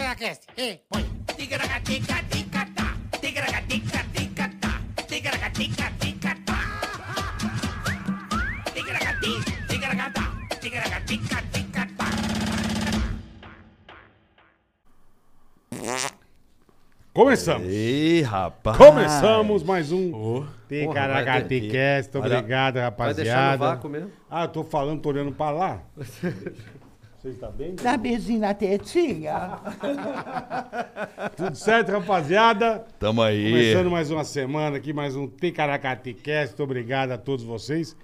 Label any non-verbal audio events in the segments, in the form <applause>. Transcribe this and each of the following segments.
Ticaracast. Ei, põe. Ticaracatica-ticatá, ticaracatica-ticatá, ticaracatica-ticatá. Ticaracati, ticaracatá, ticaracatica-ticatá. Começamos. Ih, rapaz. Começamos mais um. Ticaracaticast. Vai dar- Obrigado, Vai deixar rapaziada. no vácuo mesmo? Ah, eu tô falando, tô olhando pra <laughs> lá. Vocês tá bem? Dá beijinho na tetinha. Tudo certo, rapaziada? Tamo aí. Começando mais uma semana aqui, mais um Ticaracaticast. Obrigado a todos vocês.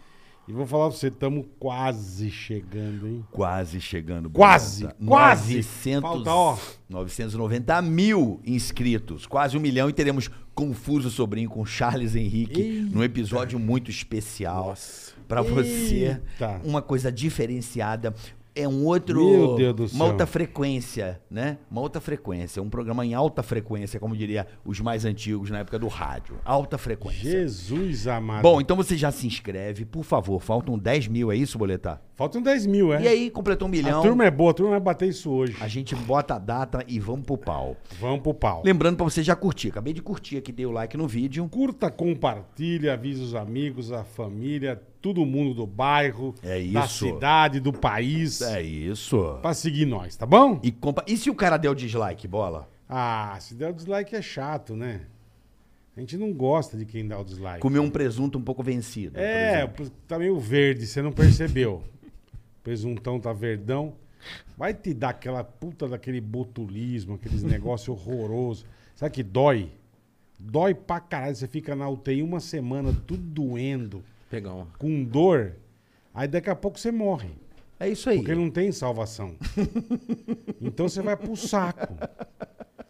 E vou falar pra você, estamos quase chegando, hein? Quase chegando. Quase, Boneta. quase. 900, Falta, ó. 990 mil inscritos. Quase um milhão. E teremos Confuso Sobrinho com Charles Henrique num episódio muito especial. Pra você. Eita. Uma coisa diferenciada. É um outro. Meu Deus do céu. Uma outra frequência, né? Uma alta frequência. Um programa em alta frequência, como diria os mais antigos na época do rádio. Alta frequência. Jesus amado. Bom, então você já se inscreve, por favor. Faltam 10 mil, é isso, Boletar? faltam 10 mil, é? E aí, completou um A milhão. A, turma é boa, a turma vai bater isso hoje. gente bota a data e vamos pro pau. Vamos pro pau. Lembrando pra você já curtir. Acabei de curtir aqui, dei o like no vídeo. Curta, compartilha, avisa os amigos, a família, todo mundo do bairro, É da isso. cidade, do país, É isso. pra seguir nós, tá bom? E, compa... e se o cara der o dislike, bola? Ah, se der o dislike é chato, né? A gente não gosta de quem dá o dislike. Comeu um presunto um pouco vencido. por É, exemplo. tá meio verde, você não percebeu. O Presuntão tá verdão. Vai te dar aquela puta daquele botulismo, aqueles <laughs> negócio horroroso. Sabe que dói? Dói pra caralho. Você fica na UTI uma semana, tudo doendo, Pegar uma. com dor. Aí daqui a pouco você morre. É isso aí. Porque não tem salvação. <laughs> então você vai pro saco.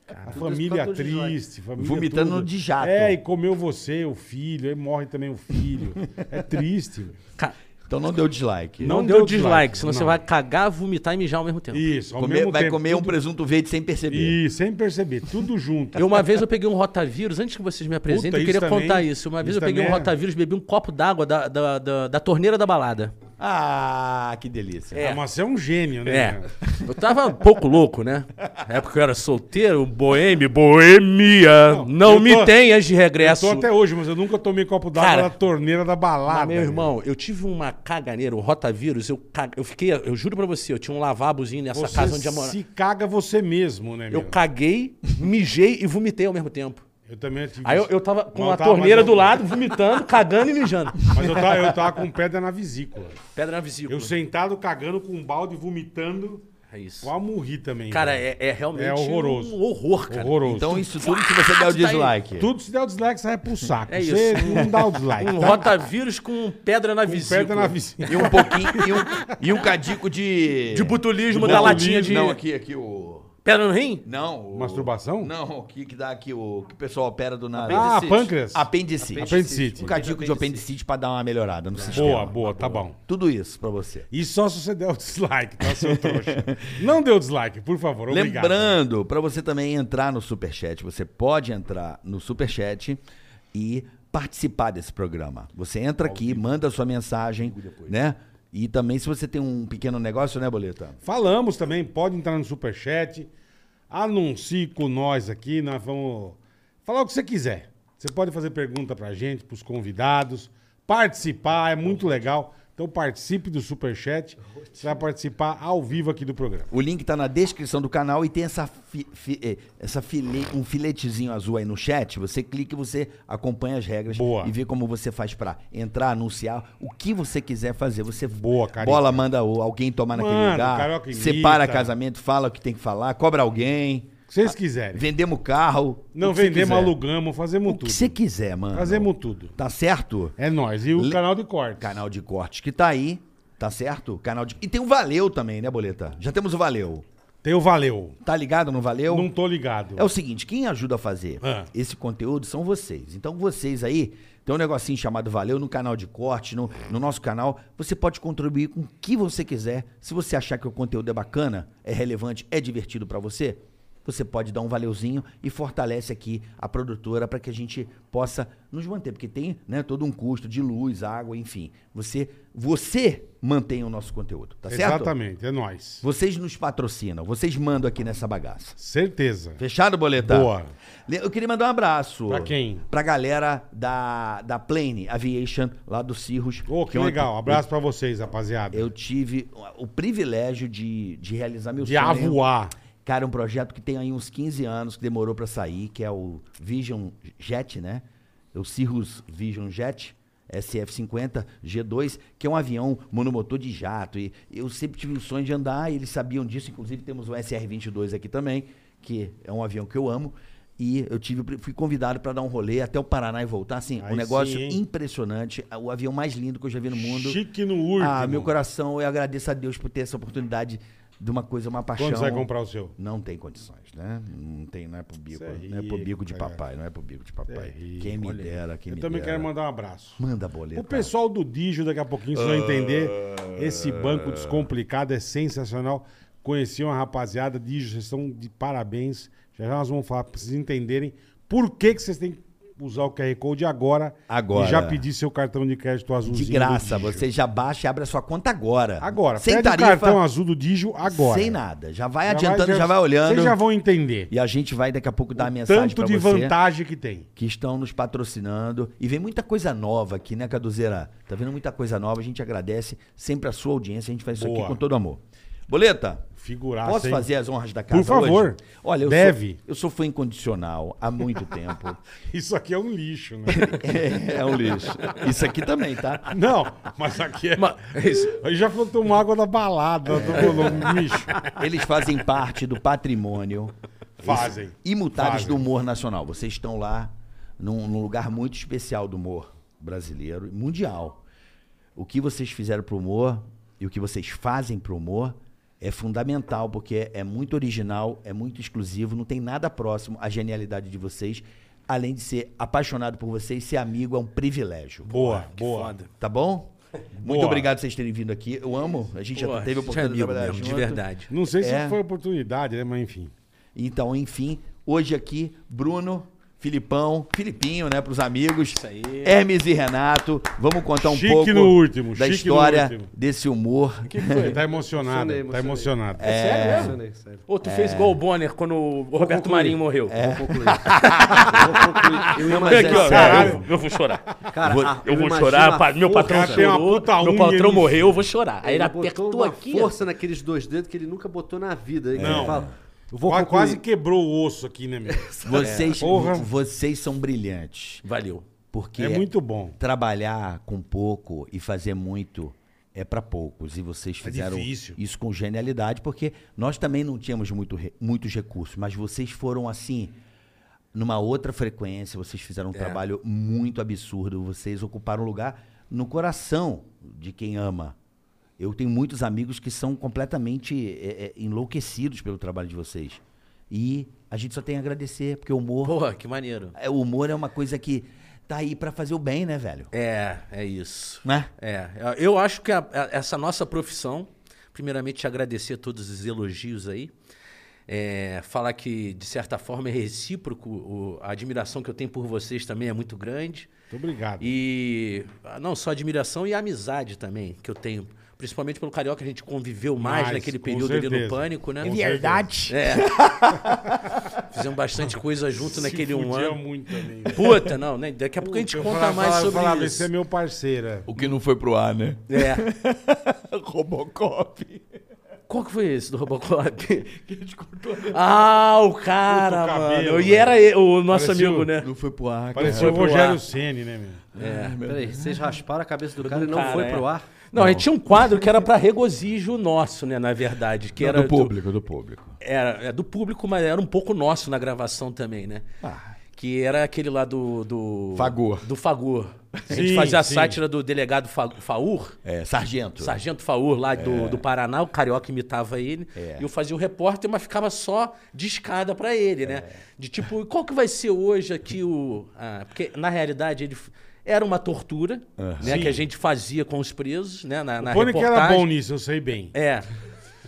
a família isso pra todos nós. triste, família Vomitando tudo. de jato. É, e comeu você, o filho, aí morre também o filho. É triste. <laughs> velho. Ca- Então não deu dislike. Não Não, deu deu dislike, dislike, senão você não. vai cagar, vomitar e mijar ao mesmo tempo. Isso, ao Comer- mesmo vai tempo, comer um tudo- presunto verde sem perceber. Ih, sem perceber, tudo junto. Eu, uma vez eu peguei um rotavírus, antes que vocês me apresentem, Puta, eu queria isso também- contar isso. Uma vez isso eu peguei um também é- rotavírus, bebi um copo d'água da, da, da, da torneira da balada. Ah, que delícia. Ah, mas você é um gênio, né? É. Eu tava um pouco louco, né? Na época que eu era solteiro, boêmio, boemia. Não, Não, eu me tô- tenhas de Eu regresso. tô até hoje, mas eu nunca tomei copo d'água Cara, na torneira da balada. Mas, meu irmão, eu tive uma caganeira, o rotavírus, eu, ca- eu fiquei, eu juro pra você, eu tinha um lavabozinho nessa Você casa onde eu morava. se caga você mesmo, né, Eu meu? caguei, mijei e vomitei ao mesmo tempo. Eu também tive Aí eu, isso. eu tava com Mas eu a tava- torneira mas eu- do lado, vomitando, cagando e mijando. Mas eu tava, eu tava com pedra na vesícula. <laughs> Pedra na vesícula. Eu sentado, cagando com um balde, vomitando. É isso. Quase morri também. Cara, velho. é, é realmente É horroroso. um horror, cara. Horroroso. Então isso tudo se você der o tá aí. dislike. Tudo se der o dislike, você vai pro saco. É Você isso. não dá o dislike. Um tá? rotavírus com pedra na Com vesícula. pedra na vesícula. E um pouquinho. e, um, e um cadico de. De botulismo de da botulismo. latinha de... Não, aqui, aqui o. Pedra no rim? Não. o- Masturbação? Não, o que, que dá aqui o que o pessoal opera do nada. Ah, pâncreas. Apendicite. Apendicite. Um cadico de apendicite pra dar uma melhorada no sistema. Boa, boa, tá bom. Tudo isso pra você. E só se você der o dislike, tá, seu trouxa? <laughs> Não dê o dislike, por favor. Obrigado. Lembrando, pra você também entrar no Superchat, você pode entrar no Superchat e participar desse programa. Você entra aqui, manda sua mensagem, né? E também se você tem um pequeno negócio, né, Boleta? Falamos também, pode entrar no superchat. Anuncie com nós aqui, nós vamos falar o que você quiser. Você pode fazer pergunta pra gente, pros convidados, participar, é muito legal. Então participe do superchat, você vai participar ao vivo aqui do programa. O link tá na descrição do canal e tem essa, fi- fi- eh, essa file- um filetezinho azul aí no chat. Você clica e você acompanha as regras Boa. e vê como você faz pra entrar, anunciar o que você quiser fazer. Você Boa, Carica. bola manda o- alguém tomar naquele Manda, lugar, Carioca imita. separa casamento, fala o que tem que falar, cobra alguém, O que vocês quiserem. vendemos carro, É. Não o que você vendemos, quiser. alugamos, fazemos o que tudo. você quiser, mano. Fazemos tudo. Tá certo? É nós. E o Le- canal de cortes. Canal de cortes que tá aí, tá certo? Canal de e tem o valeu também, né, boleta? Já temos o valeu. Tem o Valeu. Tá ligado no valeu? Não tô ligado. É o seguinte, quem ajuda a fazer Ah. esse conteúdo são vocês. Então vocês aí, tem um negocinho chamado Valeu no canal de corte, no, no nosso canal. Você pode contribuir com o que você quiser. Se você achar que o conteúdo é bacana, é relevante, é divertido pra você, você pode dar um valeuzinho e fortalece aqui a produtora para que a gente possa nos manter, porque tem né, todo um custo de luz, água, enfim. Você, você mantém o nosso conteúdo, tá certo? Exatamente, é nóis. Vocês nos patrocinam, vocês mandam aqui nessa bagaça. Certeza. Fechado, boletar? Boa. Le- Eu queria mandar um abraço. Pra quem? Pra galera da, da Plane Aviation, lá do Cirrus. Ô, que ontem legal. Abraço pra vocês, rapaziada. Eu, eu tive o privilégio de, de realizar meu De sonho. avoar. Cara, um projeto que tem aí uns 15 anos, que demorou pra sair, que é o Vision Jet, né? O Cirrus Vision Jet. SF-50 G2, que é um avião monomotor de jato. E eu sempre tive o sonho de andar, e eles sabiam disso. Inclusive, temos um SR-22 aqui também, que é um avião que eu amo. E eu tive, o pri- fui convidado pra dar um rolê até o Paraná e voltar. Assim, Aí um negócio sim, hein? impressionante. É O avião mais lindo que eu já vi no mundo. Chique no último. Ah, meu coração, eu agradeço a Deus por ter essa oportunidade de uma coisa, uma paixão. Quando você vai comprar o seu? Não tem condições, né? Não tem, não é pro bico, Você é não é pro rico, bico de cara. papai, não é pro bico de Você papai. é rico, quem me olha aí. dera, quem Eu me também dera. quero mandar um abraço. Ah. Manda boleto. O pessoal do Digio, daqui a pouquinho, vocês vão entender. Esse banco descomplicado é sensacional. Conheci uma rapaziada, Digio, vocês estão de parabéns. Já já nós vamos falar pra vocês entenderem por que, que vocês têm que usar o QR Code agora. Agora. E já pedir seu cartão de crédito azulzinho. De do graça, Digio. você já baixa e abre a sua conta agora. Agora, sem pede tarifa, o cartão azul do Digio agora. sem nada. Já vai Já adiantando, já, vai olhando. Vocês já vão entender. E a gente vai daqui a pouco dar a mensagem Tanto pra de você. vantagem que tem. que estão nos patrocinando. E vem muita coisa nova aqui, né, Caduzeira? Tá vendo muita coisa nova. A gente agradece sempre a sua audiência. A gente faz isso Boa. aqui com todo amor. Boleta, Figuraça, posso hein? fazer as honras da casa Por favor. hoje? Olha, eu Deve. Sou, eu sou fã incondicional há muito tempo. <laughs> Isso aqui é um lixo, né? <laughs> é, é um lixo. Isso aqui também, tá? Não, mas aqui é... Ma- é isso. Aí já falou tomar água da balada, É. do volume, <laughs> bicho. Eles fazem parte do patrimônio Fazem. imutáveis Fazem. do humor nacional. Vocês estão lá num, num lugar muito especial do humor brasileiro e mundial. O que vocês fizeram pro humor e o que vocês fazem pro humor é fundamental, porque é muito original, é muito exclusivo, não tem nada próximo à genialidade de vocês. Além de ser apaixonado por vocês, ser amigo é um privilégio. Boa, boa. Foda. Tá bom? Muito Boa. obrigado por vocês terem vindo aqui. Eu amo. A gente Pô, já teve a gente é oportunidade de amigo trabalhar mesmo, de junto. verdade. Não sei se É. foi oportunidade, né? Mas enfim. Então, enfim, hoje aqui, Bruno, Filipão, Filipinho, né, pros amigos. Isso aí. Hermes e Renato. Vamos contar um Chique pouco no último, da chique no história último. desse humor. que foi? Ele tá emocionado, Emocionei, tá emocionado. É sério? Emocionei, sério. Ou tu fez igual o Bonner quando o Roberto concluir. Marinho morreu. Eu vou <laughs> concluir. Eu vou concluir. Eu Não, mas Vem imagino- é É. aqui, ó. sério. Eu, eu vou chorar. Cara, Vou- a- Eu, vou imagino chorar. a pa- Meu força- patrão cara tem uma chorou, puta meu unha patrão nisso. morreu, eu vou chorar. Aí Ele ele botou apertou uma aqui. ó. força naqueles dois dedos que ele nunca botou na vida. Aí que Não. ele fala, eu vou Qua- concluir. quase quebrou o osso aqui, <laughs> né, meu? Vocês, Porra. vo- vocês são brilhantes. Valeu. Porque É muito bom. trabalhar com pouco e fazer muito é pra poucos. E vocês fizeram difícil. isso com genialidade, porque nós também não tínhamos muito, re- muitos recursos, mas vocês foram assim, numa outra frequência, vocês fizeram um trabalho muito absurdo, vocês ocuparam um lugar no coração de quem ama. Eu tenho muitos amigos que são completamente é, é, enlouquecidos pelo trabalho de vocês. E a gente só tem a agradecer, porque o humor Porra, que maneiro. é, o humor é uma coisa que tá aí pra fazer o bem, né, velho? É, é isso. Né? É, eu acho que a- a- essa nossa profissão, primeiramente agradecer todos os elogios aí, é, falar que de certa forma é recíproco, o- a admiração que eu tenho por vocês também é muito grande. Muito obrigado. E ah, não só admiração e amizade também que eu tenho, principalmente pelo carioca, a gente conviveu mais, Mais, naquele com período ali certeza. no pânico, né? Com Verdade. Fizemos bastante coisa junto naquele <laughs> Se um fudia ano. muito <laughs> também. velho. Puta, não, né? Daqui a pouco a gente Eu conta falava- mais falava- sobre falava, isso. Esse é meu parceiro. é. O que não foi pro ar, né? É. <laughs> Robocop. Qual que foi esse do Robocop? ah, o cara, Puta, o mano. cabelo, e era ele- o nosso Parecia amigo, o- né? Não foi pro ar, Parecia o Foi pro Rogério ar. Ceni, né, meu? É, Peraí, vocês rasparam a cabeça do cara e não cara, foi é. pro ar? Não, a gente tinha um quadro que era pra regozijo nosso, né, na verdade. Que era do público, do público. Era, é do público, mas era um pouco nosso na gravação também, né? Que era aquele lá do... do Fagor. Do Fagor. A gente Sim, fazia sim. a sátira do delegado Fa- Faur. É, sargento. Sargento Faur, lá do, do Paraná, o carioca imitava ele. É. E eu fazia o repórter, mas ficava só de escada pra ele, né? É. De tipo, qual que vai ser hoje aqui o. ah, porque, na realidade, ele. f- Era uma tortura, né? Que a gente fazia com os presos, né? Na, na Pone que reportagem. era bom nisso, eu sei bem. É.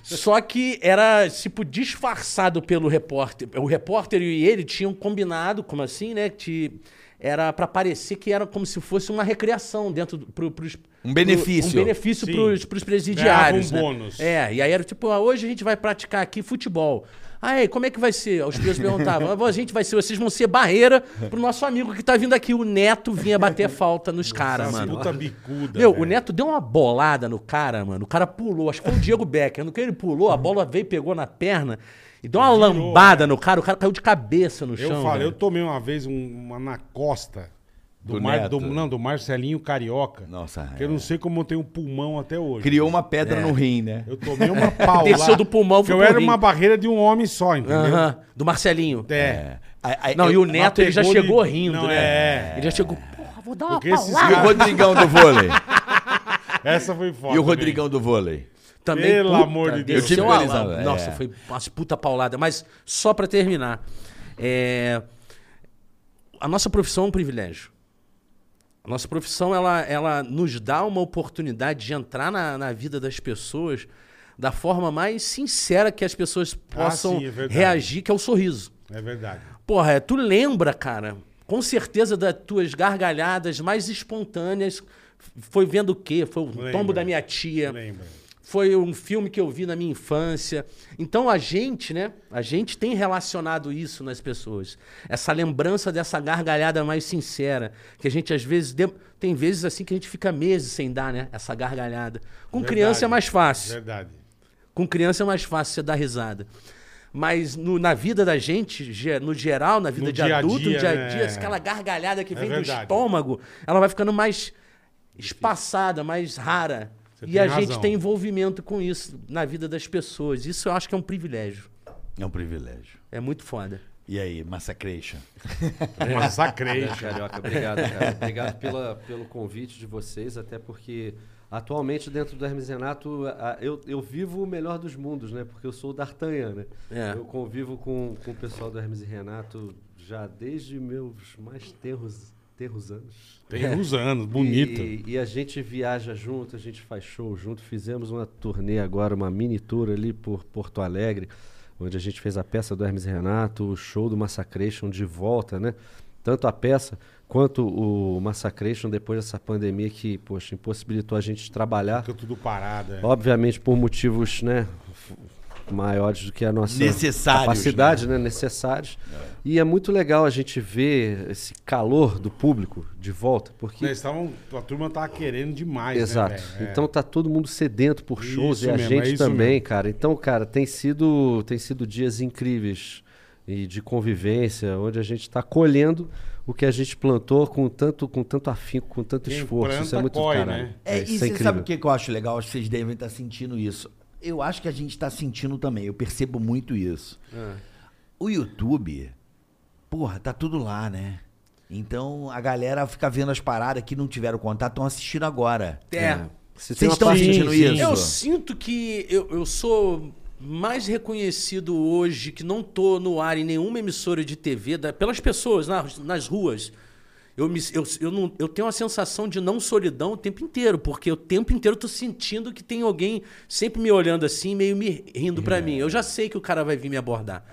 Só que era, tipo, disfarçado pelo repórter. O repórter e ele tinham combinado, como assim, né? Que era pra parecer que era como se fosse uma recreação dentro do, pro, pros- Um benefício. um benefício Sim. pros, pros presidiários. Ganhava um né? bônus. É, e aí era tipo, ah, hoje a gente vai praticar aqui futebol. Aí, como é que vai ser? Os presos perguntavam, "Ah, a gente vai ser, vocês vão ser barreira pro nosso amigo que tá vindo aqui. O Neto vinha bater falta nos caras, Essa mano. puta bicuda. Meu, velho. o Neto deu uma bolada no cara, mano. O cara pulou. Acho que foi o Diego Becker. No que ele pulou, a Hum. bola veio, pegou na perna e deu uma lambada no cara. O cara caiu de cabeça no Eu chão. né? falei, velho. eu tomei uma vez um- uma na costa do, Do Mar- Neto. do- não, do Marcelinho Carioca. Nossa, Que eu é. não sei como eu tenho um pulmão até hoje. Criou uma pedra no rim, né? Eu tomei uma paulada. Desceu do pulmão Porque pro eu era rim. uma barreira de um homem só, entendeu? Aham, Do Marcelinho. É. Aí- aí- Não, e eu- o Neto ele já pegou de- chegou rindo, Não, né? é. Ele já chegou, porra, Ah, vou dar uma Porque esses E o caras... Rodrigão do vôlei? Essa foi foda. E o também. Rodrigão do vôlei? Também, Pelo amor de Deus. Eu tive desceu a eles lá- lá, é. Nossa, foi umas puta paulada. Mas só pra terminar. é, A nossa profissão é um privilégio. A nossa profissão, ela, ela nos dá uma oportunidade de entrar na, na vida das pessoas da forma mais sincera que as pessoas possam sim, é verdade. reagir, que é o sorriso. É verdade. Porra, é, tu lembra, cara, com certeza das tuas gargalhadas mais espontâneas. Foi vendo o quê? Foi o tombo Lembro. da minha tia Lembra. foi um filme que eu vi na minha infância. Então a gente, né? A gente tem relacionado isso nas pessoas. Essa lembrança dessa gargalhada mais sincera, que a gente às vezes de- tem vezes assim que a gente fica meses sem dar, né? Essa gargalhada. Com criança é mais fácil. Verdade. Com criança é mais fácil você dar risada. Mas no- na vida da gente, ge- no geral, na vida No de dia a adulto, dia, no dia a né? dia, aquela gargalhada que É vem do verdade. estômago, ela vai ficando mais espaçada, mais rara. Você e tem a razão. gente tem envolvimento com isso na vida das pessoas. Isso eu acho que é um privilégio. É um privilégio. É muito foda. E aí, Massacration? É Massacrei. Valeu, <laughs> Carioca, obrigado, cara. Obrigado pela, pelo convite de vocês, até porque atualmente dentro do Hermes e Renato a- eu, eu vivo o melhor dos mundos, né? Porque eu sou o D'Artagnan, né? É. Eu convivo com, com o pessoal do Hermes e Renato já desde meus mais terros, terros anos. Tem uns anos, bonito. E, e a gente viaja junto, a gente faz show junto. Fizemos uma turnê agora, uma mini tour ali por Porto Alegre, onde a gente fez a peça do Hermes e Renato, o show do Massacration de volta, né? Tanto a peça quanto o Massacration depois dessa pandemia que, poxa, impossibilitou a gente trabalhar. Fica tudo parado. É. Obviamente por motivos, né, f- maiores do que a nossa Necessários, capacidade, né, necessários. E é muito legal a gente ver esse calor do público de volta, porque Nós estavam- a turma tava querendo demais, né, Exato. velho? É. Então tá todo mundo sedento por shows Isso e a mesmo, é gente isso também, mesmo. cara. Então, cara, tem sido tem sido dias incríveis e de convivência, onde a gente está colhendo o que a gente plantou com tanto com tanto afinco, com tanto Quem esforço. Isso planta, é muito colhe, caralho. né? É, isso e você sabe o que que eu acho legal? Acho que vocês devem estar sentindo isso. Eu acho que a gente está sentindo também. Eu percebo muito isso. O YouTube, porra, tá tudo lá, né? Então a galera fica vendo as paradas que não tiveram contato, estão assistindo agora. É. Você Vocês tem uma estão parte- sentindo sim. isso? Eu sinto que eu, eu sou mais reconhecido hoje, que não tô no ar em nenhuma emissora de TV, da- pelas pessoas nas, nas ruas. Eu, me- eu- eu não- eu tenho a sensação de não solidão o tempo inteiro, porque o tempo inteiro eu tô sentindo que tem alguém sempre me olhando assim, meio me rindo pra mim. Eu já sei que o cara vai vir me abordar.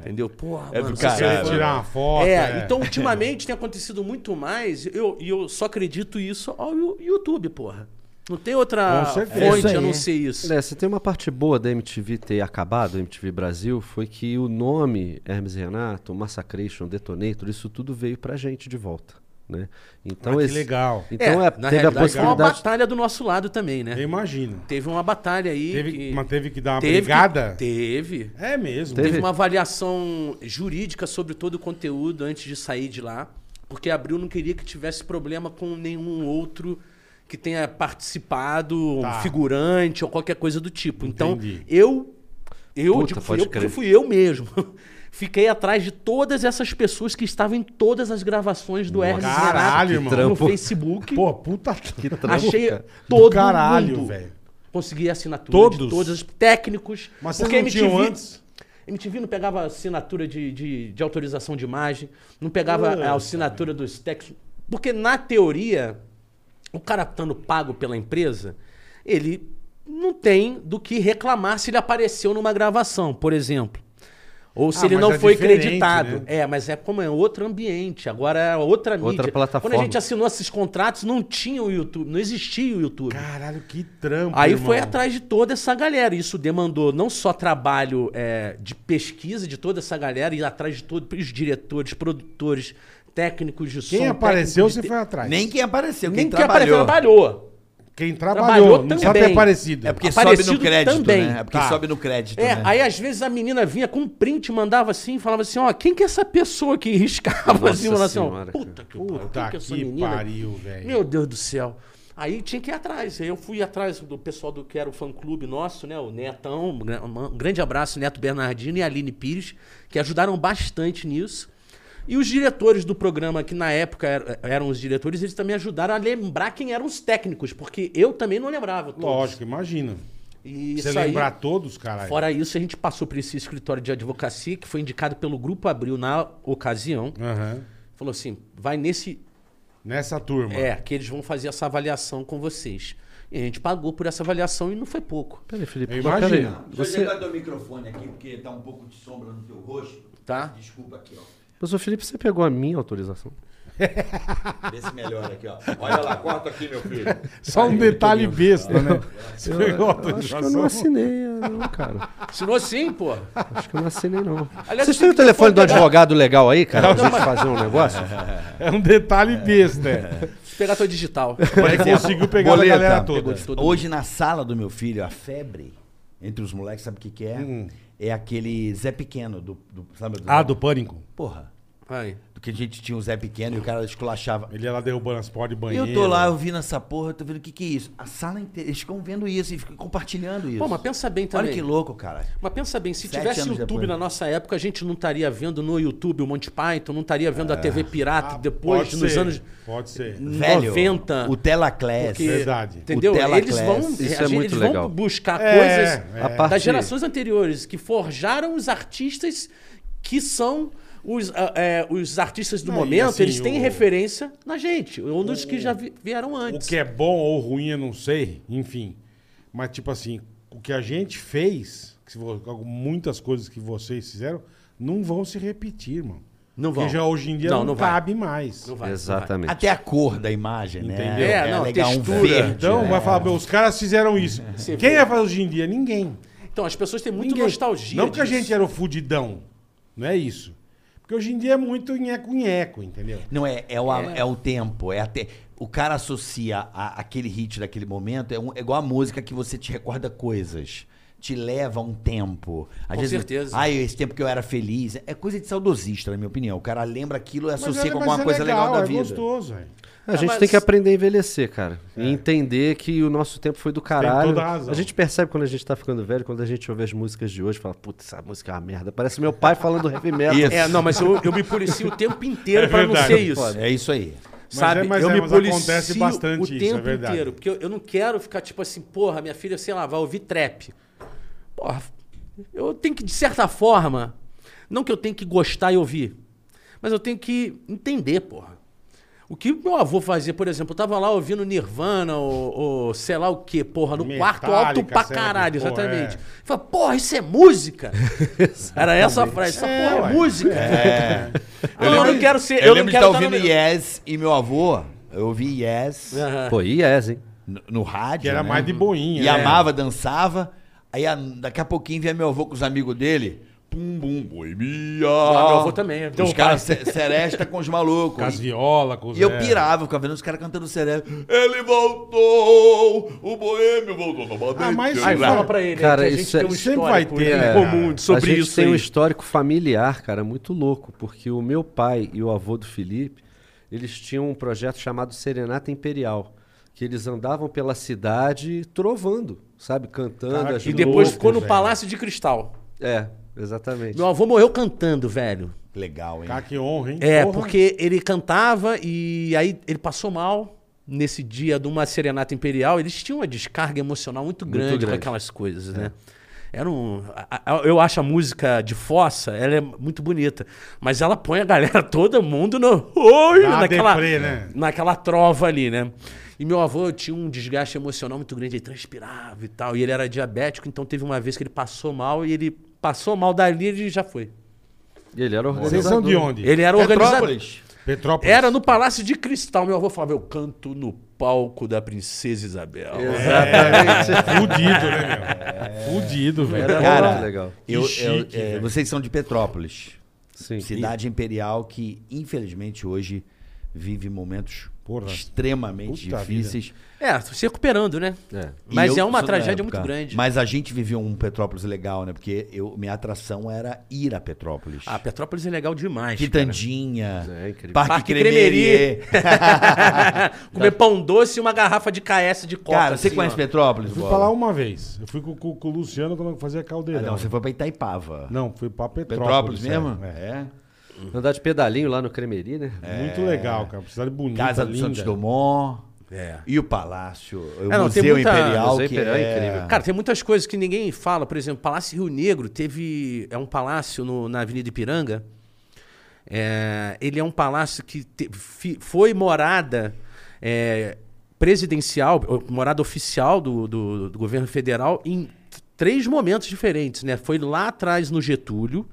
Entendeu? Porra, É do mano. caralho. Se ele tirar uma foto. É, então ultimamente tem acontecido muito mais, eu- e eu, só acredito isso ao Yu- YouTube, porra. Não tem outra Com certeza. É Isso fonte aí. a não ser isso. É, você tem uma parte boa da MTV ter acabado, MTV Brasil, foi que o nome Hermes e Renato, Massacration, Detonator, isso tudo veio pra gente de volta, né? Então Ah, que esse- legal. Então é, na teve a realidade, foi uma possibilidade batalha do nosso lado também, Eu né? imagino. Teve uma batalha aí. Teve, que- Mas teve que dar uma teve que- brigada? Teve. É mesmo. Teve Teve? uma avaliação jurídica sobre todo o conteúdo antes de sair de lá, porque a Abril não queria que tivesse problema com nenhum outro que tenha participado, um Tá. figurante ou qualquer coisa do tipo. Entendi. Então, eu eu Puta, digo, fui pode eu, porque crer. fui eu mesmo. <laughs> Fiquei atrás de todas essas pessoas que estavam em todas as gravações do Hermes e Renato Caralho, no irmão. trampo. Facebook. Pô, puta. que trampo, Achei cara. todo caralho, mundo. velho. Consegui a assinatura de Todos? todos os técnicos. Mas vocês porque não tinham antes? MTV não pegava assinatura de, de, de autorização de imagem, não pegava Nossa, a assinatura dos técnicos. Porque, na teoria, o cara estando pago pela empresa, ele não tem do que reclamar se ele apareceu numa gravação, por exemplo. Ou se Ah, ele mas não é foi diferente, creditado. né? É, mas é como é outro ambiente, agora é outra mídia. plataforma. Quando a gente assinou esses contratos, não tinha o YouTube, não existia o YouTube. Caralho, que trampo. Aí irmão. foi atrás de toda essa galera. Isso demandou não só trabalho é, de pesquisa de toda essa galera, e atrás de todos os diretores, produtores, técnicos de som. Quem apareceu, técnicos de você te- foi atrás. Nem quem apareceu, quem Nem quem apareceu trabalhou. trabalhou. Quem trabalhou, Trabalhou não precisa também. ter tá aparecido. É porque sobe Aparecido no crédito, também. né? É porque Tá. sobe no crédito, É, né? aí às vezes a menina vinha com um print, mandava assim, falava assim, ó, quem que é essa pessoa que <laughs> riscava Nossa assim, falava assim, ó, Senhora, puta que pariu, Puta quem que é essa que menina? pariu, velho. Meu Deus do céu. Aí tinha que ir atrás. Aí eu fui atrás do pessoal do que era o fã-clube nosso, né? O Netão. um gra- Um grande abraço, Neto Bernardino e Aline Pires, que ajudaram bastante nisso. E os diretores do programa, que na época er- eram os diretores, eles também ajudaram a lembrar quem eram os técnicos, porque eu também não lembrava. todos. Lógico, imagina. E Você isso aí- lembrar todos, caralho. Fora isso, a gente passou por esse escritório de advocacia que foi indicado pelo Grupo Abril na ocasião. Aham. Falou assim: vai nesse. Nessa turma. É, que eles vão fazer essa avaliação com vocês. E a gente pagou por essa avaliação e não foi pouco, Peraí, Felipe. Eu mas peraí, imagino. Você... teu microfone aqui, porque tá um pouco de sombra no teu rosto. tá? Desculpa aqui, ó. Mas, ô Felipe, você pegou a minha autorização? Vê se melhora aqui, ó. Olha lá, corta aqui, meu filho. Só um detalhe besta, né? Você pegou a Eu acho que eu não autorização. assinei, ah, não, cara. Assinou sim, pô. Acho que eu não assinei, não. Aliás, Vocês você têm o tem telefone do telefone advogado legal aí, cara? Pra gente fazer um negócio? É um detalhe besta. É. Vou pegar tua digital. Mas ele conseguiu pegar Boleta. a galera toda. de todo Hoje, na sala do meu filho, a febre entre os moleques, sabe o que que é? Hum. É aquele Zé Pequeno, do, do, sabe? Ah, do pânico. Porra. Aí. Do que a gente tinha o Zé Pequeno e o cara esculachava. Ele ia lá derrubando as portas de E banheiro. eu tô lá ouvindo essa porra, tô vendo o que que é isso. A sala inteira, eles ficam vendo isso e ficam compartilhando isso. Pô, mas pensa bem também. Olha que louco, cara. Mas pensa bem, se Sete tivesse anos YouTube depois. na nossa época, a gente não estaria vendo no YouTube o Monty Python, não estaria vendo a TV Pirata depois, Ah, Pode nos ser, anos Pode ser. É 90. o Telaclass. Porque, Verdade. Entendeu? O tela Eles vão, class. Isso a é gente- muito eles legal. vão buscar É, coisas é. A parte- das gerações anteriores que forjaram os artistas que são os, ah, é, os artistas do Não, e momento. assim, eles têm o- referência na gente, ou nos que já vi- vieram O antes. que é bom ou ruim, eu não sei. Enfim. Mas, tipo assim, o que a gente fez, que se vo- muitas coisas que vocês fizeram, não vão se repetir, irmão. Não Porque vão. já hoje em dia Não, não, não vai. cabe mais. Não vai, não Exatamente. Até a cor da imagem, né? Entendeu? É, não, textura. Então, É. vai falar, "Meu, os caras fizeram <laughs> isso. Quem vai fazer hoje em dia? Ninguém. vai. Então, as pessoas têm muita Ninguém. nostalgia. Não que a disso. gente é era o fudidão. Não é isso. Porque hoje em dia é muito nheco-nheco, entendeu? Não é, é o, é. o tempo, é até. O cara associa a- aquele hit daquele momento, é, um- é igual a música que você te recorda coisas. Te leva um tempo. Às Com vezes, certeza. Ai, esse tempo que eu era feliz. É coisa de saudosista, na minha opinião. O cara lembra aquilo e Mas associa é- com mas alguma é coisa legal, da é vida. gostoso, velho. A gente Ah, mas- tem que aprender a envelhecer, cara. E entender que o nosso tempo foi do caralho. É. toda a razão. gente percebe quando a gente tá ficando velho, quando a gente ouve as músicas de hoje, fala, putz, essa música é uma merda. Parece meu pai falando heavy metal. Isso. É, não, mas eu, eu me policio o <laughs> tempo inteiro pra não verdade, ser isso. É isso aí. Mas sabe? é- mas eu é, me mas policio acontece bastante o isso, é tempo verdade. inteiro. Porque eu, eu não quero ficar tipo assim, porra, minha filha, sei lá, vai ouvir trap. Porra, eu tenho que, de certa forma, não que eu tenho que gostar e ouvir, mas eu tenho que entender, porra. O que meu avô fazia, por exemplo, eu tava lá ouvindo Nirvana ou, ou sei lá o que, porra, no quarto alto Metallica, pra sei lá que caralho, porra, exatamente. é. Falei, porra, isso <laughs> é música? Era essa a frase, essa É, porra é ué. música. Não, eu, não quero ser, eu, É. eu não lembro quero de estar tá no ouvindo meio- Yes e meu avô. Eu ouvi Yes Aham. Pô, yes, hein? no, no rádio. É. Que era né? mais de boinha. E né? amava, dançava. Aí a- daqui a pouquinho via meu avô com os amigos dele. Pum, bum, boemia. Ah, meu avô também, então, os caras se- seresta com os Com as malucos. E, violas, com os... e eu é. pirava, ficava vendo os caras cantando seresta. Ele voltou, o boêmio voltou novamente. Ah, mas Aí Aí fala fala pra ele, Cara, que a gente isso é- tem um sempre vai histórico ter, em né, comum sobre a gente isso tem aí. um histórico familiar, cara, muito louco, porque o meu pai e o avô do Felipe, eles tinham um projeto chamado Serenata Imperial, que eles andavam pela cidade trovando, sabe, cantando. Caraca, as que E depois louco, ficou no velho. Palácio de Cristal. É, exatamente. Meu avô morreu cantando, velho. Legal, hein? Cara, que honra, hein? É, Porra. porque ele cantava e aí ele passou mal nesse dia de uma serenata imperial. Eles tinham uma descarga emocional muito grande, com grande. É. aquelas coisas, né? Era um, a- a- eu acho a música de fossa, ela é muito bonita. Mas ela põe a galera, <laughs> todo mundo no. Oi, Dá uma naquela, deprê, né? naquela trova ali, né? E meu avô tinha um desgaste emocional muito grande, ele transpirava e tal. E ele era diabético, então teve uma vez que ele passou mal e ele passou mal dali ele já foi. E ele era organizador. Vocês são de onde? Ele era organizador. Petrópolis. Petrópolis. Era no Palácio de Cristal. Meu avô falava, eu canto no palco da Princesa Isabel. É. É, Fudido, né, meu? Fudido, velho. Cara, que legal. Eu, eu- chique, é, velho. vocês são de Petrópolis, Sim. cidade imperial que infelizmente hoje vive momentos Porra. extremamente Puta difíceis. É, se recuperando, né? É. E Mas eu é uma sou da tragédia época. muito grande. Mas a gente viveu um Petrópolis legal, né? Porque eu, minha atração era ir a Petrópolis. Ah, Petrópolis é legal demais. Quitandinha, É, incrível. Parque, Parque Cremerier. <laughs> cara. <laughs> Comer pão doce e uma garrafa de KS de coca. Cara, você assim, conhece ó. Petrópolis? Eu fui Bola? pra lá uma vez. Eu fui com, com- com o Luciano quando eu fazia Ah, caldeirão. não, você foi pra Itaipava. Não, fui pra Petrópolis. Petrópolis, sério. mesmo? É. É. Andar de pedalinho lá no Cremeri, né? Muito legal, cara. Cidade bonita, Casa do linda. Santos Dumont. É. E o Palácio, o É, não, tem Museu muita- Imperial, Museu que Imperial é é... incrível. Cara, tem muitas coisas que ninguém fala. Por exemplo, Palácio Rio Negro teve. É um palácio no- na Avenida Ipiranga. É, ele é um palácio que te- fi- foi morada é, presidencial, ou morada oficial do, do- do governo federal em t- três momentos diferentes. Né? Foi lá atrás no Getúlio,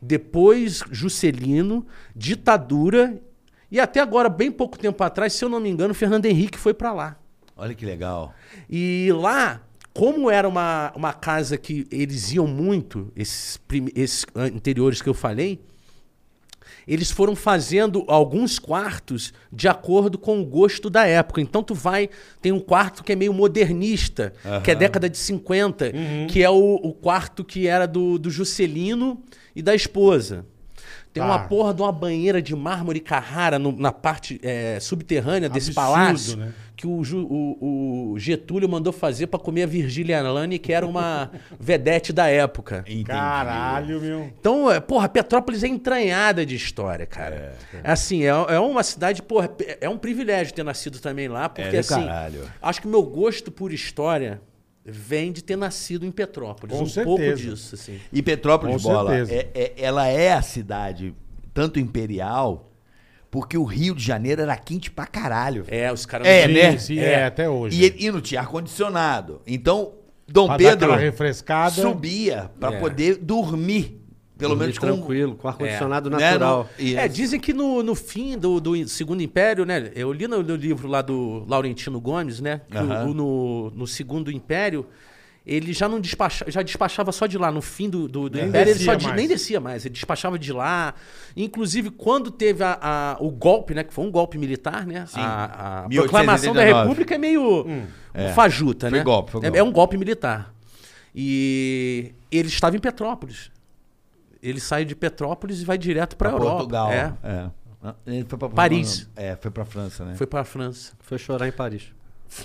depois Juscelino, ditadura, e até agora, bem pouco tempo atrás, se eu não me engano, Fernando Henrique foi para lá. Olha que legal. E lá, como era uma, uma casa que eles iam muito, esses, prime- esses anteriores que eu falei, eles foram fazendo alguns quartos de acordo com o gosto da época. Então tu vai, tem um quarto que é meio modernista, que é década de 50, Uhum. que é o, o quarto que era do, do Juscelino e da esposa. Tem uma Tá. porra de uma banheira de mármore Carrara no- na parte eh, subterrânea desse Absurdo, palácio né? que o, Ju- o- o Getúlio mandou fazer pra comer a Virgília Lani, que era uma vedete da época. Entendi. Caralho, meu. Então, é, porra, Petrópolis é entranhada de história, cara. Assim, é, é uma cidade, porra, é um privilégio ter nascido também lá, porque do assim, caralho. acho que o meu gosto por história vem de ter nascido em Petrópolis. Com um pouco certeza. disso, assim. E Petrópolis, Com Bola, certeza. é- é- ela é a cidade tanto imperial, porque o Rio de Janeiro era quente pra caralho. É, os caras... É, Sim, né? sim, é, até hoje. E, ele- e não tinha ar-condicionado. Então, Dom Pra dar Pedro aquela refrescada. subia pra É. poder dormir. Pelo menos com... tranquilo, com ar-condicionado né, natural. no- e- É, dizem que no, no fim do, do Segundo Império, né? Eu li no, no livro lá do Laurentino Gomes, né? que o- Aham. o- no, no Segundo Império, ele já não despacha, já despachava só de lá. No fim do, do, do Nem Império, ele descia só de- mais. nem descia mais. Ele despachava de lá. Inclusive, quando teve a, a- o golpe, né? Que foi um golpe militar, né? A, a 1889. proclamação da República é meio fajuta, Hum. É. Foi né? golpe, foi É- golpe. é um golpe militar. E ele estava em Petrópolis. Ele sai de Petrópolis e vai direto para um pra Europa. Portugal. É. É. Ele foi pra Paris. É, foi pra França, né? Foi para França. Foi chorar em Paris.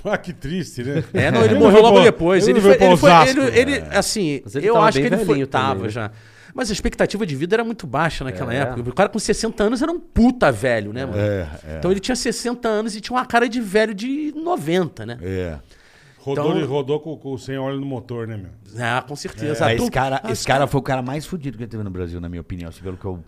Ah, que triste, né? <laughs> É, não, ele morreu logo foi- depois. Ele não foi, pra ele foi, Osasco. né? ele, ele, assim, Mas ele eu tava acho que bem ele foi, velhinho também, tava né? já. Mas a expectativa de vida era muito baixa naquela É. época. O cara com 60 anos era um puta velho, né, mano? é. Então ele tinha 60 anos e tinha uma cara de velho de 90, né? É. Rodou, Então- ele rodou com, com- sem óleo no motor, né, meu? É. Ah, com certeza. Mas Tu- É, esse cara, Ah, esse cara foi o cara mais fudido que teve no Brasil, na minha opinião. assim, pelo, que eu,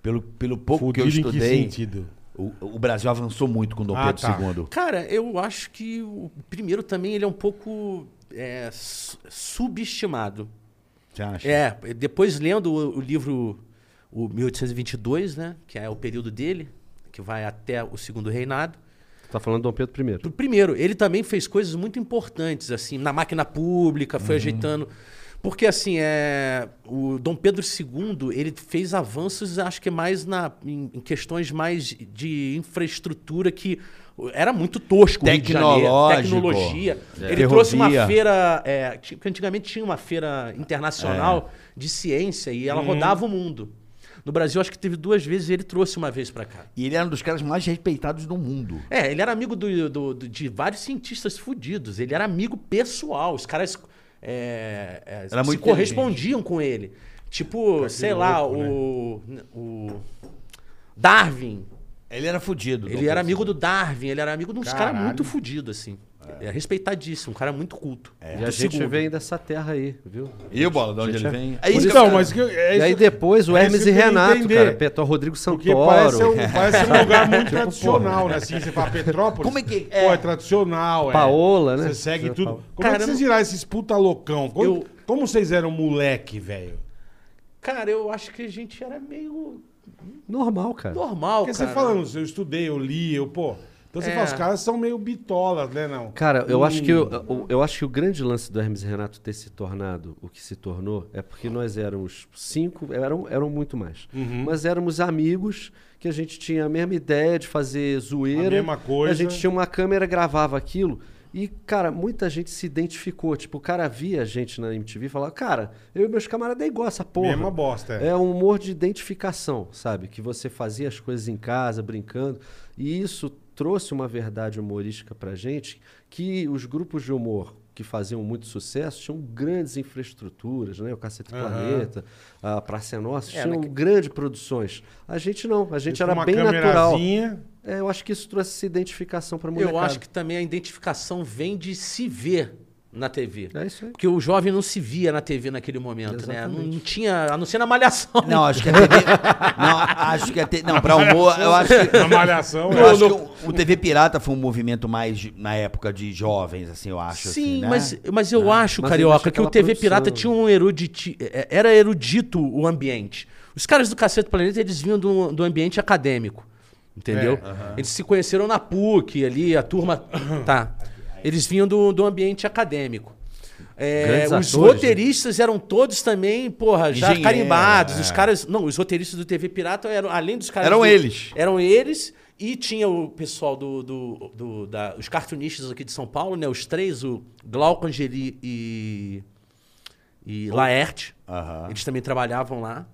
pelo, pelo pouco Fudido que eu em que estudei, sentido? o, o Brasil avançou muito com Dom Ah, Pedro tá. II. Cara, eu acho que o primeiro também ele é um pouco é, su- subestimado. Você acha? É, depois lendo o, o livro o 1822, né, que é o período dele, que vai até o segundo reinado. Tá falando do Dom Pedro I. Pro Primeiro, ele também fez coisas muito importantes assim, na máquina pública, Uhum. foi ajeitando porque assim, é, o Dom Pedro II, ele fez avanços, acho que mais na em, em questões mais de infraestrutura que era muito tosco, o Rio de Janeiro. Tecnológico. tecnologia. É. Ele trouxe uma Ferrovia. feira feira. é, ti- que antigamente tinha uma feira internacional É. de ciência e Uhum. ela rodava o mundo. No Brasil, acho que teve duas vezes e ele trouxe uma vez pra cá. E ele era um dos caras mais respeitados do mundo. É, ele era amigo do- do- do- de vários cientistas fudidos. Ele era amigo pessoal. Os caras é, é, Era se muito correspondiam com ele. Tipo, sei lá, o, o Darwin. Ele era fudido. Ele era amigo do Darwin. Ele era amigo de uns caras Caralho. muito fudidos, assim. É. respeitadíssimo, um cara muito culto. E a gente vem dessa terra aí, viu? E o bola, de onde ele vem? É isso Então, então, mas que, é e aí depois o é Hermes isso e que eu queria Renato, entender. cara. Petro, Rodrigo É Porque Santoro. parece um, <laughs> parece um lugar muito Então, Tipo, tradicional, porra. né? Assim, você fala Petrópolis. Como é que- É. Pô, é tradicional. é. Paola, né? Você segue Você tudo. fala- Como é que Cara, vocês eu- viraram esses puta loucão? Como, Eu- como vocês eram moleque, velho? Cara, eu acho que a gente era meio Normal, cara. normal, Porque cara. você falando, eu estudei, eu li, eu, pô. Então você É. fala, os caras são meio bitolas, né, não? Cara, eu acho que eu, Hum. eu, eu acho que o grande lance do Hermes e Renato ter se tornado o que se tornou é porque nós éramos cinco, eram, eram muito mais. Uhum. Mas éramos amigos que a gente tinha a mesma ideia de fazer zoeira. A mesma coisa. A gente tinha uma câmera, gravava aquilo. E, cara, muita gente se identificou. Tipo, o cara via a gente na MTV e falava, cara, eu e meus camaradas é igual essa porra. Mesma bosta, é. É um humor de identificação, sabe? Que você fazia as coisas em casa, brincando. E isso trouxe uma verdade humorística pra gente que os grupos de humor que faziam muito sucesso tinham grandes infraestruturas, né? O Cacete Planeta, a Praça é Nossa, É, tinham naque- grandes produções. A gente não, a gente Isso, era Tipo uma bem natural. <laughs> camerazinha. É, eu acho que isso trouxe essa identificação pra molecada. Eu acho que também a identificação vem de se ver na TV. É isso aí. Porque o jovem não se via na TV naquele momento, né? Não, Exatamente. não tinha, a não ser na malhação. <laughs> Não, acho que a <laughs> TV. não, acho que a TV. Não, pra humor, eu acho que. Na malhação, é. Eu acho que o, o TV Pirata foi um movimento mais de- na época de jovens, assim, eu acho. assim, Sim, né? mas, mas eu acho, Mas eu acho Carioca, que o aquela TV produção. Pirata tinha um eruditi... é, Era erudito o ambiente. Os caras do Cacete do Planeta, eles vinham do, do ambiente acadêmico, entendeu? É, Eles se conheceram na PUC ali, a turma... <coughs> tá. Eles vinham do, do ambiente acadêmico. É, os Grandes atores, né? roteiristas eram todos também, porra, já Engenheiro, carimbados. é. Os caras... Não, os roteiristas do TV Pirata eram, além dos caras... Eram do- eles. eram eles e tinha o pessoal do, do, do- da, os cartunistas aqui de São Paulo, né? Os três, o Glauco Angeli e, e Laerte. Aham. Eles também trabalhavam lá.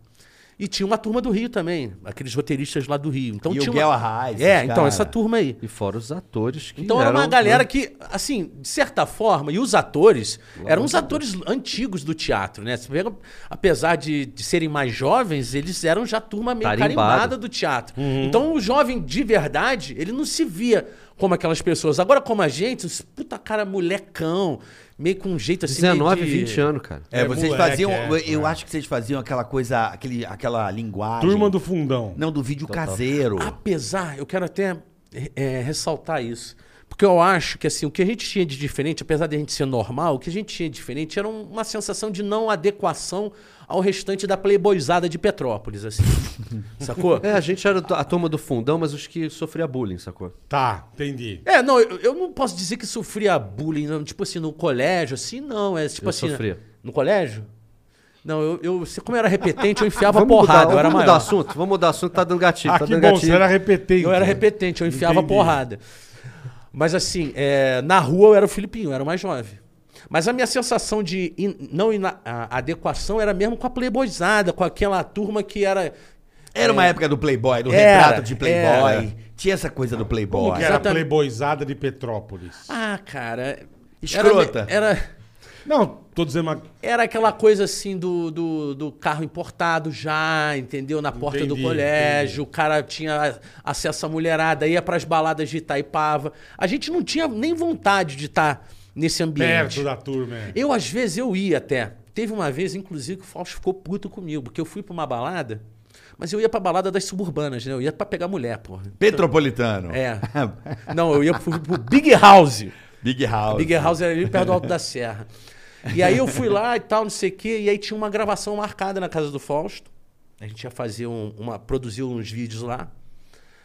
E tinha uma turma do Rio também, aqueles roteiristas lá do Rio. Então E o tinha Guel uma... Arraes, É, esses então cara. essa turma aí. E fora os atores que Então era uma eram, galera né? que, assim, de certa forma, e os atores eram os atores antigos do teatro, né? Você pega, apesar de, de serem mais jovens, eles eram já turma meio Tarimbado. carimbada do teatro. Uhum. Então o jovem de verdade, ele não se via como aquelas pessoas. Agora, como a gente, os puta cara molecão, meio com um jeito assim. meio 19, de- 20 anos, cara. É, É, vocês moleque, faziam. é, eu- eu é. acho que vocês faziam aquela coisa, aquele, aquela linguagem. Turma do fundão. Não, do vídeo caseiro. Ah, Apesar, eu quero até eh, eh, ressaltar isso. Porque eu acho que assim, o que a gente tinha de diferente, apesar de a gente ser normal, o que a gente tinha de diferente era um- uma sensação de não adequação ao restante da playboyzada de Petrópolis, <laughs> assim. Sacou? É, a gente era a turma do fundão, mas os que sofria bullying, sacou? Tá, entendi. É, não, eu, eu não posso dizer que sofria bullying, não, tipo assim, no colégio, assim, não. É tipo Eu assim. sofria. No colégio? Não, eu, eu como eu era <laughs> repetente, eu enfiava Vamos porrada, mudar, eu era vamos maior. mudar assunto, vamos mudar assunto, tá dando gatilho, Ah, tá que dando bom, gatilho. você era repetente. Eu era repetente, eu enfiava Entendi. porrada. Mas assim, é, na rua eu era o Filipinho, eu era o mais jovem. Mas a minha sensação de in- não ina- a- adequação era mesmo com a playboyzada, com aquela turma que era. Era uma época do Playboy, do é. Era, retrato de Playboy. era. Tinha essa coisa do Como Playboy. que era a Exatamente. playboyzada de Petrópolis? Ah, cara. Escrota. Era, era, Não, tô dizendo uma... era aquela coisa assim do, do, do carro importado já, entendeu? Na porta Entendi, do colégio, o cara tinha acesso à mulherada, ia pras baladas de Itaipava. A gente não tinha nem vontade de estar nesse ambiente. perto da turma. é. Eu, às vezes, eu ia até. Teve uma vez, inclusive, que o Fausto ficou puto comigo, porque eu fui pra uma balada, mas eu ia pra balada das suburbanas, né? Eu ia pra pegar mulher, porra. Petropolitano. <laughs> É. Não, eu ia pro, pro Big House. Big House. Big House era ali perto do Alto da Serra. E aí eu fui lá e tal, não sei o quê, e aí tinha uma gravação marcada na casa do Fausto. A gente ia fazer um, uma. produzir uns vídeos lá.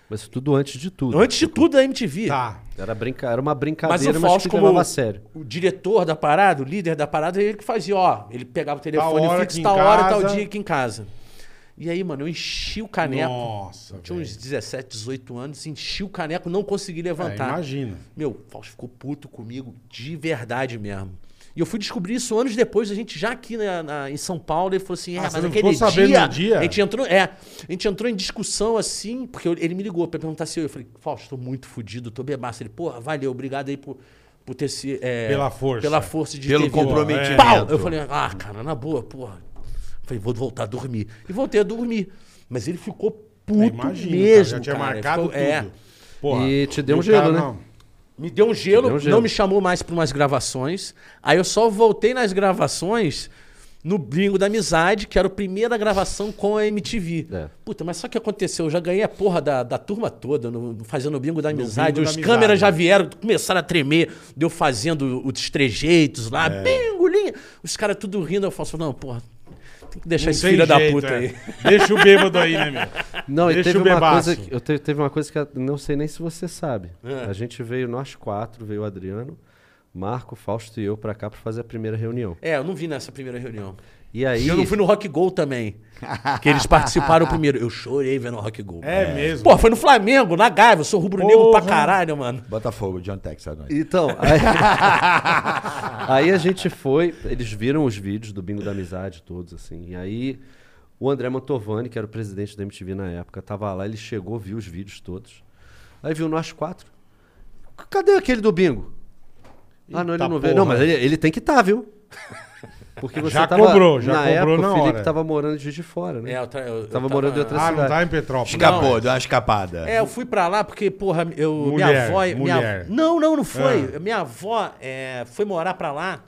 Mas tudo antes de tudo. Antes de tudo, da MTV. Tá. Era, brinca... era uma Mas o brincadeira, mas, Fausto, que como levava o, a sério. o diretor da parada, o líder da parada, ele que fazia, ó, ele pegava o telefone hora aqui fixo, em tal hora, tal casa. dia aqui em casa. E aí, mano, eu enchi o caneco. Nossa, tá Tinha um velho. uns 17, 18 anos, enchi o caneco, não consegui É, levantar. imagina. Meu, o Fausto ficou puto comigo de verdade mesmo. E eu fui descobrir isso anos depois, a gente já aqui na- na- em São Paulo, ele falou assim, é, Ah, mas você não aquele ficou dia, sabendo no dia? A gente entrou, é, a gente entrou em discussão assim, porque eu- ele me ligou pra perguntar se eu, eu falei, Fausto, tô muito fudido, tô bebaço. Ele, porra, valeu, obrigado aí por, por ter se... é, Pela força. Pela força de Pelo ter vindo." é. comprometimento. Pau! Eu falei, ah, cara, na boa, porra. Falei, vou voltar a dormir. E voltei a dormir. Mas ele ficou puto É, Imagina, mesmo, já tinha cara. marcado Ficou- é. tudo. Porra, E te deu o um gelo, cara né? não- Me deu um gelo, deu um gelo. não me chamou mais para umas gravações. Aí eu só voltei nas gravações no Bingo da Amizade, que era a primeira gravação com a MTV. É. Puta, mas só que aconteceu, eu já ganhei a porra da, da turma toda no- no- fazendo o Bingo da Amizade. Bingo da Os Amizade. né? câmeras já vieram, começaram a tremer, deu fazendo os trejeitos lá, É. bingo, linha. Os caras tudo rindo, eu falo, não, porra, tem que deixar Não esse tem filho da jeito, puta é. aí. Deixa o bêbado aí, <laughs> né, meu? Não, e Deixa teve o uma, bebaço. coisa, que- eu te- teve uma coisa que eu não sei nem se você sabe. A gente veio, nós quatro, veio o Adriano, Marco, Fausto e eu pra cá pra fazer a primeira reunião. É, eu não vi nessa primeira reunião. E aí. E eu não fui no Rock Go também. Que eles <laughs> participaram primeiro. Eu chorei vendo o Rock Go. É, mesmo. Pô, foi no Flamengo, na Gávea. Eu sou rubro-negro pra Porra. caralho, mano. Botafogo, John Texas. nós. Então, <laughs> aí... aí a gente foi, eles viram os vídeos do Bingo da Amizade, todos assim. E aí o André Mantovani, que era o presidente da MTV na época, tava lá, ele chegou, viu os vídeos todos. Aí viu nós quatro. C- Cadê aquele do Bingo? Ah, não, ele Eita não veio. Não, porra. mas ele, ele tem que estar, <laughs> viu? Porque você Já tava, cobrou, já na cobrou época, na o Felipe hora. tava morando de de fora, né? É, eu, tra- eu- eu tava morando em outra Ah, não cidade. tá em Petrópolis. Escapou, deu uma escapada. É, eu fui pra lá porque, porra, eu, minha Mulher, avó. minha- mulher. Ah. Não, não, não foi. Minha avó é, foi morar pra lá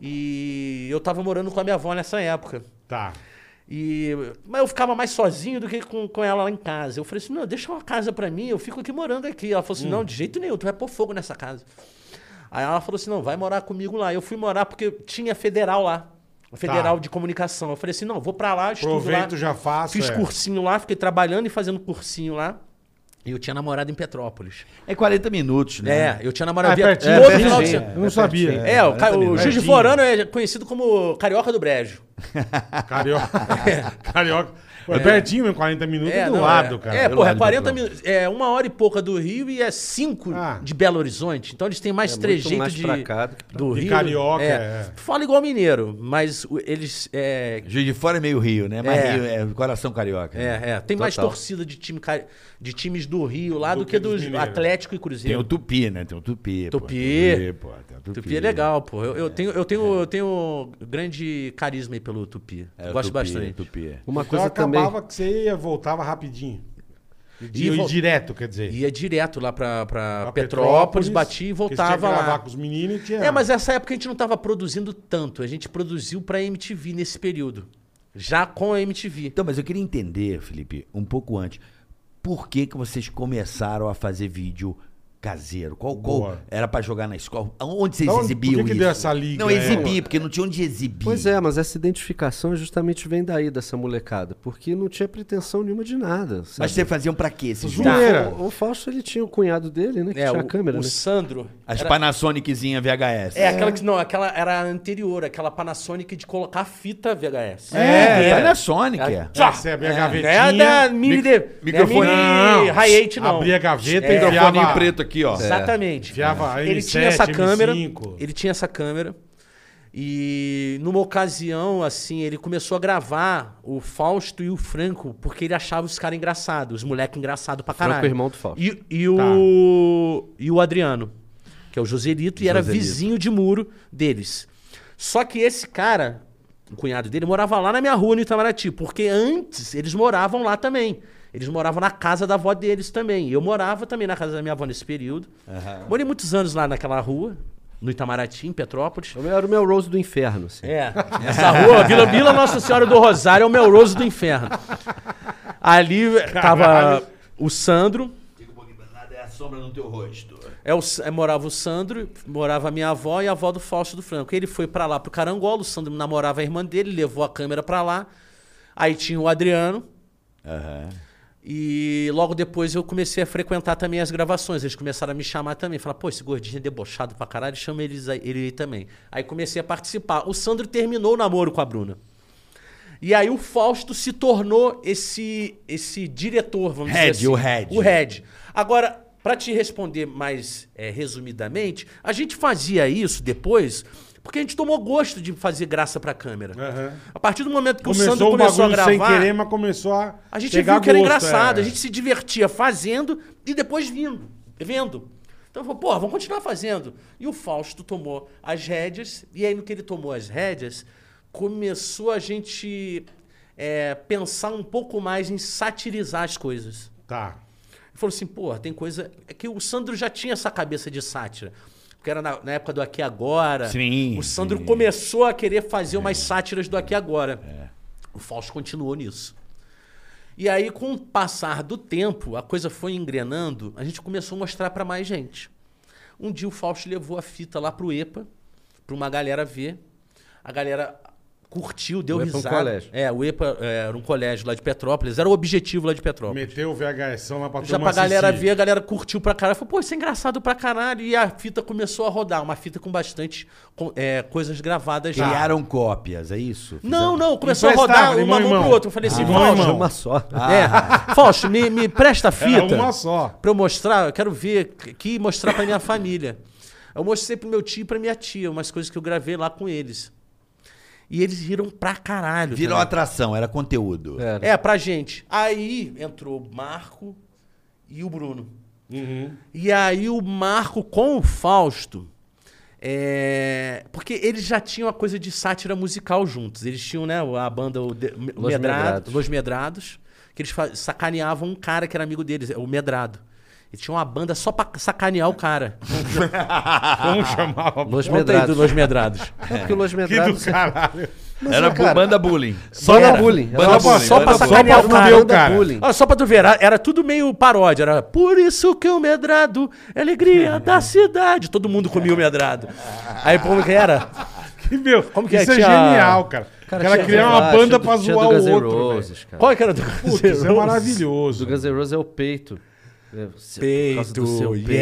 e eu tava morando com a minha avó nessa época. Tá. E, mas eu ficava mais sozinho do que com, com ela lá em casa. Eu falei assim: não, deixa uma casa pra mim, eu fico aqui morando aqui. Ela falou assim: Hum. não, de jeito nenhum, tu vai pôr fogo nessa casa. Aí ela falou assim: não, vai morar comigo lá. Eu fui morar porque tinha federal lá, Tá. federal de comunicação. Eu falei assim: não, vou pra lá, estudo Aproveito, lá. já faço. Fiz é. cursinho lá, fiquei trabalhando e fazendo cursinho lá. E eu tinha namorado em Petrópolis. É 40 minutos, né? É, eu tinha namorado Ah, é via... pertinho, todo é final de pertinho. semana. Eu não sabia. É, o, ca... o Juiz de Pertinho. Forano é conhecido como Carioca do Brejo. Carioca. <laughs> Carioca. Pô, É. pertinho mesmo, 40 minutos é do não, lado, é. cara. É, Do porra, é lado. 40 minutos. É uma hora e pouca do Rio e é cinco Ah. de Belo Horizonte. Então eles têm mais É muito trejeito mais de, pra cá do que pra do De Rio. carioca, é. Fala igual mineiro, mas o- eles. É, Juiz de fora é meio Rio, né? Mas É. Rio é coração carioca. né? é, é. Tem mais Total. torcida de, time, cari- de times do Rio lá do, Do que que dos dos mineiros. Atlético e Tem Cruzeiro. o Tupi, né? Tem o Tupi. Tupi. Pô. Tem o tupi, pô. Tem o Tupi é legal, pô. Eu, eu tenho, eu, tenho, eu tenho grande carisma aí pelo Tupi. É, o Tupi, Gosto bastante. Tupi. Uma Então coisa também. acabava que você ia, voltava rapidinho. E, E ia vol- direto, quer dizer. Ia direto lá pra, pra Pra Petrópolis, batia e porque você tinha que voltava gravar lá. com os meninos e tinha... É, mas nessa época a gente não tava produzindo tanto. A gente produziu pra MTV nesse período. Já com a MTV. Então, mas eu queria entender, Felipe, um pouco antes. Por que, que vocês começaram a fazer vídeo caseiro? Qual, qual Boa. era pra jogar na escola? Onde vocês Da onde- exibiam por que que isso? deu essa liga, Não, é? exibir, porque não tinha onde exibir. Pois é, mas essa identificação justamente vem daí, dessa molecada. Porque não tinha pretensão nenhuma de nada. sabe? É, Mas vocês faziam pra quê esses Zoeira. vídeos? O, o Fausto, ele tinha o cunhado dele, né? Que É, tinha o, a câmera, o né? Sandro. As era- Panasoniczinha VHS. É, aquela que. Não, aquela era a anterior, aquela Panasonic de colocar fita VHS. É, Panasonic. é. Tchá! Você abria a gavetinha... Não é da mini, de, microfone- não é mini hi-8, não. Abria a gaveta É. e enfiava... aqui, ó. Exatamente. Enfiava Ele M7, tinha essa câmera. M5. Ele tinha essa câmera. E numa ocasião, assim, ele começou a gravar o Fausto e o Franco, porque ele achava os caras engraçados, os moleques engraçados pra Franco é caralho. irmão do Fausto. E, e o. E o Adriano, que é o Joselito, e era Joselito. vizinho de muro deles. Só que esse cara, o cunhado dele, morava lá na minha rua, no Itamaraty, porque antes eles moravam lá também. Eles moravam na casa da avó deles também. Eu morava também na casa da minha avó nesse período. Morei muitos anos lá naquela rua, no Itamaraty, em Petrópolis. Eu Era o meu Rose do inferno, assim. É, essa rua, Vila Bila Nossa Senhora do Rosário, é o Melroso do Inferno. Ali eh, tava o Sandro, Diga um pouquinho, nada é a sombra no teu rosto. é o, é, morava o Sandro, morava a minha avó e a avó do Fausto do Franco. Ele foi pra lá pro Carangola, o Sandro namorava a irmã dele, levou a câmera pra lá. Aí tinha o Adriano. E logo depois eu comecei a frequentar também as gravações. Eles começaram a me chamar também. Falar, pô, esse gordinho é debochado pra caralho, chama eles aí, ele aí também. Aí comecei a participar. O Sandro terminou o namoro com a Bruna. E aí o Fausto se tornou esse esse diretor, vamos Head, dizer assim. o head. O head. Agora, pra te responder mais é, resumidamente, a gente fazia isso depois porque a gente tomou gosto de fazer graça pra câmera. Aham. A partir do momento que o Sandro Começou o começou a bagulho gravar... sem querer, mas começou a A gente pegar viu que era gosto, engraçado, é. a gente se divertia fazendo e depois vindo, vendo. Então falou, pô, vamos continuar fazendo. E o Fausto tomou as rédeas, e aí no que ele tomou as rédeas, começou a gente é, pensar um pouco mais em satirizar as coisas. Tá. Ele falou assim, pô, tem coisa... É que o Sandro já tinha essa cabeça de sátira. Porque era na, na época do Aqui Agora. Sim, O Sandro sim. É. começou a querer fazer umas sátiras do Aqui Agora. O Fausto continuou nisso. E aí, com o passar do tempo, a coisa foi engrenando, a gente começou a mostrar pra mais gente. Um dia o Fausto levou a fita lá pro EPA, pra uma galera ver. A galera curtiu, deu O EPA é um risada. colégio. É, o EPA é, era um colégio lá de Petrópolis, era o objetivo lá de Petrópolis. Meteu o VHS lá pra Já pra galera ver, a galera curtiu pra caralho. Falou, pô, isso é engraçado pra caralho. E a fita começou a rodar. Uma fita com bastante com- é, coisas gravadas já. Criaram cópias, é isso? Não, não, começou a Emprestava, rodar uma irmão, mão pro irmão. Ah, outro. Eu falei assim, Irmão, Fausto, irmão. Ah. Uma só. é. Fausto, me, me presta a Era fita. uma só. Pra eu mostrar, eu quero ver aqui e mostrar pra minha família. Eu mostrei pro meu tio e pra minha tia umas coisas que eu gravei lá com eles. E eles riram pra caralho. Virou também. atração, era conteúdo. Era. É, pra gente. Aí entrou o Marco e o Bruno. Uhum. E aí o Marco com o Fausto. é, Porque eles já tinham a coisa de sátira musical juntos. Eles tinham, né, a banda o De- Me- Los Medrado- Medrados. Los Medrados, que eles fa- sacaneavam um cara que era amigo deles, o Medrado. Eles tinham uma banda só pra sacanear o cara. <laughs> Como chamava? <laughs> Los Conta aí do Medrados. Los Medrados. É porque o Los Que do Medrados... caralho. era bu- cara- banda <laughs> bullying. <laughs> Só na Era. bullying. Banda Era bullying, só- só banda pra bullying. sacanear Só pra o fuder cara. o cara. bullying. Ah, só pra tu ver, era- era tudo meio paródia. Era por isso que o medrado é alegria <laughs> da cidade. Todo mundo comia o medrado. Aí como que era? Que meu, Como que é? isso é Tinha- genial, cara. Cara, Que ela tinha criar do- uma ah, banda tinha do- pra tinha zoar do o Guns N' outro. velho. Roses, cara. Qual que era do Puta, isso é Do maravilhoso. Guns N' Roses é o peito. É, você- por causa do Peito, seu é, yeah,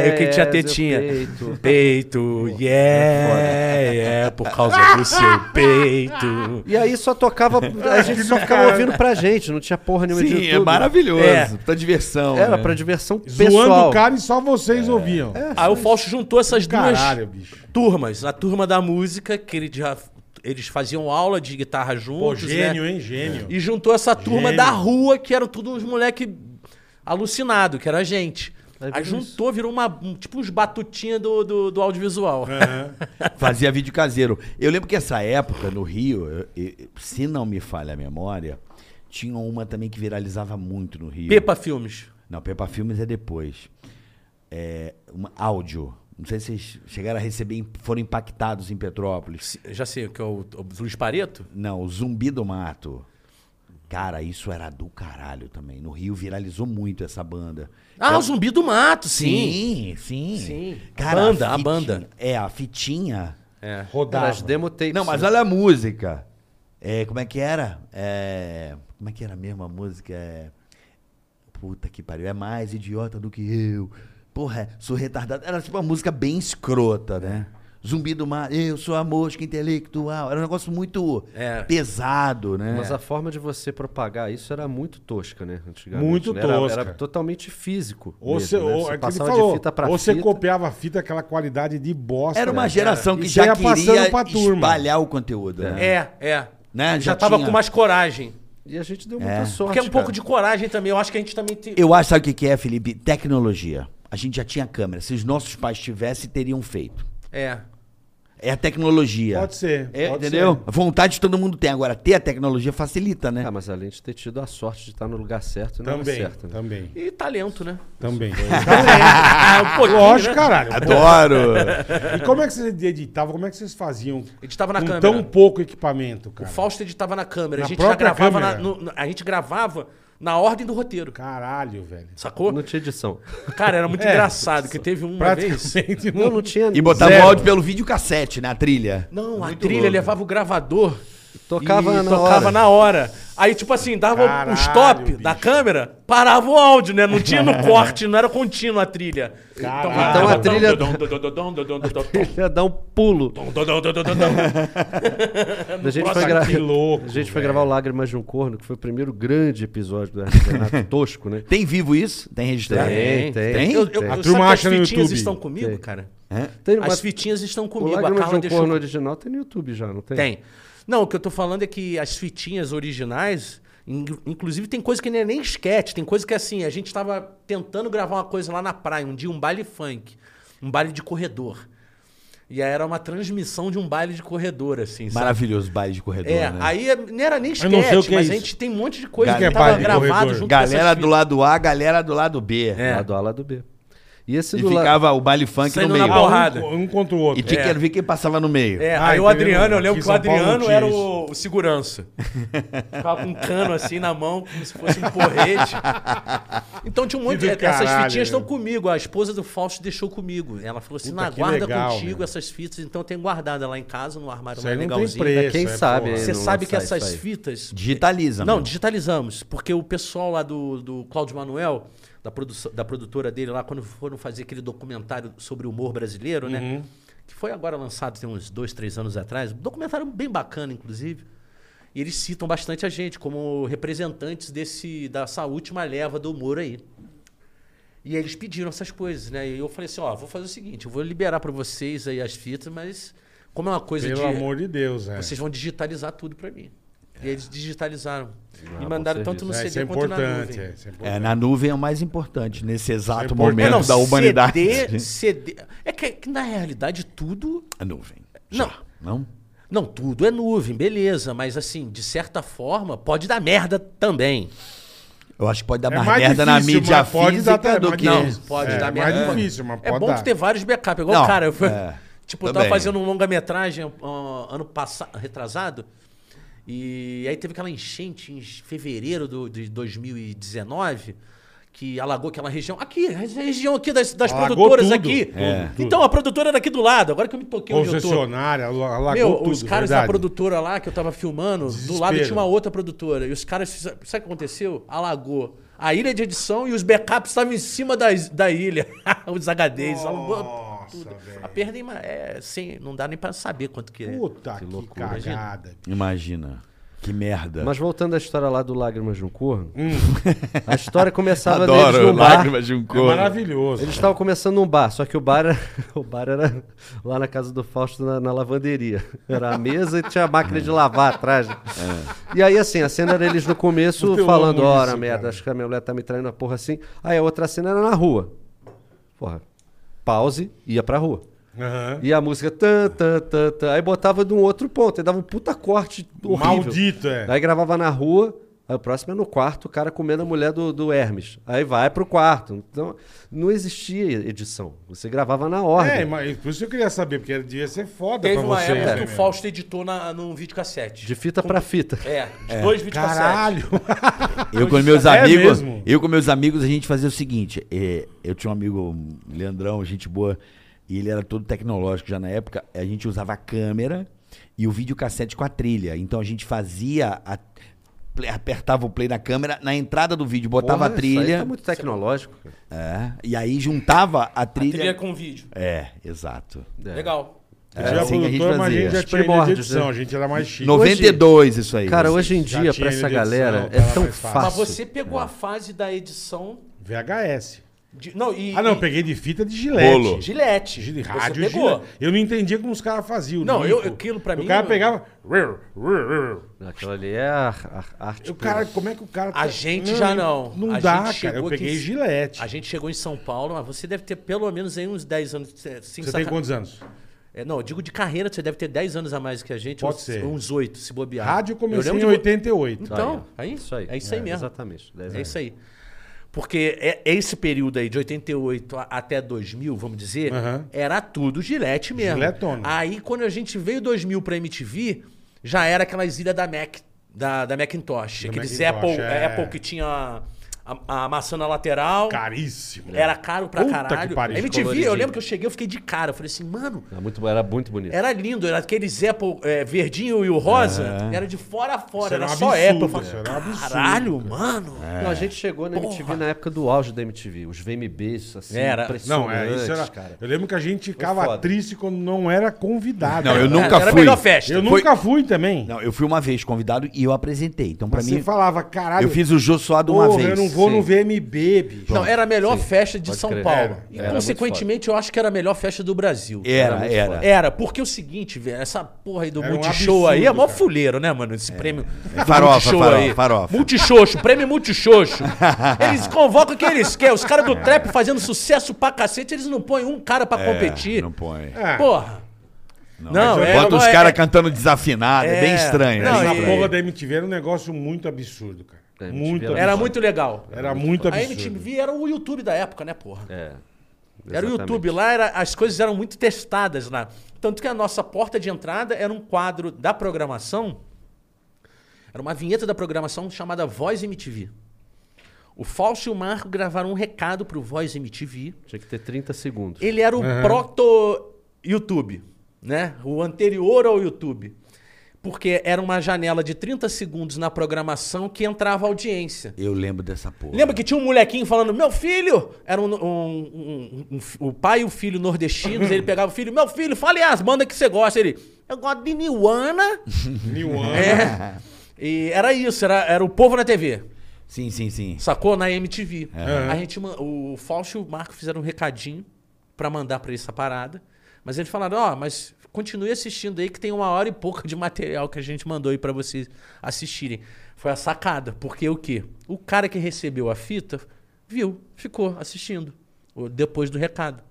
yeah, eu que tinha seu tetinha. peito. Peito, yeah, yeah, por causa do seu peito. E aí só tocava, a gente só ficava ouvindo pra gente, não tinha porra nenhuma de Sim, YouTube. é maravilhoso. É. Pra diversão. Era né? pra diversão Zoando pessoal. É. o cara e só vocês ouviam. Aí o Fausto juntou essas duas Caralho, bicho. turmas. A turma da música, que ele já- eles faziam aula de guitarra Pô, juntos, né? gênio, hein? Gênio. E juntou essa turma Gênio. da rua, que eram tudo uns moleque alucinado, que era a gente. Aí Aí virou juntou, virou uma, um- tipo uns batutinha do, do, do audiovisual. É. É. Fazia vídeo caseiro. Eu lembro que essa época, no Rio, eu- eu- se não me falha a memória, tinha uma também que viralizava muito no Rio. Pepa Filmes. Não, Pepa Filmes é depois. É, uma, áudio. Não sei se vocês chegaram a receber, foram impactados em Petrópolis. Já sei, que é o, o Luiz Pareto? Não, o Zumbi do Mato. Cara, isso era do caralho também. No Rio viralizou muito essa banda. Ah, o Zumbi do Mato, sim. Sim, sim. Sim. Cara, Banda, a fitinha- banda. É, a fitinha. É. Era Rodava. as demo tapes. Não, mas né? olha a música. É, como é que era? É, como é que era mesmo a música? É, puta que pariu, é mais idiota do que eu. Porra, é, sou retardado. Era tipo uma música bem escrota, né? Zumbi do mar, eu sou a mosca intelectual. Era um negócio muito É. pesado, né? Mas a forma de você propagar isso era muito tosca, né? Antigamente. Muito né? Era- Era, tosca. totalmente físico. Ou mesmo, você, né? ou, é que ele passava falou, de fita pra ou você fita. copiava a fita, aquela qualidade de bosta. Era uma né? geração E que você já ia queria passando pra turma. espalhar o conteúdo, né? É, é. Né, Já, já tava tinha. com mais coragem. E a gente deu É. muita sorte. Porque é um pouco cara. de coragem também. Eu acho que a gente também tem. Eu acho, sabe o que que é, Felipe? Tecnologia. A gente já tinha câmera. Se os nossos pais tivessem, teriam feito. É. É a tecnologia. Pode ser. É, pode entendeu? ser. A vontade todo mundo tem. Agora, ter a tecnologia facilita, né? Ah, mas além de ter tido a sorte de estar no lugar certo e na hora Também, certa. né? também, E talento, né? também. <laughs> Ah, um pouquinho, É. Lógico, né? caralho. Adoro! E como é que vocês editavam? Como é que vocês faziam Editava na com câmera. tão pouco equipamento, O cara? Fausto editava na câmera. Na a gente já própria gravava na, câmera. no- no- a gente gravava na ordem do roteiro. Caralho, velho. Sacou? Não tinha edição. Cara, era muito É. engraçado que teve uma vez. Praticamente um Não, não. não tinha. E botava Zero. o áudio pelo videocassete, né? A trilha. Não, a Muito trilha louco. levava o gravador. Tocava e na tocava hora. na hora. Aí, tipo assim, dava Caralho, um stop da bicho. câmera, parava o áudio, né? Não tinha <laughs> no corte, não era contínuo a trilha. Caralho. Então Ah, a dum, trilha- dum, dum, dum, dum, dum, dum, dum, dum, dum, Ele ia dar um pulo. dum, dum, dum, dum, dum, dum. <laughs> A gente, foi Nossa, gra- que louco, a gente foi velho. gravar o Lágrimas de um Corno, que foi o primeiro grande episódio do Hermes Renato <laughs> Tosco, né? Tem vivo isso? Tem registrado? Tem, tem. Tem? Eu, eu, A turma eu sabe que acha no as fitinhas YouTube. estão comigo, Tem. cara? Tem uma- As fitinhas estão o comigo. A Lágrimas de Carla um deixou Corno original tem no YouTube já, não tem? Tem. Não, o que eu tô falando é que as fitinhas originais, in- inclusive tem coisa que não é nem esquete, tem coisa que é assim, a gente tava tentando gravar uma coisa lá na praia, um dia um baile funk, um baile de corredor. E aí era uma transmissão de um baile de corredor, assim, sabe? Maravilhoso baile de corredor, É, né? aí não era nem não sei o sketch, que é mas isso. a gente tem um monte de coisa Galera- que tava Baile de gravado corredor. junto galera com do lado A, galera do lado B. É. Lado A, lado B. E esse E do lado. ficava o baile funk Saindo no na meio. porrada. Um, um contra o outro. E tinha É. que ver quem passava no meio. É, Ah, aí o entendeu? Adriano, eu Aqui lembro em que o São Paulo não Adriano tinha era isso. o, <laughs> o segurança. Ficava com um cano assim na mão, como se fosse um porrete. Então tinha um monte de. Que do Essas caralho, fitinhas né? estão comigo. A esposa do Fausto deixou comigo. Ela falou assim: Puta, na que guarda legal, contigo né? essas fitas. Então eu tenho guardada lá em casa, no armário Isso mais aí não tem legalzinho. preço. Quem é, sabe, porra. né? Você Não sabe que sai isso essas aí. fitas. Digitaliza, Não, mano. digitalizamos, porque o pessoal lá do, do Cláudio Manuel, da, produção- da produtora dele lá, quando foram fazer aquele documentário sobre o humor brasileiro, né? Que foi agora lançado tem uns dois, três anos atrás. Um documentário bem bacana, inclusive. E eles citam bastante a gente como representantes desse, dessa última leva do humor aí. E eles pediram essas coisas, né? E eu falei assim, ó, vou fazer o seguinte, eu vou liberar pra vocês aí as fitas, mas como é uma coisa Pelo de amor de Deus, é. vocês vão digitalizar tudo pra mim. E eles digitalizaram. Ah, e bom mandaram tanto serviço. no É, isso CD é quanto na importante. nuvem. É, isso é importante. É, na nuvem é o mais importante, nesse exato importante. momento É, não, da humanidade. né, <laughs> CD, CD. É que, que na realidade tudo. A é nuvem. Não. Já. Não? Não, tudo é nuvem, beleza. Mas assim, de certa forma, pode dar merda também. Eu acho que pode dar É mais, mais merda na difícil, mídia mas pode física dar também, do mas que. Não, Isso. pode É, dar é merda. mais Pode- difícil, mas É pode bom dar. tu ter vários backups. Igual Não, o cara. Eu fui, é, tipo, eu também. tava fazendo um longa-metragem ó, ano passado, retrasado. E aí teve aquela enchente em fevereiro do, de 2019 que alagou aquela região. Aqui, essa região aqui das, das Alagou produtoras tudo, É. aqui. tudo, tudo. Então, a produtora era aqui do lado. Agora que eu me toquei onde eu tô. Concessionária, alagou Meu, tudo, os caras verdade. da produtora lá que eu tava filmando, do lado Desespero. tinha uma outra produtora. E os caras, fizeram- sabe o que aconteceu? Alagou. A ilha de edição e os backups estavam em cima das, da ilha. <laughs> os HDs. alugou Nossa, tudo. velho. A perda em ma- é, sim, não dá nem pra saber quanto que é. Puta que, loucura. cagada. Imagina. Que merda. Mas voltando à história lá do Lágrimas de um Corno, Hum. a <laughs> história começava deles Adoro num bar. lágrimas de um É corno. maravilhoso. Eles estavam começando num bar, só que o bar, era, <laughs> o bar era lá na casa do Fausto, na, na lavanderia. Era a mesa e tinha a máquina de lavar atrás. E aí, assim, a cena era eles no começo Eu falando, amo ora, isso, merda, cara." acho que a minha mulher tá me traindo a porra assim. Aí a outra cena era na rua. Porra, pause, ia pra rua. Aham. E é a música tan, tan, tan, tan. Aí botava de um outro ponto, aí dava um puta corte horrível. Maldito, é. Aí gravava na rua, aí o próximo é no quarto, o cara comendo a mulher do, do Hermes. Aí vai pro quarto. Então, não existia edição. Você gravava na ordem. É, mas por isso eu queria saber, porque devia ser foda Teve pra uma vocês. época né, que o meu? Fausto editou na, num videocassete. De fita pra fita. É, de dois videocassetes. Caralho. Eu com meus É amigos, mesmo? eu com meus amigos a gente fazia o seguinte, eh, eu tinha um amigo, um Leandrão, gente boa, e ele era todo tecnológico já na época, a gente usava a câmera e o videocassete com a trilha. Então a gente fazia a- ple- apertava o play na câmera na entrada do vídeo, botava a Porra, Isso trilha, aí é tá muito tecnológico. cara. é, e aí juntava a A trilha, trilha com vídeo. É, exato. É. Legal. Eu É já assim que a gente produtor, mas a gente fazia. já Os tinha ele de primórdios, edição, né? a gente era mais chique. 92 isso aí. Cara, vocês. hoje em já dia, tinha pra essa edição, galera, tava é tão mais fácil. É. fácil. Mas você pegou a fase da edição. VHS. de- não, e, Ah, não, e- eu peguei de fita de gilete. Rolo. Gillette. Gil- Você Rádio pegou. Gillette. Eu não entendia como os caras faziam. Não, Nico. eu- aquilo pra O mim- cara pegava... Aquela ali é a, a- a arte. O cara, como é que o cara... Tipo A gente já não. Não A dá, gente cara. chegou Eu aqui peguei em- gilete. A gente chegou em São Paulo, mas você deve ter pelo menos aí uns 10 anos. Você Você tem quantos anos? é, não, eu digo de carreira, você deve ter 10 anos a mais que a gente. Pode uns, ser. Uns 8, se bobear. Rádio eu comecei Tá. lembro em de- 88. Então, é isso aí. É isso aí mesmo. Exatamente. dez É anos. isso aí. Porque é, é esse período aí, de 88 a- até 2000, vamos dizer, Aham. era tudo Gillette mesmo. Giletona. Aí, quando a gente veio 2000 pra MTV, já era aquelas ilhas da Mac, da, da Macintosh. aqueles Macintosh, Apple, é. Apple que tinha a, a- a maçã na lateral. Caríssimo. Era caro pra É. Puta caralho. que pariu, a MTV, eu descoloridinho. lembro que eu cheguei, eu fiquei de cara. Eu falei assim, mano, Era É muito, era muito bonito. era lindo. Era aqueles Apple é, verdinho e o rosa, era de fora a Isso fora. era Era, um só absurdo, Apple. Eu isso era um falei, absurdo, caralho, mano. Não, a gente chegou na MTV na época do auge da MTV. Os VMBs, assim, Era. Não, impressionantes, é, isso era... cara. Eu lembro que a gente ficava foda. triste quando não era convidado. Não, eu não nunca Era a fui. melhor festa. Eu Foi- nunca fui também. Não, eu fui uma vez convidado e eu apresentei. Então pra Mas mim você falava, caralho... eu fiz o Jô Soado uma porra, vez. eu não vou sim. no VMB, bicho. É. Não, era a melhor festa de pode São crer. Paulo. Era, e, era muito consequentemente, eu acho que era a melhor festa do Brasil. Era, muito era. foda. Era, porque é o seguinte, velho, essa porra aí do Era um Multishow aí é absurdo, mó cara. fuleiro, né, mano? Esse prêmio. do É. Farofa, Multishow farofa, farofa. Multixoxo, prêmio <laughs> Multixoxo. Eles convocam quem eles querem. Os caras do trap fazendo sucesso pra cacete, eles não põem um cara pra É, competir. Não põe. É. Porra. Não, mas é, Bota os é- caras é- cantando desafinado, é, é. bem estranho. Não, é bem Essa e- estranho. porra da MTV era um negócio muito absurdo, cara. É, muito MTV absurdo. Era muito legal. Era muito A absurdo. MTV era o YouTube da época, né, porra? É. Era o exatamente. YouTube. Lá era- as coisas eram muito testadas lá. Tanto que a nossa porta de entrada era um quadro da programação. Era uma vinheta da programação chamada Voz MTV. O Fausto e o Marco gravaram um recado pro Voz MTV. Tinha que ter 30 segundos. Ele era o proto-YouTube, né? O anterior ao YouTube. Porque era uma janela de 30 segundos na programação que entrava audiência. Eu lembro dessa porra. Lembra que tinha um molequinho falando, meu filho? Era um, um- um- um- um- o pai e o filho nordestinos. ele pegava o filho, meu filho, fale as bandas que você gosta. Ele, eu gosto de Niwana. Niuana. é. E era isso, era, era o povo na TV. Sim, sim, sim. Sacou? Na MTV. A gente, man- o Fausto e o Marco fizeram um recadinho pra mandar pra essa parada. Mas eles falaram, ó, mas continue assistindo aí que tem uma hora e pouca de material que a gente mandou aí pra vocês assistirem. Foi a sacada, porque o quê? O cara que recebeu a fita viu, ficou assistindo o- depois do recado.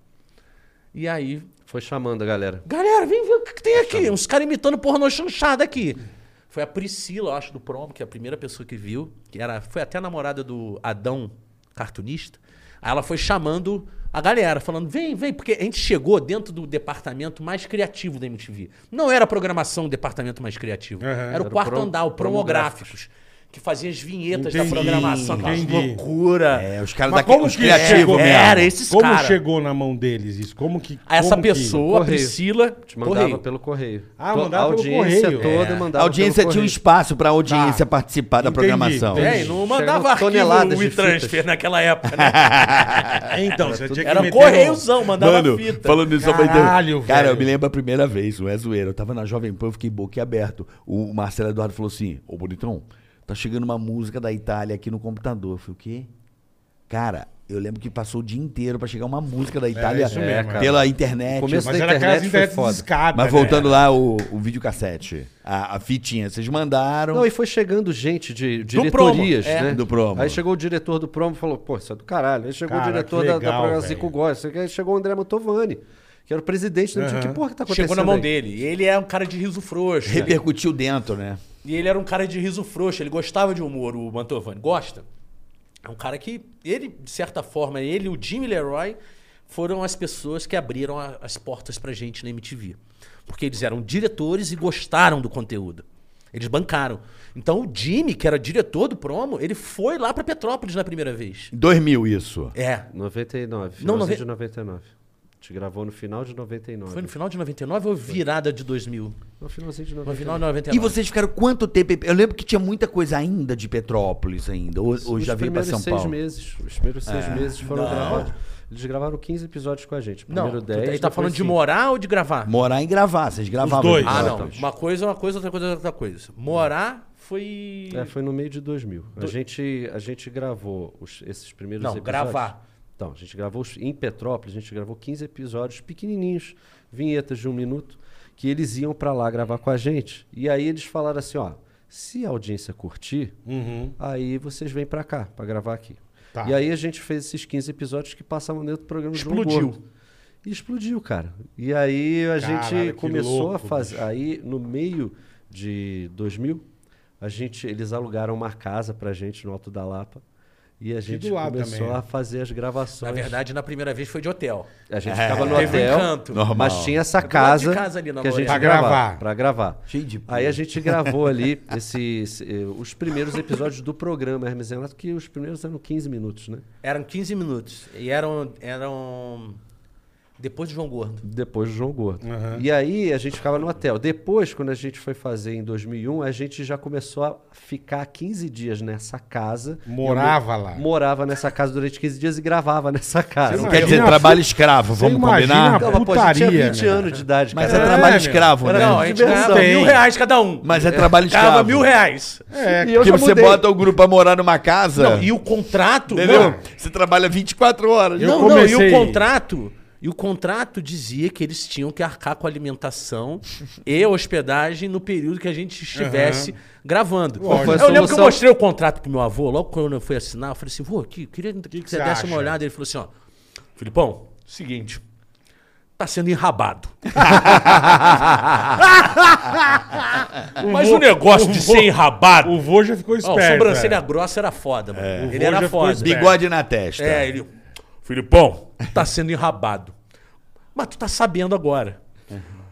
E aí, Foi chamando a galera. galera, vem ver o que que tem aqui. Uns caras imitando pornô chanchada aqui. Foi a Priscila, eu acho, do promo, que é a primeira pessoa que viu, que era, foi até a namorada do Adão, cartunista. Aí ela foi chamando a galera, falando: vem, vem, porque a gente chegou dentro do departamento mais criativo da MTV. Não era a programação o departamento mais criativo, era o o quarto prom- andar, o promográficos, que fazia as vinhetas Entendi, da programação, aquelas entendi. loucura. É, os caras Mas daqui, como os que criativos chegou? mesmo. Era esses Como caras. chegou na mão deles isso? Como que. Aí Essa como que- pessoa, a Correio. Priscila, Te mandava correio. pelo correio. Ah, To- mandava a pelo audiência correio. toda É. mandava A audiência pelo tinha um correio. espaço pra audiência Tá. participar da Entendi, programação. entendi. Tá. É, e não mandava Chegava toneladas arquivo de e transfer fitas. naquela época, <laughs> né? <laughs> Então, você tinha que Era um meter correiozão, mandava Mano, fita. falando isso, eu falei, Caralho, Cara, eu velho. me lembro a primeira vez, não é zoeira. Eu tava na Jovem Pan, eu fiquei boquiaberto. O Marcelo Eduardo falou assim: Ô, bonitão, tá chegando uma música da Itália aqui no computador. Eu falei, o quê? Cara, eu lembro que passou o dia inteiro pra chegar uma música da Itália isso mesmo, cara. pela internet. O começo Mas da era aquelas internet foi internet foda. discada. Mas né? voltando lá, o, o videocassete, a, a fitinha, vocês mandaram. Não, e foi chegando gente de promo, diretorias, é. né? Do promo. Aí chegou o diretor do promo e falou, pô, isso é do caralho. Aí chegou Cara, o diretor que da, legal, da programa velho. Zico Góes. Aí chegou o André Mantovani, que era o presidente. da MTV. Que porra que tá acontecendo Chegou na mão aí? é- dele. E ele era um cara de riso frouxo. Repercutiu dentro, né? E ele era um cara de riso frouxo. Ele gostava de humor, o Mantovani. Gosta. É um cara que, ele, de certa forma, ele e o Jimmy Leroy foram as pessoas que abriram a- as portas pra gente na MTV. Porque eles eram diretores e gostaram do conteúdo. Eles bancaram. Então o Jimmy, que era diretor do promo, ele foi lá pra Petrópolis na primeira vez. Em 2000 isso. É. 99. Não, Não, nove- de 99. A gente gravou no final de 99. Foi no final de 99 ou virada de 2000? No finalzinho de No 99. final de 99. E vocês ficaram quanto tempo? Eu lembro que tinha muita coisa ainda de Petrópolis ainda. Hoje, Os hoje já veio pra primeiros São seis Paulo. meses. Os primeiros seis É. meses foram gravados. Eles gravaram 15 episódios com a gente. Não, Primeiro tu 10. tá- ele tá depois falando de cinco. morar ou de gravar? Morar e gravar, vocês gravavam. dois. Ah, não. Petrópolis. Uma coisa é uma coisa, outra coisa é outra coisa. Morar foi... É, foi no meio de 2000. A, gente, a gente gravou os- esses primeiros Não, episódios. gravar. Então, a gente gravou os- em Petrópolis, a gente gravou 15 episódios pequenininhos, vinhetas de um minuto, que eles iam pra lá gravar com a gente. E aí eles falaram assim, ó, se a audiência curtir, Uhum. aí vocês vêm pra cá, pra gravar aqui. Tá. E aí a gente fez esses 15 episódios que passavam dentro do programa do João Explodiu. Gordo. E explodiu, cara. E aí a Caralho, gente que começou louco, a fazer. bicho. Aí, no meio de 2000, a gente, eles alugaram uma casa pra gente no Alto da Lapa. E a gente do lado começou também, né? a fazer as gravações. Na verdade, na primeira vez foi de hotel. a gente ficava no teve um hotel, canto. Normal. mas tinha essa Do lado de casa, casa ali na que a gente Pra Lorena. gravava, gravar. pra gravar. Cheio de Aí a gente gravou ali esses, eh, os primeiros episódios do programa Hermes e Renato, que os primeiros eram 15 minutos, né? Eram 15 minutos. E eram... eram... Depois do João Gordo. Depois do João Gordo. E aí a gente ficava no hotel. Depois, quando a gente foi fazer em 2001, a gente já começou a ficar 15 dias nessa casa. Morava Eu lá. Morava nessa casa durante 15 dias e gravava nessa casa. Você Não Imagina quer dizer a trabalho fu- escravo, Você vamos imagina combinar? a Não, mas, pô, a gente tinha putaria, 20 né, anos de idade, Mas é cara. trabalho meu. escravo, né? Não, a gente ganhava Tem. mil reais cada um. Mas é trabalho Ganhava escravo. mil reais. É, E eu Porque já você mudei. bota o grupo a morar numa casa, Não, e o contrato... é. entendeu? Não, Você trabalha 24 horas. <laughs> Eu não, não, comecei- e o contrato. E o contrato dizia que eles tinham que arcar com alimentação e hospedagem no período que a gente estivesse gravando. Qual foi a eu lembro que eu solução? mostrei o contrato pro meu avô, logo quando eu fui assinar, eu falei assim, vô, aqui, queria que, que você você desse uma acha? olhada. Ele falou assim, ó, Filipão, seguinte, tá sendo <laughs> enrabado. Mas o negócio de ser enrabado. O vô já ficou Ó, esperto. o sobrancelha é. grossa era foda, mano. O vô Ele já era ficou foda. esperto. <laughs> Bigode na testa. É, ele. Filipão, tá sendo enrabado. Mas tu tá sabendo agora.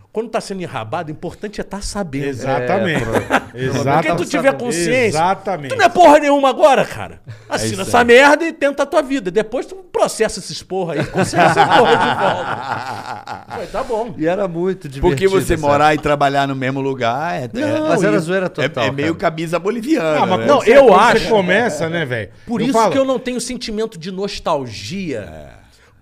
Quando tá sendo enrabado, o importante é tá sabendo. Exatamente. É, Porque <laughs> Exatamente. tu tiver consciência. Exatamente. Ah, Tu não é porra nenhuma agora, cara. Assina isso essa aí. merda e tenta a tua vida. Depois tu processa esses porra aí. Consegue essa porra de volta. Foi, tá bom. E era muito divertido. <laughs> Porque você essa- morar e trabalhar no mesmo lugar é, é, Mas era é- zoeira total. é meio cara. camisa boliviana. Ah, mas né? quando Não, você- eu quando Você acho- começa, né, velho? Por isso que eu não tenho sentimento de nostalgia.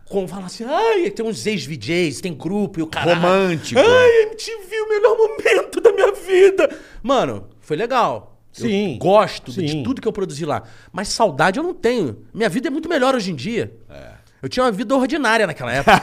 Como fala assim, ai, tem uns ex-VJs, tem grupo e o caralho. Tipo, Romântico. é. Ai, MTV, o melhor momento da minha vida. Mano, foi legal. Sim. Eu gosto Sim. de tudo que eu produzi lá. Mas saudade eu não tenho. Minha vida é muito melhor hoje em dia. É. Eu tinha uma vida ordinária naquela <laughs> época.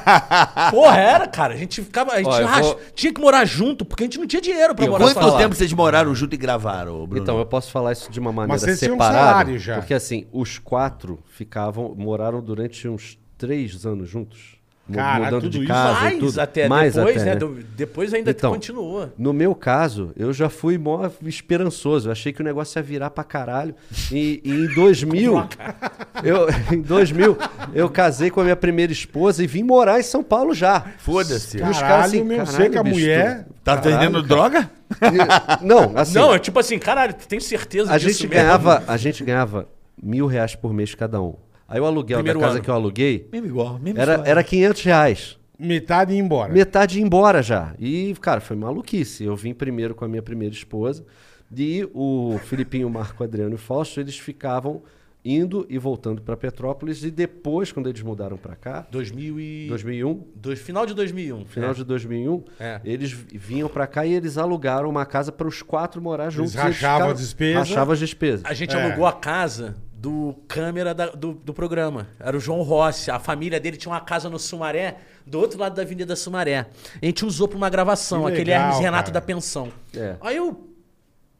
Porra, era, cara. A gente ficava. A gente Ó, eu ras- vou- tinha que morar junto, porque a gente não tinha dinheiro pra E morar quanto sozinho. tempo vocês moraram junto e gravaram, Bruno? Então, eu posso falar isso de uma maneira vocês tinham um separada. salário já. Porque assim, os quatro ficavam, moraram durante uns três anos juntos. mu- Cara, mudando tudo de isso? casa e mais tudo. até mais depois, até, né? né? Do- Depois ainda Então, continua. No meu caso, eu já fui mó esperançoso. Eu achei que o negócio ia virar pra caralho. E, e em 2000, <laughs> eu, em 2000, eu casei com a minha primeira esposa e vim morar em São Paulo já. Foda-se. E os caras Caralho, meu, "Caralho, sei que a bicho, mulher- Tá vendendo droga? tu- Não, assim, Não, é tipo assim, caralho, tu tem certeza a disso gente mesmo? ganhava, a gente ganhava mil reais por mês cada um. Aí o aluguel Primeiro da casa ano. que eu aluguei Mesmo igual, mesmo era, história. né? era 500 reais. Metade ia É. embora. Metade ia embora já. E, cara, foi maluquice. Eu vim primeiro com a minha primeira esposa. E o Filipinho, Marco, Adriano e Fausto, eles ficavam indo e voltando para Petrópolis. E depois, quando eles mudaram para cá, 2000 e... 2001, dois- final de 2001. final é. de 2001, É. eles vi- vinham para cá e eles alugaram uma casa para os quatro morar juntos. e rachavam ficaram- as despesas. Rachavam as despesas. A É. gente alugou a casa do câmera da- do, do programa. Era o João Rossi. A família dele tinha uma casa no Sumaré, do outro lado da Avenida Sumaré. A gente usou pra uma gravação, Que aquele legal, Hermes cara. Renato da pensão. É. Aí eu...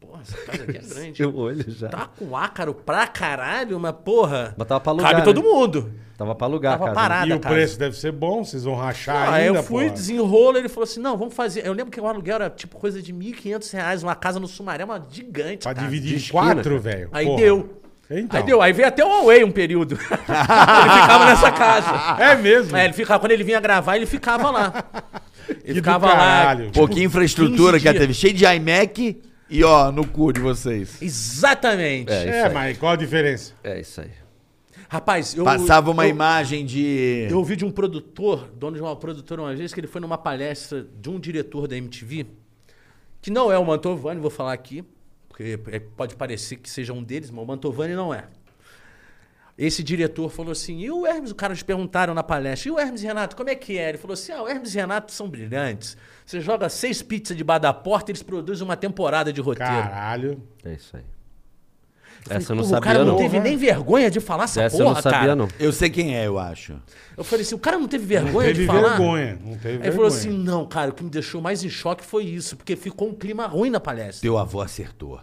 Porra, essa casa aqui é grande. Eu olho já. Tá com ácaro pra caralho, mas porra... Mas tava pra alugar, Cabe né? todo mundo. Tava pra alugar, Tava cara. parado. E nada, o cara. preço deve ser bom, vocês vão rachar Aí ainda, eu fui, porra. desenrolo, ele falou assim, não, vamos fazer. Eu lembro que o aluguel era tipo coisa de 1.500 reais, uma casa no Sumaré, uma gigante, Pra cara. dividir de em esquina, quatro, cara. velho. Aí porra. deu. Então. Aí deu, aí veio até o Huawei um período. <laughs> ele ficava nessa casa. É mesmo? É, ele ficava, quando ele vinha gravar, ele ficava lá. <laughs> Que do Ele ficava caralho. lá. Pô, que infraestrutura 15 que a dias. teve. Cheio de iMac e ó, no cu de vocês. Exatamente. É, É, mas qual a diferença? É isso aí. Rapaz, eu. Passava uma eu, imagem É. de... Eu ouvi de um produtor, dono de uma produtora uma vez, que ele foi numa palestra de um diretor da MTV, que não é o Mantovani, vou falar aqui, porque é- pode parecer que seja um deles, mas o Mantovani não é. Esse diretor falou assim, e o Hermes, o cara te perguntaram na palestra, e o Hermes e Renato, como é que é? Ele falou assim, ah, o Hermes e Renato são brilhantes. Você joga seis pizzas debaixo da porta e eles produzem uma temporada de roteiro. Caralho. É isso aí. Eu Essa eu não "Porra, O sabia, cara não não. teve nem vergonha de falar essa Essa eu porra, não sabia, cara. não. Eu sei quem é, eu acho. Eu falei assim, o cara não teve vergonha Teve de falar? vergonha. Não teve Aí vergonha. ele falou assim: não, cara, o que me deixou mais em choque foi isso, porque ficou um clima ruim na palestra. Teu avô acertou.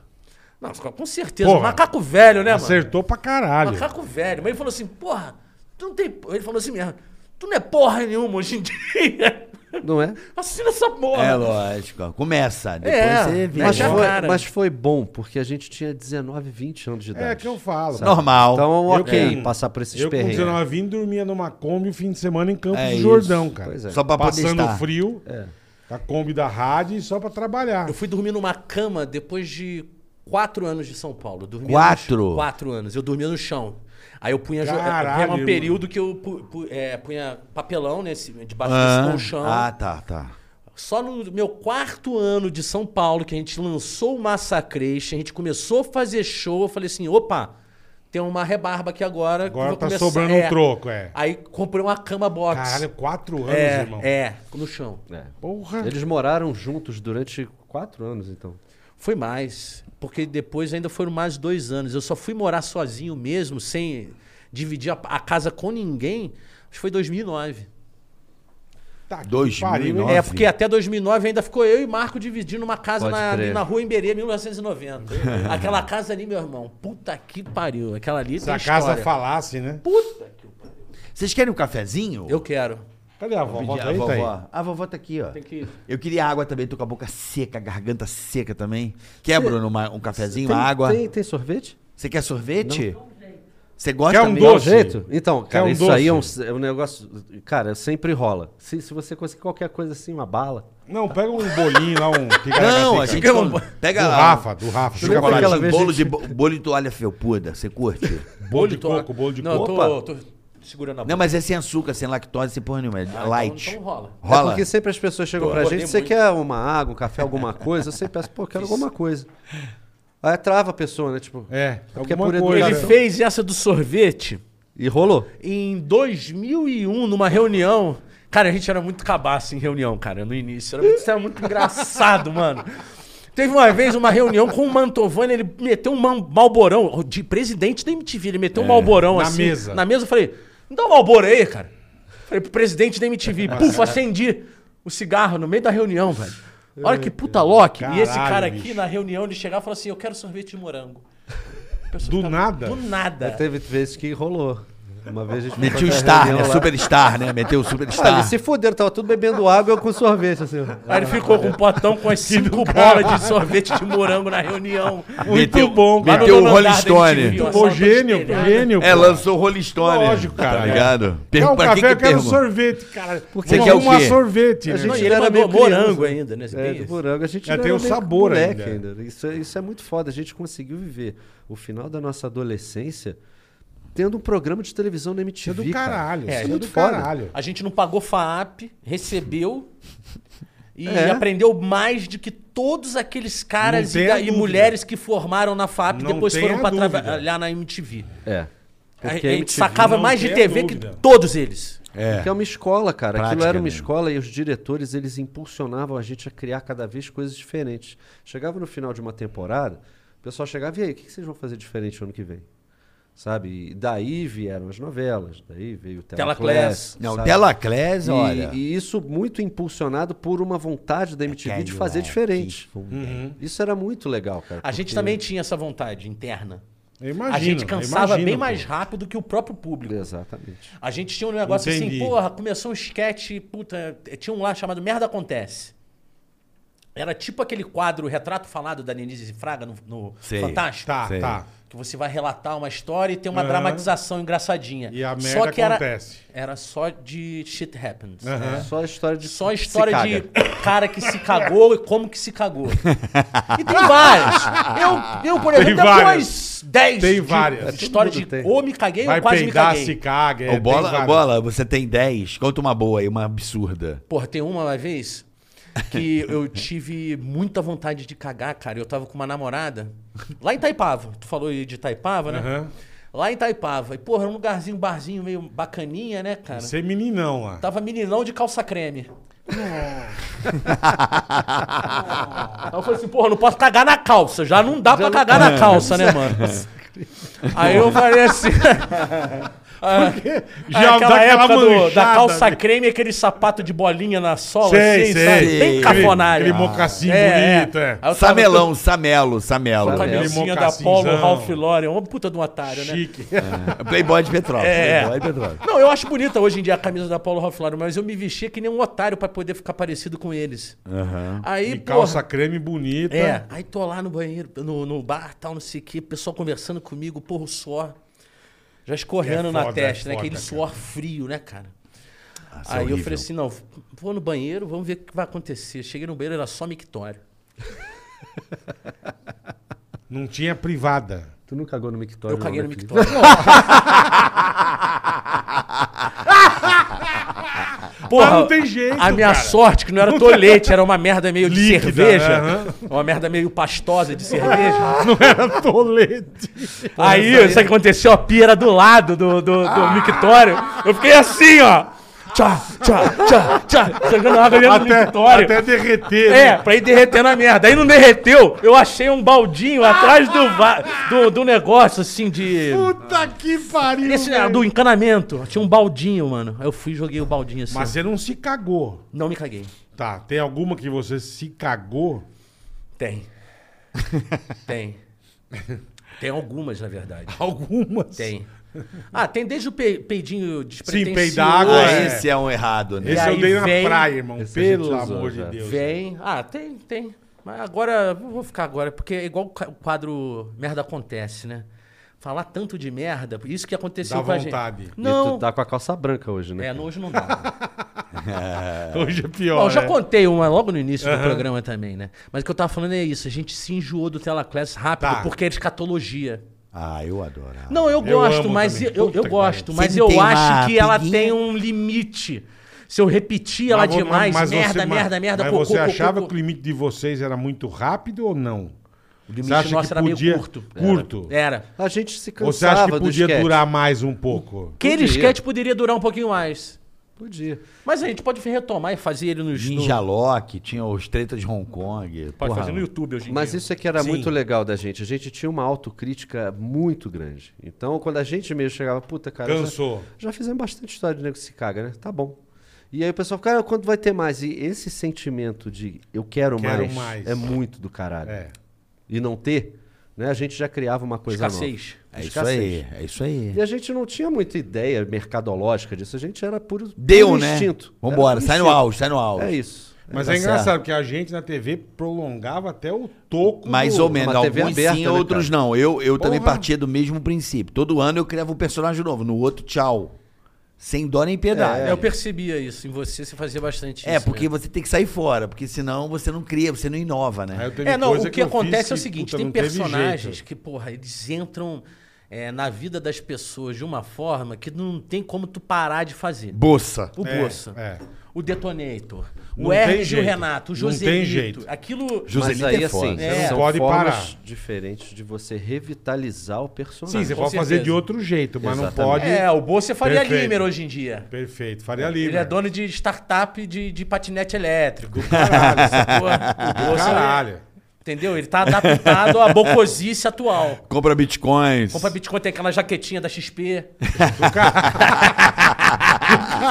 Não, ficou com certeza. Porra. macaco velho, né, Acertou pra caralho. mano? Macaco velho. Mas ele falou assim: porra, tu não tem. Ele falou assim mesmo: tu não é porra nenhuma hoje em <laughs> dia. Não é? Assina essa porra. É lógico. ó. Começa, depois É, você vê. né? Mas Mexe a foi, cara. mas foi bom, porque a gente tinha 19, 20 anos de idade. É que eu falo. Normal. Então, Eu ok, com- passar por esses Eu com perrengues. 19 anos dormia numa Kombi o fim de semana em Campos É do isso. Jordão, cara. Pois é. Só pra poder Passando estar. frio, a Kombi da rádio e só pra trabalhar. É. Eu fui dormir numa cama depois de quatro anos de São Paulo. Eu dormia Quatro? No, quatro anos. Eu dormia no chão. Aí eu punha... jo- Caralho, era um mano. período que eu pu- pu- é, punha papelão nesse, debaixo Ah, desse colchão. ah, tá, tá. Só no meu quarto ano de São Paulo, que a gente lançou o Massacration, a gente começou a fazer show, eu falei assim, opa, tem uma rebarba aqui agora. que eu Agora vou tá começar- sobrando um troco, é. Aí comprei uma cama box. Caralho, quatro anos, é, irmão. é, no chão. Porra. Eles moraram juntos durante quatro anos, então. Foi mais, porque depois ainda foram mais dois anos. Eu só fui morar sozinho mesmo, sem dividir a, a casa com ninguém, acho que foi 2009. Tá que 2009. pariu, hein? É, porque até 2009 ainda ficou eu e Marco dividindo uma casa Pode na, crer. ali na rua Imberê, 1990. Aquela casa ali, meu irmão. Puta que pariu. Aquela ali Se tem a casa história. falasse, né? Puta que... Vocês querem um cafezinho? Eu quero. Cadê a vovó? Vou pedir Volta a aí, tá aí. vovó. A vovó tá aqui, ó. Tem que- Eu queria água também, tô com a boca seca, a garganta seca também. Quer, Bruno, uma- um cafezinho, tem, uma água? Tem, tem sorvete? Você quer sorvete? Você gosta Quer um também? Dá um doce? jeito? Então, Quer cara, um isso aí é um, é um negócio. Cara, sempre rola. Se, se você conseguir qualquer coisa assim, uma bala. Não, pega um bolinho lá, um Não, ticaracateca. a gente Fica um- não... Pega Do lá, Rafa, do Rafa. um Fica lembra pra chocolate, daquela lá. vez bolo, a de, gente- bo- bolo de toalha felpuda, você <laughs> curte? Bolo de coco, bolo de não, coco. eu tô, tô segurando a boca. Não, mas é sem açúcar, sem lactose, sem porra nenhuma, é Ah, então- light. então rola. É Rola? porque sempre as pessoas chegam Eu pra rodei gente, você muito. quer uma água, um café, alguma coisa? Eu sempre peço, pô, quero alguma coisa. Aí trava a pessoa, né? Tipo, É, porque é alguma por coisa. Ele educação. fez essa do sorvete E rolou. em 2001, numa reunião. Cara, a gente era muito cabaço em reunião, cara, no início. Era muito, isso era muito engraçado, mano. Teve uma vez uma reunião com o Mantovani, ele meteu um man- malborão, de presidente da MTV, ele meteu um malborão É, na assim. mesa. Na mesa, eu falei, me dá um malboro aí, cara. Falei pro presidente da MTV, puf, acendi o cigarro no meio da reunião, velho. Olha que puta Loki. E esse Caralho, cara aqui, bicho. na reunião, ele chegava e falou assim, eu quero sorvete de morango. A pessoa Do ficava- nada? Do nada. Teve vezes que rolou. Uma vez a gente foi Metiu fazer a star, reunião né? lá. Superstar, né? Meteu o Ah, superstar. eles se fuderam, tava tudo bebendo água e eu com sorvete, assim. ó. Aí ele ficou com um potão com as cinco bolas de sorvete de morango na reunião. Meteu- Muito bom, cara. Meteu o nono Rolling andar da Stone. MTV, uma Muito bom, sala toda gênio, espelhada. gênio. É, pô. lançou Rolling Stone. Lógico, cara. Tá ligado? Quer um pra café, quem que eu quero pergunta? sorvete, cara. Você Vamos quer o arrumar quê? sorvete, né? gente- Não, e Ele ele era mandou meio criança. morango ainda, né? É, do morango. A gente É, ainda tem era o meio sabor moleque ainda. Isso, é- isso é muito foda. A gente conseguiu viver o final da nossa adolescência tendo um programa de televisão na Isso é MTV. do cara. caralho. É, Isso é muito do foda. caralho. A gente não pagou FAAP, recebeu e É. aprendeu mais do que todos aqueles caras Não e, tenha da- e dúvida. mulheres que formaram na FAAP e Não depois tenha foram pra dúvida. trabalhar na MTV. É. A, a Porque gente MTV sacava não mais de tenha TV que dúvida. todos eles. É. Porque é uma escola, cara. Aquilo Prática, era uma né? escola e os diretores, eles impulsionavam a gente a criar cada vez coisas diferentes. Chegava no final de uma temporada, o pessoal chegava e aí, o que que vocês vão fazer diferente ano que vem? Sabe? E daí vieram as novelas, daí veio o Telaclass. Telaclass. Não, sabe? Delaclés, E- olha. E, isso muito impulsionado por uma vontade da MTV de Aquela fazer que diferente. É. foi- Isso era muito legal, cara. Uhum. A gente porque- também tinha essa vontade interna. Eu imagino. a gente eu cansava imagino, bem pô. mais rápido que o próprio público. Exatamente. A gente tinha um negócio Entendi. assim, porra, começou um sketch, puta, tinha um lá chamado Merda Acontece. Era tipo aquele quadro Retrato Falado da Denise Fraga no, no Sei. Fantástico. Tá, Sei. tá. Que você vai relatar uma história e tem uma Aham. dramatização engraçadinha. E a merda só que era, acontece. Era só de shit happens. né? Aham. É Só a história de É. Só a se história de caga. <laughs> cara que se cagou e como que se cagou. E tem várias. Eu, eu por Tem exemplo, várias. depois 10 Tem várias. de história Todo de mundo tem. ou me caguei Vai ou quase me peidar, caguei. se caga. é, Ô, bola, tem várias. bola, você tem 10. Conta uma boa aí, uma absurda. Porra, tem uma uma vez que eu tive muita vontade de cagar, cara. Eu tava com uma namorada lá em Taipava. Tu falou aí de Taipava, né? Aham. Lá em Taipava. E, porra, era um lugarzinho, um barzinho meio bacaninha, né, cara? Você é meninão lá. Tava meninão de calça creme. Aí eu falei assim, porra, não posso cagar na calça. Já não dá pra cagar na calça, né, mano? Aí eu falei assim. Já aquela dá aquela época do- da manchada, calça né? creme, aquele sapato de bolinha na sola, Sei, assim, sei. sabe? Bem Aquele- cafonalho. aquele mocassim bonito, é. Aí Ah, eu tava Samelão, Samelo, Samelo. com a Aquele camisinha da mocassinzão. Polo, Ralph Lauren, uma puta de um otário, né? Chique. Playboy de Petrópolis. É. Playboy de Petrópolis. Não, eu acho bonita hoje em dia a camisa da Paulo Ralph Lauren, mas eu me vestia que nem um otário pra poder ficar parecido com eles. Aí, E porra, calça creme bonita. É, aí tô lá no banheiro, no, no bar, tal, não sei o quê, pessoal conversando comigo, porra, o suor já escorrendo É na foda, testa, é né? Aquele foda, Ah, suor frio, né, cara? isso é aí eu horrível. falei assim, não, vou no banheiro, vamos ver o que vai acontecer. Cheguei no banheiro, era só mictório. Não tinha privada. Tu não cagou no Mictório? Eu caguei no né, Felipe? mictório. Mas não tem jeito, Ah, A minha cara. sorte, que não era tolete, era uma merda meio de Líquida, né? cerveja. aham. Uma merda meio pastosa <laughs> de cerveja. Não era tolete. Aí, isso que aconteceu, a pia era do lado do, do, do Ah. mictório. Eu fiquei assim, ó. Tchá, tchá, tchá, tchá. Jogando água dentro do Até, mictório. até derreter. É, né? pra ir derretendo a merda. Aí não derreteu, eu achei um baldinho atrás do, va- do, do negócio, assim, de... Puta que pariu. Esse é velho. do encanamento. Tinha um baldinho, mano. Aí eu fui e joguei o baldinho assim. Mas você não se cagou. Não me caguei. Tá, tem alguma que você se cagou? <laughs> Tem. Tem. Tem algumas, na verdade. Algumas. Tem. Ah, tem desde o pe- peidinho despretensioso. peidar água, Ah, é. esse é um errado, né? Esse aí eu dei na vem- praia, irmão. Esse a gente Pelo usou amor de já. Deus. né? Vem. Ah, tem, tem. Mas agora eu vou ficar agora, porque é igual o ca- o quadro Merda Acontece, né? Falar tanto de merda, isso que aconteceu Dá com a gente. vontade. E tu E Não. tu tá com a calça branca hoje, né? É, cara? não, hoje <laughs> não dá. Hoje é pior. Bom, eu já né? contei uma logo no início do programa também, né? Mas o que eu tava falando é isso, a gente se enjoou do Telaclass rápido, Tá. porque é escatologia. Ah, eu adoro. Não, eu gosto, amo mas também. eu- eu, Puta eu que gosto, pariu. mas Sempre eu tem uma acho que ela piguinha. tem um limite. Se eu repetir ela Mas vo- demais, mas merda, você- mas- merda, merda, Mas cocô, você cocô, achava cocô. que o limite de vocês era muito rápido ou não? O Você acha limite nosso que era meio podia- curto. É, curto? Era. A gente se Ou cansava você acha que do podia esquete. durar mais um pouco? Aquele Podia. sketch poderia durar um pouquinho mais. Podia. Mas a gente pode retomar e fazer ele nos- no... Ninja Lock, tinha os tretas de Hong Kong. Pode porra, fazer no YouTube hoje em Mas dia. isso é que era Sim. muito legal da gente. A gente tinha uma autocrítica muito grande. Então, quando a gente mesmo chegava, puta, cara. já- Cansou. Já, fizemos bastante história de nego que se caga, né? Tá bom. E aí o pessoal, cara, quando vai ter mais? E esse sentimento de eu quero, Quero mais, mais. é muito do caralho. É. Tá E não ter, né? A gente já criava uma coisa Escassez. nova. É isso aí, é isso aí. E a gente não tinha muita ideia mercadológica disso. A gente era puro, um Deu, puro né? instinto. Vambora, Era puro sai no instinto. auge, sai no auge. É isso. Mas Tá é engraçado, certo. porque a gente na TV prolongava até o toco. Mais do- ou menos, uma TV alguns aberta, sim, né, outros não. Eu, eu também Porra. partia do mesmo princípio. Todo ano eu criava um personagem novo, no outro, tchau. Sem dó nem piedade. É. É, Eu percebia isso em você, você fazia bastante É, isso. né? porque você tem que sair fora, porque senão você não cria, você não inova, Aí né? eu teve É, não, coisa o que, eu fiz acontece é o que, seguinte: puta, tem não teve personagens jeito. que, porra, eles entram é, na vida das pessoas de uma forma que não tem como tu parar de fazer. Bossa. O É, Bossa, é. o Detonator, Não o Hermes e tem o jeito. Renato, o Não tem Joselito. jeito. Aquilo. Joselito Mas aí, é assim, foda. É. são Pode formas parar. diferentes de você revitalizar o personagem. Sim, você Com pode fazer certeza. de outro jeito, mas não Exatamente. pode. É, o Bossa faria Perfeito. Limer hoje em dia. Perfeito. Faria livre. Ele é dono de startup de, de patinete elétrico. Caralho, essa <laughs> <laughs> Porra, o porra, Bossa, Caralho. Entendeu? Ele tá adaptado à bocosice atual. Compra bitcoins. Compra Bitcoin, tem aquela jaquetinha da XP. Do cara-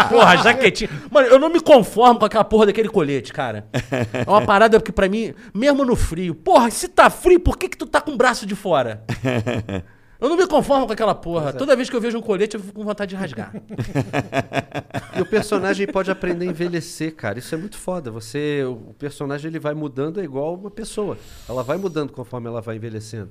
Porra, jaquetinha. Mano, eu não me conformo com aquela porra daquele colete, cara. É uma parada que pra mim, mesmo no frio, porra, se tá frio, por que que tu tá com o braço <laughs> de fora? Eu não me conformo com aquela porra. é. Toda vez que eu vejo um colete, eu fico com vontade de rasgar. E o personagem pode aprender a envelhecer, cara. Isso é muito foda. Você, o personagem ele vai mudando é igual uma pessoa. Ela vai mudando conforme ela vai envelhecendo.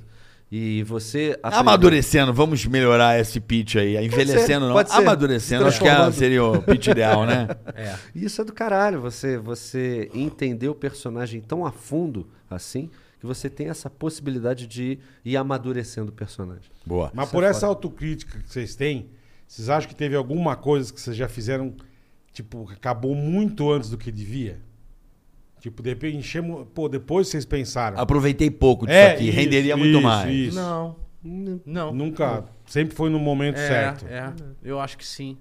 E você aprender- Tá Amadurecendo, vamos melhorar esse pitch aí. Envelhecendo ser, não, pode ser. amadurecendo. Acho que é- Transformando. seria o pitch ideal, né? É. Isso é do caralho. Você, você entender o personagem tão a fundo assim que você tem essa possibilidade de ir amadurecendo o personagem. Boa. Mas por essa autocrítica que vocês têm, vocês acham que teve alguma coisa que vocês já fizeram, tipo, que acabou muito antes do que devia? Tipo, de repente enchemos. Pô, depois vocês pensaram. Aproveitei pouco disso aqui, isso, renderia isso, muito mais. isso. Não. Não. Nunca. Sempre foi no momento É, certo. é. Eu acho que sim.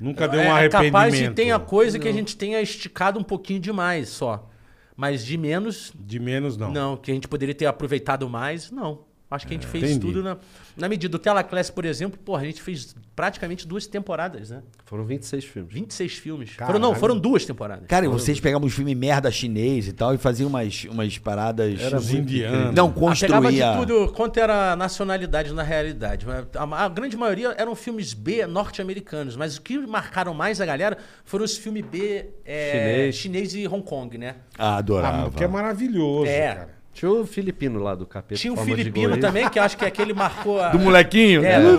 Nunca deu um é, é arrependimento. capaz de ter a coisa que a gente tenha esticado um pouquinho demais só. Mas de menos, De menos, não. Ah, É, Não, que a gente poderia ter aproveitado mais, não. Acho que a gente fez Entendi. tudo na, na medida. O Telaclass, por exemplo, porra, a gente fez praticamente duas temporadas, né? Foram 26 filmes. 26 filmes. Caralho. Foram, não, foram duas temporadas. Cara, e vocês pegavam uns filmes merda chinês e tal e faziam umas, umas paradas. Os indianos. Não, Ah, Pegava de construía. tudo quanto era nacionalidade na realidade. mas A, a grande maioria eram filmes B norte-americanos, mas o que marcaram mais a galera foram os filmes B é, Chinês. chinês. e Hong Kong, né? Ah, adorava. Ah, porque é maravilhoso, É. cara. Tinha o filipino lá do capeta. Tinha um Forma de filipino Gorila. também, que acho que é aquele que marcou a, Do molequinho? é, né?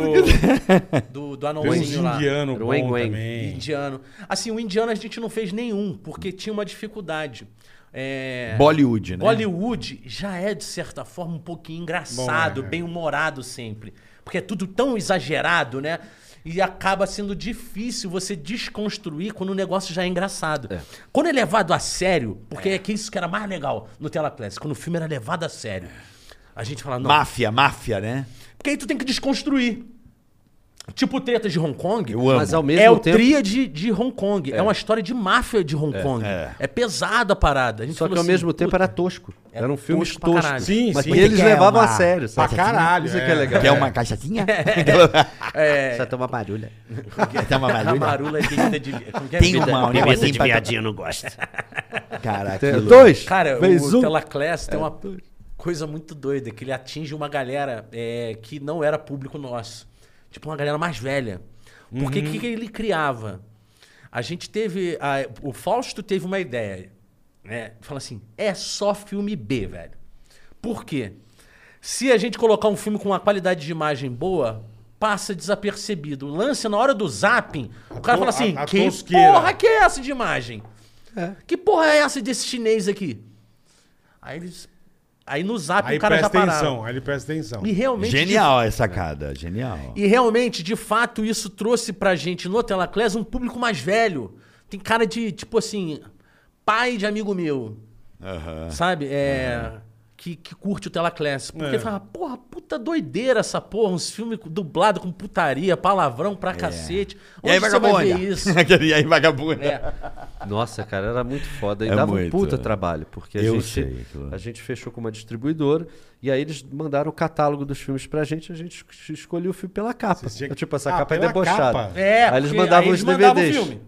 do, do, do Tem uns anãozinho lá. É. indianos Era o bom Wang Wang. também. Indiano. Assim, o indiano a gente não fez nenhum, porque tinha uma dificuldade. É, Bollywood, né? Bollywood já é, de certa forma, um pouquinho engraçado, Bom, é. bem-humorado sempre. Porque é tudo tão exagerado, né? E acaba sendo difícil você desconstruir quando o negócio já é engraçado. Quando é levado a sério, porque é, que isso que era mais legal no Telaclass, quando o filme era levado a sério. A gente fala, não, Máfia, máfia, né? porque aí tu tem que desconstruir. Tipo tretas de Hong Kong. Eu amo. Mas ao mesmo É o tempo. tria de, de Hong Kong. É. uma história de máfia de Hong Kong. É, pesada a parada. A gente Só que falou ao assim, mesmo tempo puta, era tosco. Era Eram filmes tosco pra toscos. caralho. Sim, Mas sim. porque eles Quer levavam a uma- sério, Pra sabe? caralho. Isso que é legal. Quer uma <laughs> cachaçinha? É, Só toma barulho. Quer uma <laughs> a barulha? <laughs> marula é bebida de... Como que é? Tem Bebida- uma, um negocinho pra... não gosta. Caraca. aquilo- Dois? Cara, Fez o um. Telaclass tem uma coisa muito doida, que ele atinge uma galera é, que não era público nosso. tipo uma galera mais velha. Porque o que, que ele criava? A gente teve. a- o Fausto teve uma ideia. Né? Fala assim: é só filme B, velho. Por quê? Se a gente colocar um filme com uma qualidade de imagem boa, passa desapercebido. O lance na hora do zapping, o cara to- fala assim: a- a que tosqueira." porra que é essa de imagem? Que porra é essa desse chinês aqui? Aí eles. Aí no zap Aí o cara já presta parava. atenção, aí ele presta atenção. E realmente. de- Genial essa sacada, genial. e realmente, de fato, isso trouxe pra gente no Telaclés um público mais velho. Tem cara de, tipo assim, pai de amigo meu. Sabe? É. Que, que curte o Telaclass. Porque É. fala, porra, puta doideira essa porra. Uns filmes dublado com putaria, palavrão pra cacete. E aí, Onde você vai vagabunda? ver isso? <laughs> e aí, vagabunda? É. Nossa, cara, era muito foda. E É dava muito, um puta é. trabalho, porque a, Eu gente, sei, claro. a gente fechou com uma distribuidora e aí eles mandaram o catálogo dos filmes pra gente, a gente es- escolhia o filme pela capa. Vocês tinham que- Tipo, essa Ah, capa é pela debochada. capa. É, aí eles porque mandavam aí os eles mandavam o DVDs. filme.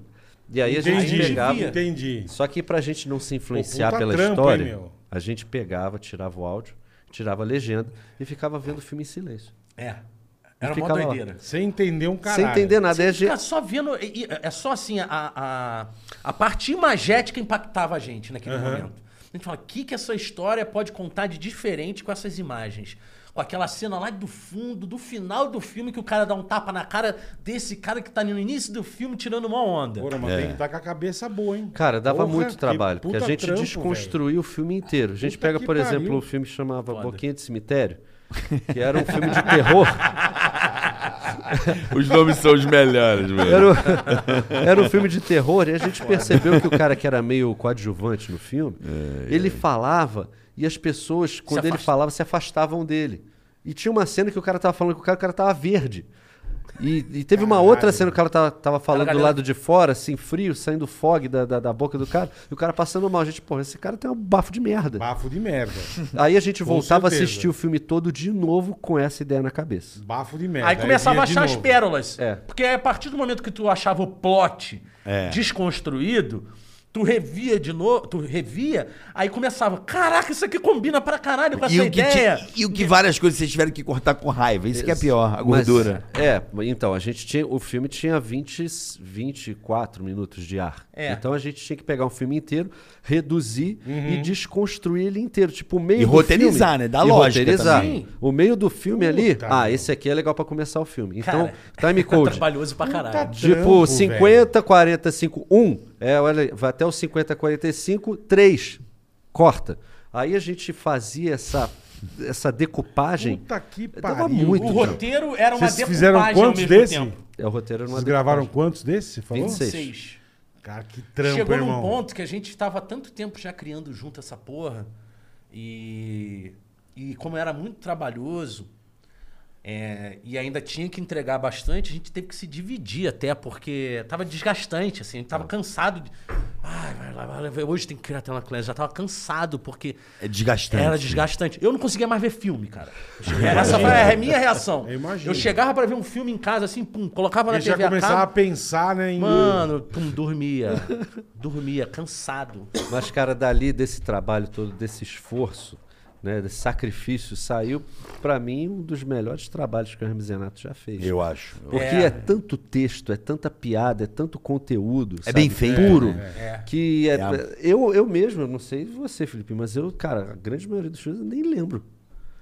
E aí a gente entendi, pegava. entendi. Só que pra gente não se influenciar Pô, puta pela trampo, história, hein, meu? a gente pegava, tirava o áudio, tirava a legenda e ficava vendo o filme em silêncio. É. Era uma ficava lá. doideira. Sem entender um caralho. Sem entender nada. Aí a gente- Cara, só vendo. e- e- É só assim, a, a, a parte imagética impactava a gente naquele momento. A gente fala, o que, que essa história pode contar de diferente com essas imagens? Com aquela cena lá do fundo, do final do filme, que o cara dá um tapa na cara desse cara que tá no início do filme tirando uma onda. Porra, mas tem que estar com a cabeça boa, hein? É. Cara, dava Porra, muito que trabalho, porque a puta gente trampo, desconstruía o filme inteiro. A gente Puta pega, que por exemplo, pariu. um filme que chamava Foda. Boquinha de Cemitério, que era um filme de terror. É. Os nomes são os melhores, velho. Era, <laughs> um- era um filme de terror e a gente percebeu que o cara que era meio coadjuvante no filme, É, ele falava e as pessoas, quando ele afasta- falava, se afastavam dele. E tinha uma cena que o cara tava falando com o cara, o cara tava verde. E, e teve uma outra cena que o cara tava, tava falando galera- do lado de fora, assim, frio, saindo fog da, da, da boca do cara, e o cara passando mal. A gente, pô, esse cara tem um bafo de merda. Bafo de merda. Aí a gente Com voltava a certeza. assistir o filme todo de novo com essa ideia na cabeça. Bafo de merda. Aí começava vinha a de achar as novo. pérolas. É. Porque a partir do momento que tu achava o plot É. desconstruído, tu revia de novo, tu revia, aí começava, caraca, isso aqui combina pra caralho com essa E o, que ideia. ti- e o que várias coisas vocês tiveram que cortar com raiva. Isso que é pior, a gordura. Mas, é, então, a gente tinha. O filme tinha 20, 24 minutos de ar. É. Então a gente tinha que pegar um filme inteiro, reduzir e desconstruir ele inteiro. Tipo, o meio Uhum. E do roteirizar, filme, né? Dá lógica Roteirizar. também. Sim. O meio do filme ali. Puta, ah, meu. esse aqui é legal pra começar o filme. Então, Cara, <laughs> time code. Tá Trabalhoso pra caralho. Puta Tipo, Trampo, 50, 40, 5, 1. É, olha, vai até o 50, 45, 3. Corta. Aí a gente fazia essa, essa decupagem. Puta que Dava pariu. é muito, O cara. roteiro. roteiro era uma Vocês fizeram decupagem quantos ao mesmo desse? tempo. É, o roteiro era uma Vocês gravaram decupagem. quantos desse? você Falou? 26. Seis. Cara, que trampo, Chegou irmão. num ponto que a gente tava há tanto tempo já criando junto essa porra. E, e como era muito trabalhoso é, e ainda tinha que entregar bastante, a gente teve que se dividir até, porque tava desgastante, assim, a gente tava cansado. De, Ai, vai lá, vai lá, hoje tem que criar tela clã. Já tava cansado, porque É desgastante. Era desgastante. Eu não conseguia mais ver filme, cara. Essa foi a minha reação. Eu imagino. Eu chegava pra ver um filme em casa, assim, pum, colocava na Ele já TV a começava a cabo. pensar, né, em... Mano, pum, dormia. dormia, cansado. Mas, cara, dali, desse trabalho todo, desse esforço, né, desse sacrifício, saiu, pra mim, um dos melhores trabalhos que o Hermes Renato já fez. Eu acho. Porque é. tanto texto, é tanta piada, é tanto conteúdo. É sabe, bem feito, Puro. É. Que é- É a- eu, eu mesmo, eu não sei você, Felipe, mas eu, cara, a grande maioria dos filmes eu nem lembro.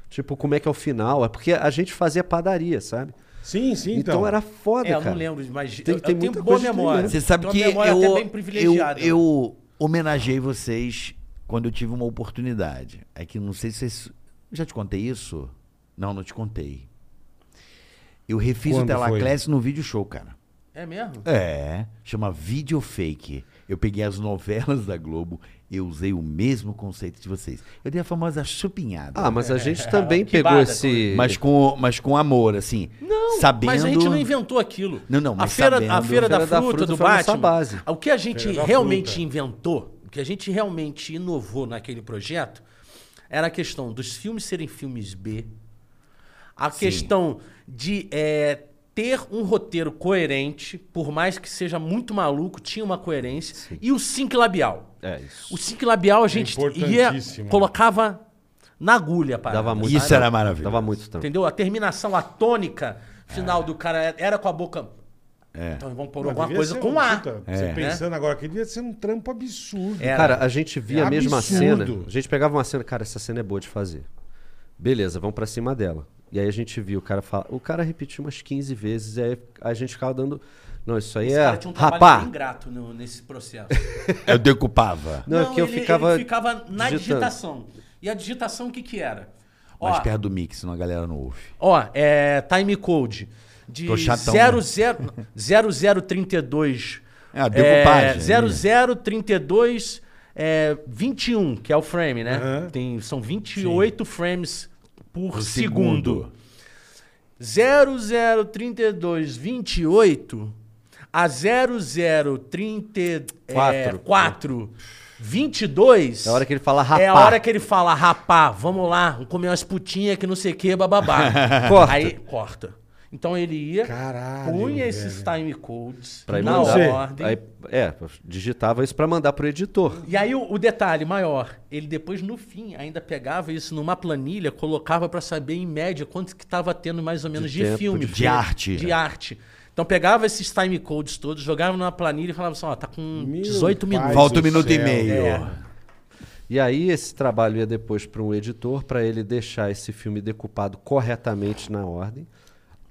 Tipo, como é que é o final. É porque a gente fazia padaria, sabe? Sim, sim, Então, então. era foda, É, eu cara. não lembro, mas Tem- eu, tem eu tenho muita boa coisa né? que eu memória. lembro. Você sabe Tenho que uma Então memória eu, até é bem privilegiada. eu, eu homenageei vocês quando eu tive uma oportunidade. É que não sei se vocês... Já te contei isso? Não, não te contei. Eu refiz Quando o Telaclass no vídeo show, cara. É mesmo? É, chama Video Fake. Eu peguei as novelas da Globo e usei o mesmo conceito de vocês. Eu dei a famosa chupinhada. Ah, mas a gente também É. <laughs> Que né? pegou bada, esse... Mas com, mas com amor, assim. Não, sabendo... Mas a gente não inventou aquilo. Não, não, a mas feira, sabendo- a feira da, Feira da fruta, Fruta do foi a nossa Batman, base. o que a gente Feira da realmente Fruta. inventou, o que a gente realmente inovou naquele projeto, era a questão dos filmes serem filmes B, a questão de é, ter um roteiro coerente, por mais que seja muito maluco, tinha uma coerência, e o sync labial. É isso. O sync labial a gente ia, importantíssimo. colocava na agulha, a parada, Dava muito Isso era maravilhoso. Dava muito tempo. Entendeu? A terminação, a tônica final É. do cara é, era com a boca. Então vamos pôr alguma devia coisa ser com um A. puta- É. Você pensando agora aqui, devia ser um trampo absurdo. Era. Cara, a gente via É a mesma absurdo. cena. A gente pegava uma cena, cara, essa cena é boa de fazer. Beleza, vamos pra cima dela. E aí a gente viu o cara falar. O cara repetiu umas 15 vezes, e aí a gente ficava dando. Não, isso aí Esse é. cara tinha um trabalho bem Rapá! grato no- nesse processo. Eu decupava. Não, é porque eu ele- ficava. ele ficava na digitando. digitação. E a digitação, o que que era? Ó, Mais perto do mix, senão a galera não ouve. Ó, é time code de Tô chatão, 00 0032 É, a decupagem, né? 0032 é, 21, que é o frame, né? Aham. Tem, são 28 frames segundo. por, segundo. 0032 28 a 0034 é, Quatro. 4 22 É a hora que ele fala rapá. é a hora que ele fala, rapá, vamos lá, vamos comer umas putinhas que não sei o que, <laughs> bababá. Corta. Aí, corta. Então ele ia, Caralho, punha velho. esses time codes Pra ir na mandar. ordem. Aí, é, digitava isso pra mandar pro editor. E aí o, o detalhe maior, ele depois no fim ainda pegava isso numa planilha, colocava pra saber em média quanto que tava tendo mais ou menos de, tempo, filme, de filme, arte. de arte. Então pegava esses time codes todos, jogava numa planilha e falava assim, ó, tá com 18 pai minutos. Falta um do é, minuto e céu. meio. E aí esse trabalho ia depois para um editor para ele deixar esse filme decupado corretamente na ordem.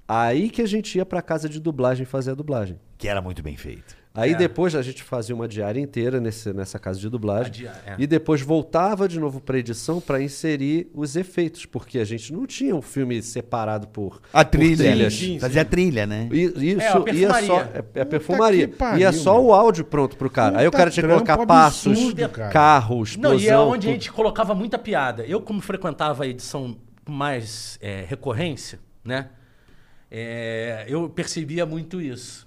Aí que a gente ia para casa de dublagem fazer a dublagem. Que era muito bem feito. Aí É. depois a gente fazia uma diária inteira nesse, nessa casa de dublagem. A diária, é. E depois voltava de novo para edição para inserir os efeitos, porque a gente não tinha um filme separado por A por trilha. trilhas. Fazia trilha, né? I- Isso, É, a ia perfumaria. só. É, é a perfumaria. que pariu, ia só mano. o áudio pronto pro cara. aí o Puta cara tinha que trampo colocar passos, absurdo, cara. carro, explosão. Não, e é onde a tudo. gente colocava muita piada. Eu, como frequentava a edição com mais é, recorrência, né? é, eu percebia muito isso.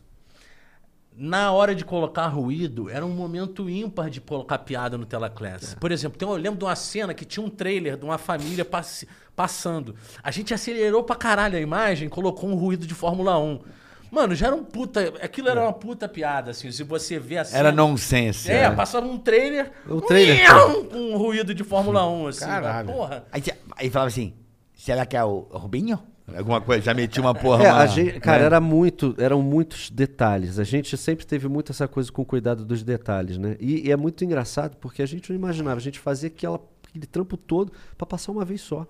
Na hora de colocar ruído, era um momento ímpar de colocar piada no É. Telaclass. Por exemplo, tem, um, eu lembro de uma cena que tinha um trailer de uma família passe- passando. A gente acelerou pra caralho a imagem, colocou um ruído de Fórmula 1. Mano, já era um puta. Aquilo É. era uma puta piada, assim. Se você vê a cena. Era nonsense. É, né? passava um trailer. O trailer, miau, Com um ruído de Fórmula 1, assim. Caralho. mas, Porra. Aí, cê- aí falava assim, será que é o Rubinho? Alguma coisa, já meti uma porra É, lá. a gente, cara, né? era muito, eram muitos detalhes. A gente sempre teve muito essa coisa com cuidado dos detalhes, né? E, e é muito engraçado porque a gente não imaginava, a gente fazia aquela, aquele trampo todo pra passar uma vez só.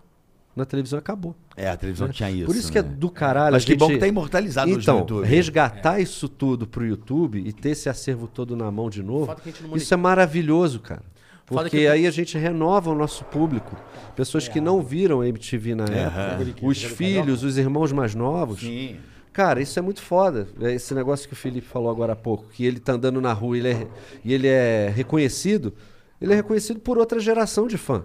Na televisão acabou. É, a televisão tinha isso. Por isso que é né? do caralho. Mas a que bom gente- que tá imortalizado hoje no então, YouTube. resgatar isso tudo pro YouTube e ter esse acervo todo na mão de novo, Foda que a gente não isso é maravilhoso, cara. Foda Porque que eu tô- aí a gente renova o nosso público. Pessoas que não viram MTV na época, os filhos, os irmãos mais novos. Sim. Cara, isso é muito foda. É Esse negócio que o Felipe falou agora há pouco, que ele tá andando na rua ele é- e ele é reconhecido. Ele é reconhecido por outra geração de fã.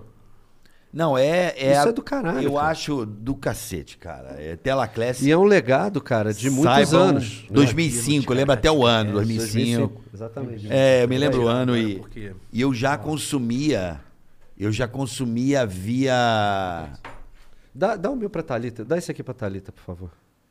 Não, é... é Isso é do caralho, Eu cara. acho do cacete, cara. É tela classe. E é um legado, cara, de muitos saibam, anos. É, 2005, eu lembro até o ano, 2005. Exatamente. É, eu me lembro o ano e, porque- e eu já consumia, eu já consumia via... Dá, dá o meu pra Thalita. Dá esse aqui pra Thalita, por favor.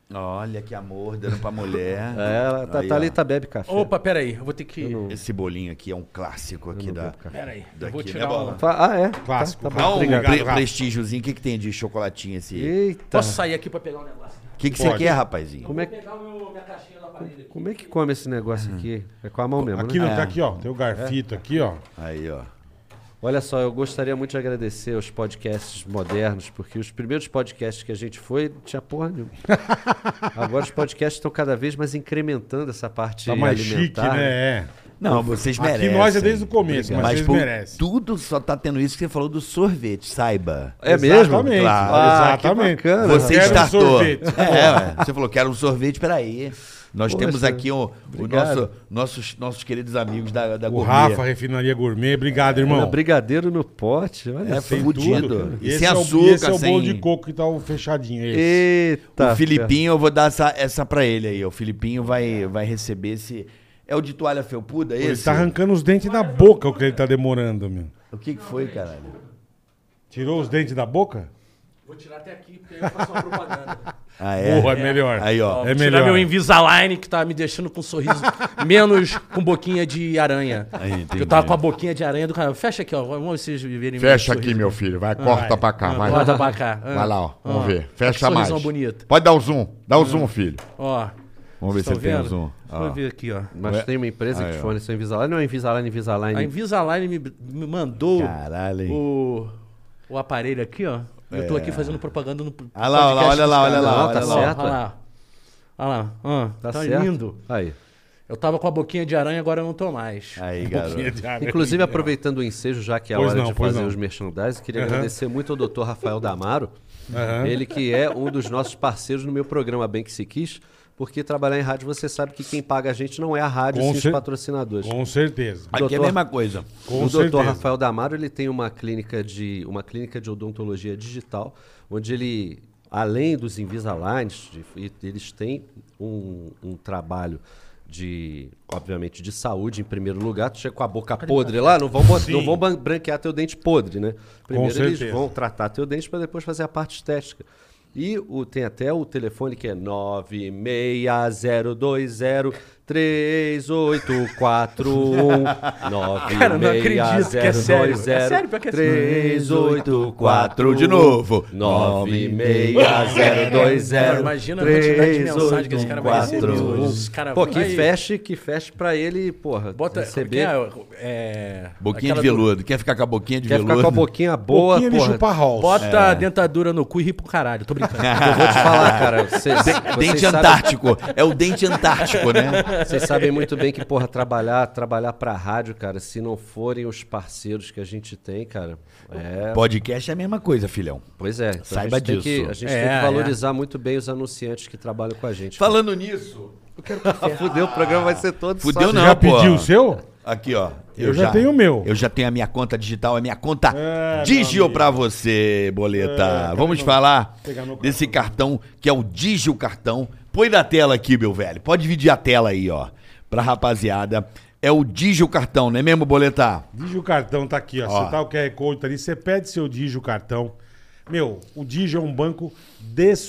Tá Olha que amor, dando pra mulher. <laughs> É, ela- a Aí, ó. Thalita bebe café. Opa, peraí. Eu vou ter que. Esse bolinho aqui é um clássico aqui não da... bebo café. Peraí. eu Daqui, vou né, tirar um- bola? uma. Fa- Ah, é? Clássico. Tá, tá Dá bom. um Obrigado, pre- Rafa. prestígiozinho. O que, que tem de chocolatinho esse? Eita. Posso sair aqui pra pegar um negócio? O que, que você Pode. quer, rapazinho? Como é, Vou que- pegar o meu- minha caixinha do aparelho aqui. como é que come esse negócio aqui? É com a mão mesmo, Aqui né? não, tá aqui, ó. Tem o garfito aqui, ó. Tá Aí, ó. Olha só, eu gostaria muito de agradecer aos podcasts modernos, porque os primeiros podcasts que a gente foi, não tinha porra nenhuma. <laughs> Agora os podcasts estão cada vez mais incrementando essa parte Tá mais chique, alimentar. né? É. Não, vocês aqui merecem. nós é desde o começo, mas vocês por merecem. Tudo só tá tendo isso que você falou do sorvete, saiba. É mesmo? Exatamente. Claro. Ah, que Exatamente. bacana. Você quero um startou. sorvete. é, ué. você falou, quero um sorvete, peraí. Nós Poxa, temos aqui o, o obrigado. nosso, nossos, nossos queridos amigos da, da O Gourmet. Rafa, Refinaria Gourmet. Obrigado, Olha, irmão. brigadeiro no pote, olha É, só. Tem fudido. tudo. E esse sem é o, açúcar, esse é o bolo de sem- coco que tá o fechadinho. Esse. Eita. o Filipinho, eu vou dar essa, essa pra ele aí. O Filipinho vai, vai receber esse... É o de toalha felpuda Ele esse? tá arrancando os dentes da boca, o que ele tá demorando, meu. O que, que foi, caralho? Tirou os dentes da boca? Vou tirar até aqui, porque aí eu faço uma propaganda. Ah, é? Porra, é melhor. Aí, ó. É Tirar melhor. meu Invisalign que tá me deixando com um sorriso menos com boquinha de aranha. entendi. Porque eu tava com a boquinha de aranha do cara. Fecha aqui, ó. Vamos vocês verem Fecha meu aqui, sorriso. meu filho. Vai, corta pra cá. Vai, Corta pra cá. Ah. vai lá, ó. Vamos Ó, ver. que Fecha mais. sorrisão bonito. Pode dar o zoom. Dá o zoom, filho. Ó. Vamos ver vocês se ele tem um tão zoom. vendo? Ó. Vamos ver aqui, ó. Mas tem uma empresa Aí, que ó. forneceu Invisalign. Não é Invisalign, Invisalign. Ah, A Invisalign me, me mandou Caralho, hein? o, o aparelho aqui, ó. Eu tô aqui fazendo propaganda no Olha Ah lá, olha lá, olha lá, olha lá, Não, olha tá lá. certo. Olha lá. Olha lá. ó, Tá, tá certo? lindo. Aí. Eu tava com a boquinha de aranha, agora eu não tô mais. Aí, garoto. <laughs> Inclusive, aproveitando o ensejo, já que é a Ah, é Pois hora não, de pois fazer não. os merchandising, queria agradecer muito ao doutor Rafael Damaro, ele que é um dos nossos parceiros no meu programa Bem Que Se Quis, porque trabalhar em rádio você sabe que quem paga a gente não é a rádio, Com sim os cer- patrocinadores. Com certeza. Aqui é a Doutor- mesma coisa. Com o certeza. doutor Rafael Damaro ele tem uma clínica de uma clínica de odontologia digital, onde ele além dos Invisaligns, de- e- eles têm um, um trabalho de, obviamente, de saúde em primeiro lugar. Tu chega com a boca podre lá, não vão, bot- não vão ban- branquear teu dente podre, né? Primeiro eles certeza. vão tratar teu dente para depois fazer a parte estética. E o, tem até o telefone que é 960203841. Cara, eu não acredito que é sério. É sério, pior que é De novo. 96020. Cara, imagina a quantidade de mensagem que esse cara vai receber hoje. Esse cara Pô, que vai- feche, que feche pra ele, porra. Bota. receber. como que é? É, Boquinha de aquela veludo. Quer ficar com a boquinha de Quer veludo? ficar com a boquinha boa, Pouquinho de porra. chupar do- rolls. É. Bota a dentadura no cu e ri pro caralho. <laughs> Tô brincando. Eu vou te falar, cara. Vocês, <laughs> Dente vocês sabem, antártico. É o dente antártico, né? vocês sabem muito bem que, porra, trabalhar, trabalhar pra rádio, cara, se não forem os parceiros que a gente tem, cara, é Podcast é a mesma coisa, filhão. Pois é. então Saiba a gente Tem disso. que, a gente É, tem é. que valorizar muito bem os anunciantes que trabalham com a gente. Falando nisso, Fudeu, o programa vai ser todo fudeu só- não, Já pô. pediu o seu? Aqui, ó. Eu já tenho o meu. É, Eu já tenho a minha conta digital, a minha conta Digio pra você, boleta. Vamos falar desse cartão que é o Digio Cartão. Põe na tela aqui, meu velho. Pode dividir a tela aí, ó. Pra rapaziada. É o Digio Cartão, não é mesmo, boleta? Digio cartão tá aqui, ó. Ó. Você tá o QR Code tá ali, você pede seu Digio cartão. Meu, o Digio é um banco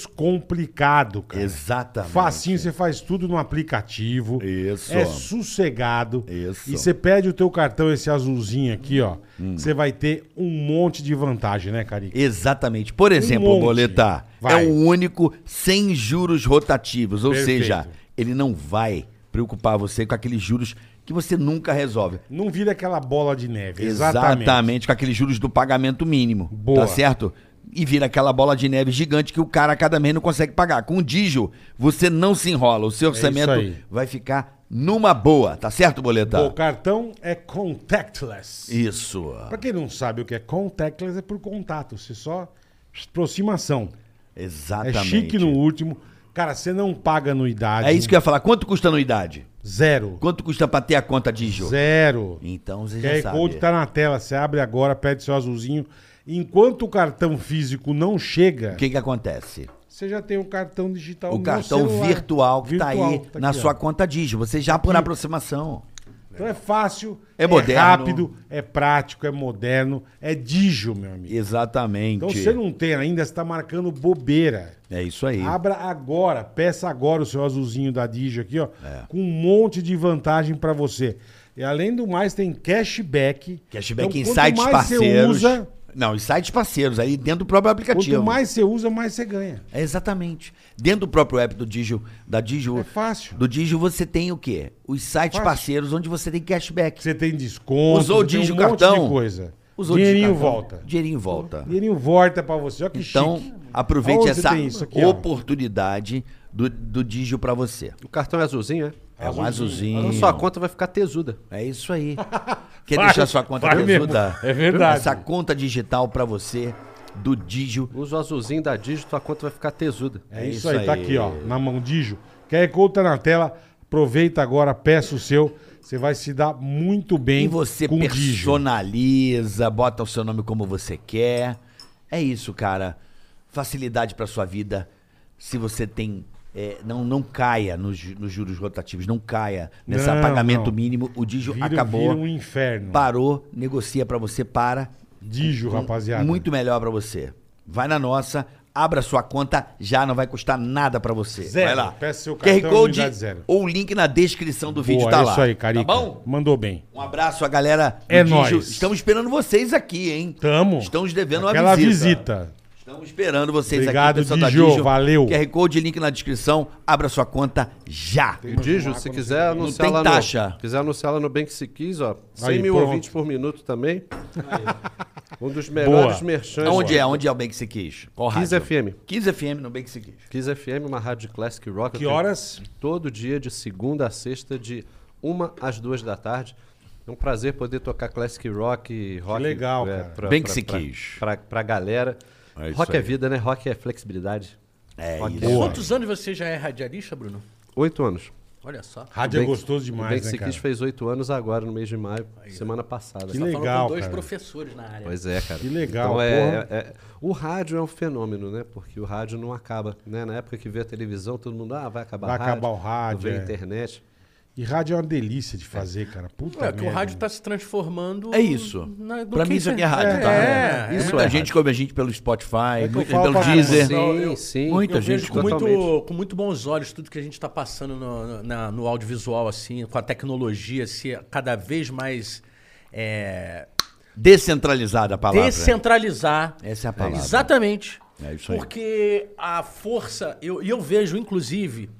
descomplicado, cara. Exatamente. Facinho, você faz tudo no aplicativo. Isso. É sossegado. Isso. Hum. E você pede o teu cartão, esse azulzinho aqui, ó. Você vai ter um monte de vantagem, né, Carica? Exatamente. Por exemplo, Um monte. boleta Vai. é o único sem juros rotativos, ou Perfeito. seja, ele não vai preocupar você com aqueles juros que você nunca resolve. Não vira aquela bola de neve. Exatamente. Exatamente. com aqueles juros do pagamento mínimo. Boa. Tá certo? E vira aquela bola de neve gigante que o cara a cada mês não consegue pagar. Com o Digio, você não se enrola. O seu orçamento É aí. vai ficar numa boa. Tá certo, Boleta? O cartão é contactless. Isso. Pra quem não sabe o que é contactless, é por contato. Você só... aproximação. É Exatamente. chique no último. Cara, você não paga anuidade. É isso que eu ia falar. Quanto custa a anuidade? Zero. Quanto custa pra ter a conta Digio? Zero. Então você já QR sabe. Code tá na tela. Você abre agora, pede seu azulzinho. Enquanto o cartão físico não chega, O que que acontece? você já tem É o cartão digital O no cartão celular. virtual que tá Virtual, aí tá na aqui, sua ó. conta Digio. Você já por aproximação. Então é fácil, É moderno. rápido, é prático, é moderno, é digio, meu amigo. Exatamente. Então você não tem ainda, você tá marcando bobeira. É isso aí. Abra agora, peça agora o seu azulzinho da Digio aqui, ó, É. com um monte de vantagem pra você. E além do mais, tem cashback. Cashback Então, em quanto sites mais você parceiros. usa, Não, em sites parceiros, aí dentro do próprio aplicativo. quanto mais você usa, mais você ganha. É exatamente. Dentro do próprio app do Digio, da Digio, É fácil. do Digio você tem o quê? Os sites Fácil. parceiros onde você tem cashback. Você tem desconto, Usou o você tem Digio um monte cartão? de coisa. Usou o Digio Dinheirinho cartão. volta. Dinheirinho volta. Dinheirinho volta pra você, ó que Então, chique. aproveite Aonde essa tem isso aqui, ó? oportunidade do, do Digio pra você. O cartão é azulzinho, é? É um azulzinho. Então sua conta vai ficar tesuda. É isso <laughs> aí. Quer Vai, deixar sua conta vai mesmo. tesuda? É verdade. Essa conta digital pra você do Digio. Usa o azulzinho da Digio, tua conta vai ficar tesuda. É isso, aí, tá aqui, ó, na mão Dijo. QR Code tá na tela. Aproveita agora, peça o seu. Você vai se dar muito bem E você com o Digio. personaliza, bota o seu nome como você quer. É isso, cara. Facilidade pra sua vida. Se você tem. é, não, não caia nos, ju- nos juros rotativos, não caia nesse Não, pagamento não. mínimo. O Digio Vira- acabou, vira um inferno. parou, negocia pra você, para. Digio, rapaziada. Muito melhor pra você. Vai na nossa, Abra sua conta já, não vai custar nada pra você. Zero. Vai lá. Peça seu QR cartão, Code unidade zero. ou o link na descrição do vídeo Boa, tá é lá. isso aí, Carica. Tá bom? Mandou bem. Um abraço a galera. do É Digio. nóis. Estamos esperando vocês aqui, hein? Tamo. Estamos devendo Aquela uma visita. visita. Estamos esperando vocês Obrigado, aqui, da Digio, Digio. valeu. QR Code, link na descrição. Abra sua conta já. E Dijo, se quiser anunciar tem lá no- taxa. quiser anunciar lá no Bank Se Quis, ó. 100 Aí, mil pronto. ouvintes por minuto também. Um dos melhores Boa. merchandising. Onde é? Onde é o Bem Que Se Quis? Qual 15 rádio? FM. 15 FM no Bem Que Se Quis. Kiss FM, uma rádio de classic rock. Que horas? Todo dia, de segunda a sexta, de uma às duas da tarde. É um prazer poder tocar classic rock. rock é, legal, cara. Bem que se quis. Pra, pra galera. É isso rock é aí. vida, né? Rock é flexibilidade. É Rock isso. é- Quantos anos você já é radialista, Bruno? Oito anos. Olha só. Rádio é Bem- gostoso o Bem demais, que se né, cara? quis fez oito anos agora, no mês de maio, semana passada. Que Tá legal. Falando com dois cara. professores na área. Pois é, cara. Que legal, Então, é- porra. é- é- o rádio é um fenômeno, né? Porque o rádio não acaba. Né? Na época que veio a televisão, todo mundo, ah, vai acabar Vai o rádio. acabar o rádio, Veio é. a internet. E rádio é uma delícia de fazer, cara. Puta Ué, merda. que o rádio tá se transformando. É isso. na- no pra que mim isso você- aqui é rádio, é, tá? É, Isso isso muita é. gente ouve a gente pelo Spotify, que eu muita falo tá pelo pra Deezer. caramba, Sim, sim. Muita Eu gente vejo com muito, totalmente. com muito bons olhos tudo que a gente está passando no, no- na- no audiovisual, assim, com a tecnologia ser cada vez mais é, Descentralizada a palavra. né? descentralizar. Essa é a palavra. Exatamente. É isso aí. Porque a força, eu- e eu, vejo, inclusive,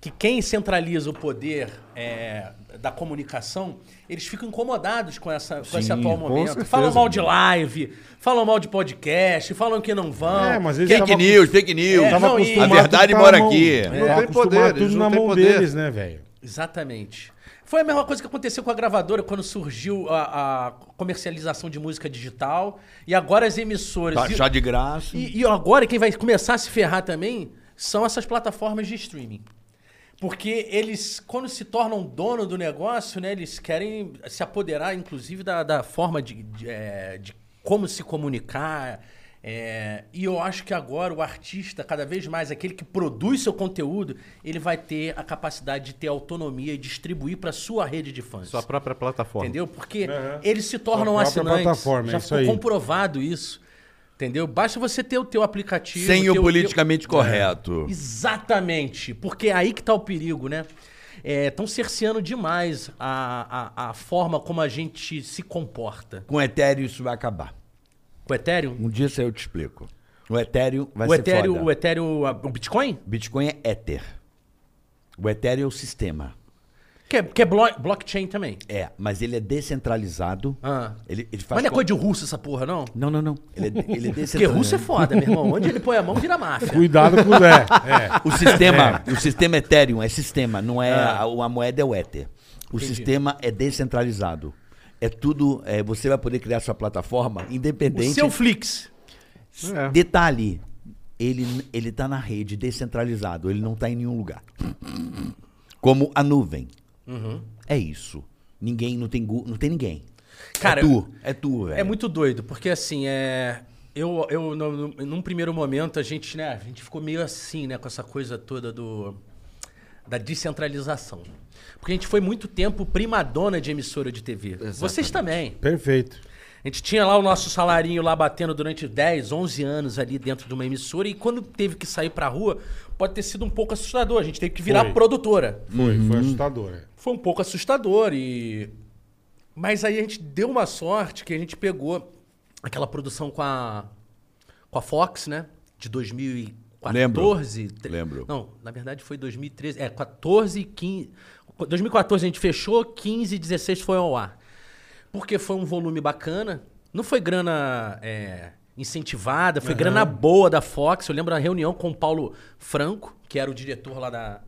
que quem centraliza o poder é, da comunicação, eles ficam incomodados com, essa, com esse atual momento. certeza. falam mal de live, falam mal de podcast, falam que não vão. É, mas eles Fake tava- news, fake news. É, tava não, e- acostumado A verdade tudo tá mora na mão- aqui. Não tá É. Tem poder, acostumado eles tudo não na têm mão poder. deles, né, velho? Exatamente. Foi a mesma coisa que aconteceu com a gravadora quando surgiu a, a comercialização de música digital. E agora as emissoras. Tá e- chá de graça. E, e agora quem vai começar a se ferrar também são essas plataformas de streaming. Porque eles, quando se tornam dono do negócio, né, eles querem se apoderar, inclusive, da, da forma de, de, é, de como se comunicar. é, e eu acho que agora o artista, cada vez mais, aquele que produz seu conteúdo, ele vai ter a capacidade de ter autonomia e distribuir para sua rede de fãs. Sua própria plataforma. Entendeu? Porque Aham. eles se Sua tornam própria assinantes. plataforma, é Já isso ficou aí. comprovado isso. Entendeu? Basta você ter o teu aplicativo. Sem ter o teu- É. politicamente correto. Exatamente. Porque é aí que tá o perigo, né? Estão cerceando demais a, a, a forma como a gente se comporta. Com o Ethereum isso vai acabar. O Ethereum? Um dia isso aí eu te explico. O Ethereum vai o ser Ethereum, foda. o Ethereum, a- o Bitcoin? Bitcoin é Ether. O Ethereum é o sistema. Que é, que é blo- blockchain também. É, mas ele é descentralizado. Ah. Ele, ele faz Mas não é co- coisa de russo essa porra, não? Não, não, não. Ele é, ele é <laughs> Porque descentralizado. russo é foda, meu irmão. Onde ele põe a mão, <laughs> vira máfia. Cuidado com o Zé. <laughs> É. O sistema, o sistema Ethereum é sistema, não é a, a moeda é o Ether. O sistema é descentralizado. É tudo, é, você vai poder criar sua plataforma O independente. seu Flix. É. Detalhe, ele ele tá na rede descentralizado, ele não tá em nenhum lugar. Como a nuvem. É isso. Ninguém não tem gu- não tem ninguém. Cara, é tu, é tu, velho. É muito doido, porque assim, é. Eu, eu no- no- num primeiro momento, a gente, né, a gente ficou meio assim, né, com essa coisa toda do. da descentralização. Porque a gente foi muito tempo primadona de emissora de TV. Vocês também. Perfeito. A gente tinha lá o nosso salarinho lá batendo durante 10, 11 anos ali dentro de uma emissora e quando teve que sair pra rua, pode ter sido um pouco assustador. A gente teve que virar Foi. produtora Foi, foi assustador. é. foi um pouco assustador e mas aí a gente deu uma sorte que a gente pegou aquela produção com a com a Fox, né, de 2014. Tre- Lembro. Não, na verdade foi 2013, é 14 e 15. 2014 a gente fechou, 15 e 16 foi ao ar. Porque foi um volume bacana, não foi grana é, incentivada, foi grana boa da Fox. Eu lembro da reunião com o Paulo Franco, que era o diretor lá da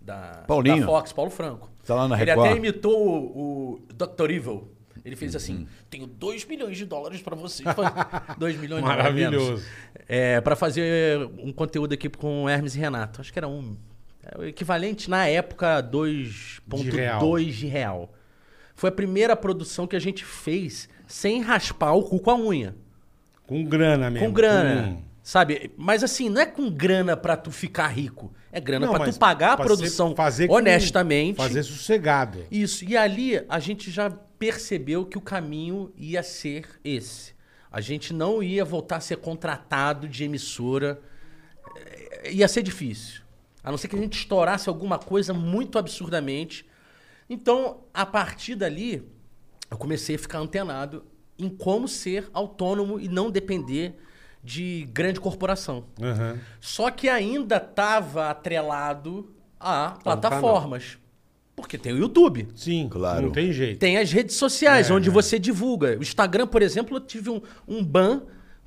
da, Paulinho. da Fox, Paulo Franco. Tá lá na Ele Record. até imitou o, o Dr. Evil. Ele fez assim: Uhum. tenho 2 milhões de dólares pra vocês. <laughs> 2 milhões de dólares. Maravilhoso. É, para fazer um conteúdo aqui com o Hermes e Renato. Acho que era um. é o equivalente na época a 2,2 De real. de real. Foi a primeira produção que a gente fez sem raspar o cu com a unha. Com grana mesmo. Com grana. com- Sabe? Mas assim, não é com grana pra tu ficar rico. É grana Não, pra mas tu pagar a pra produção ser- fazer com- honestamente. fazer sossegado. Isso. E ali a gente já percebeu que o caminho ia ser esse. A gente não ia voltar a ser contratado de emissora eh, ia ser difícil. A não ser que a gente estourasse alguma coisa muito absurdamente. Então, a partir dali, eu comecei a ficar antenado em como ser autônomo e não depender de grande corporação. Aham. Só que ainda estava atrelado a plataformas. Porque tem o YouTube. Sim, Claro. não tem jeito. Tem as redes sociais, É, onde né? você divulga. O Instagram, por exemplo, eu tive um, um ban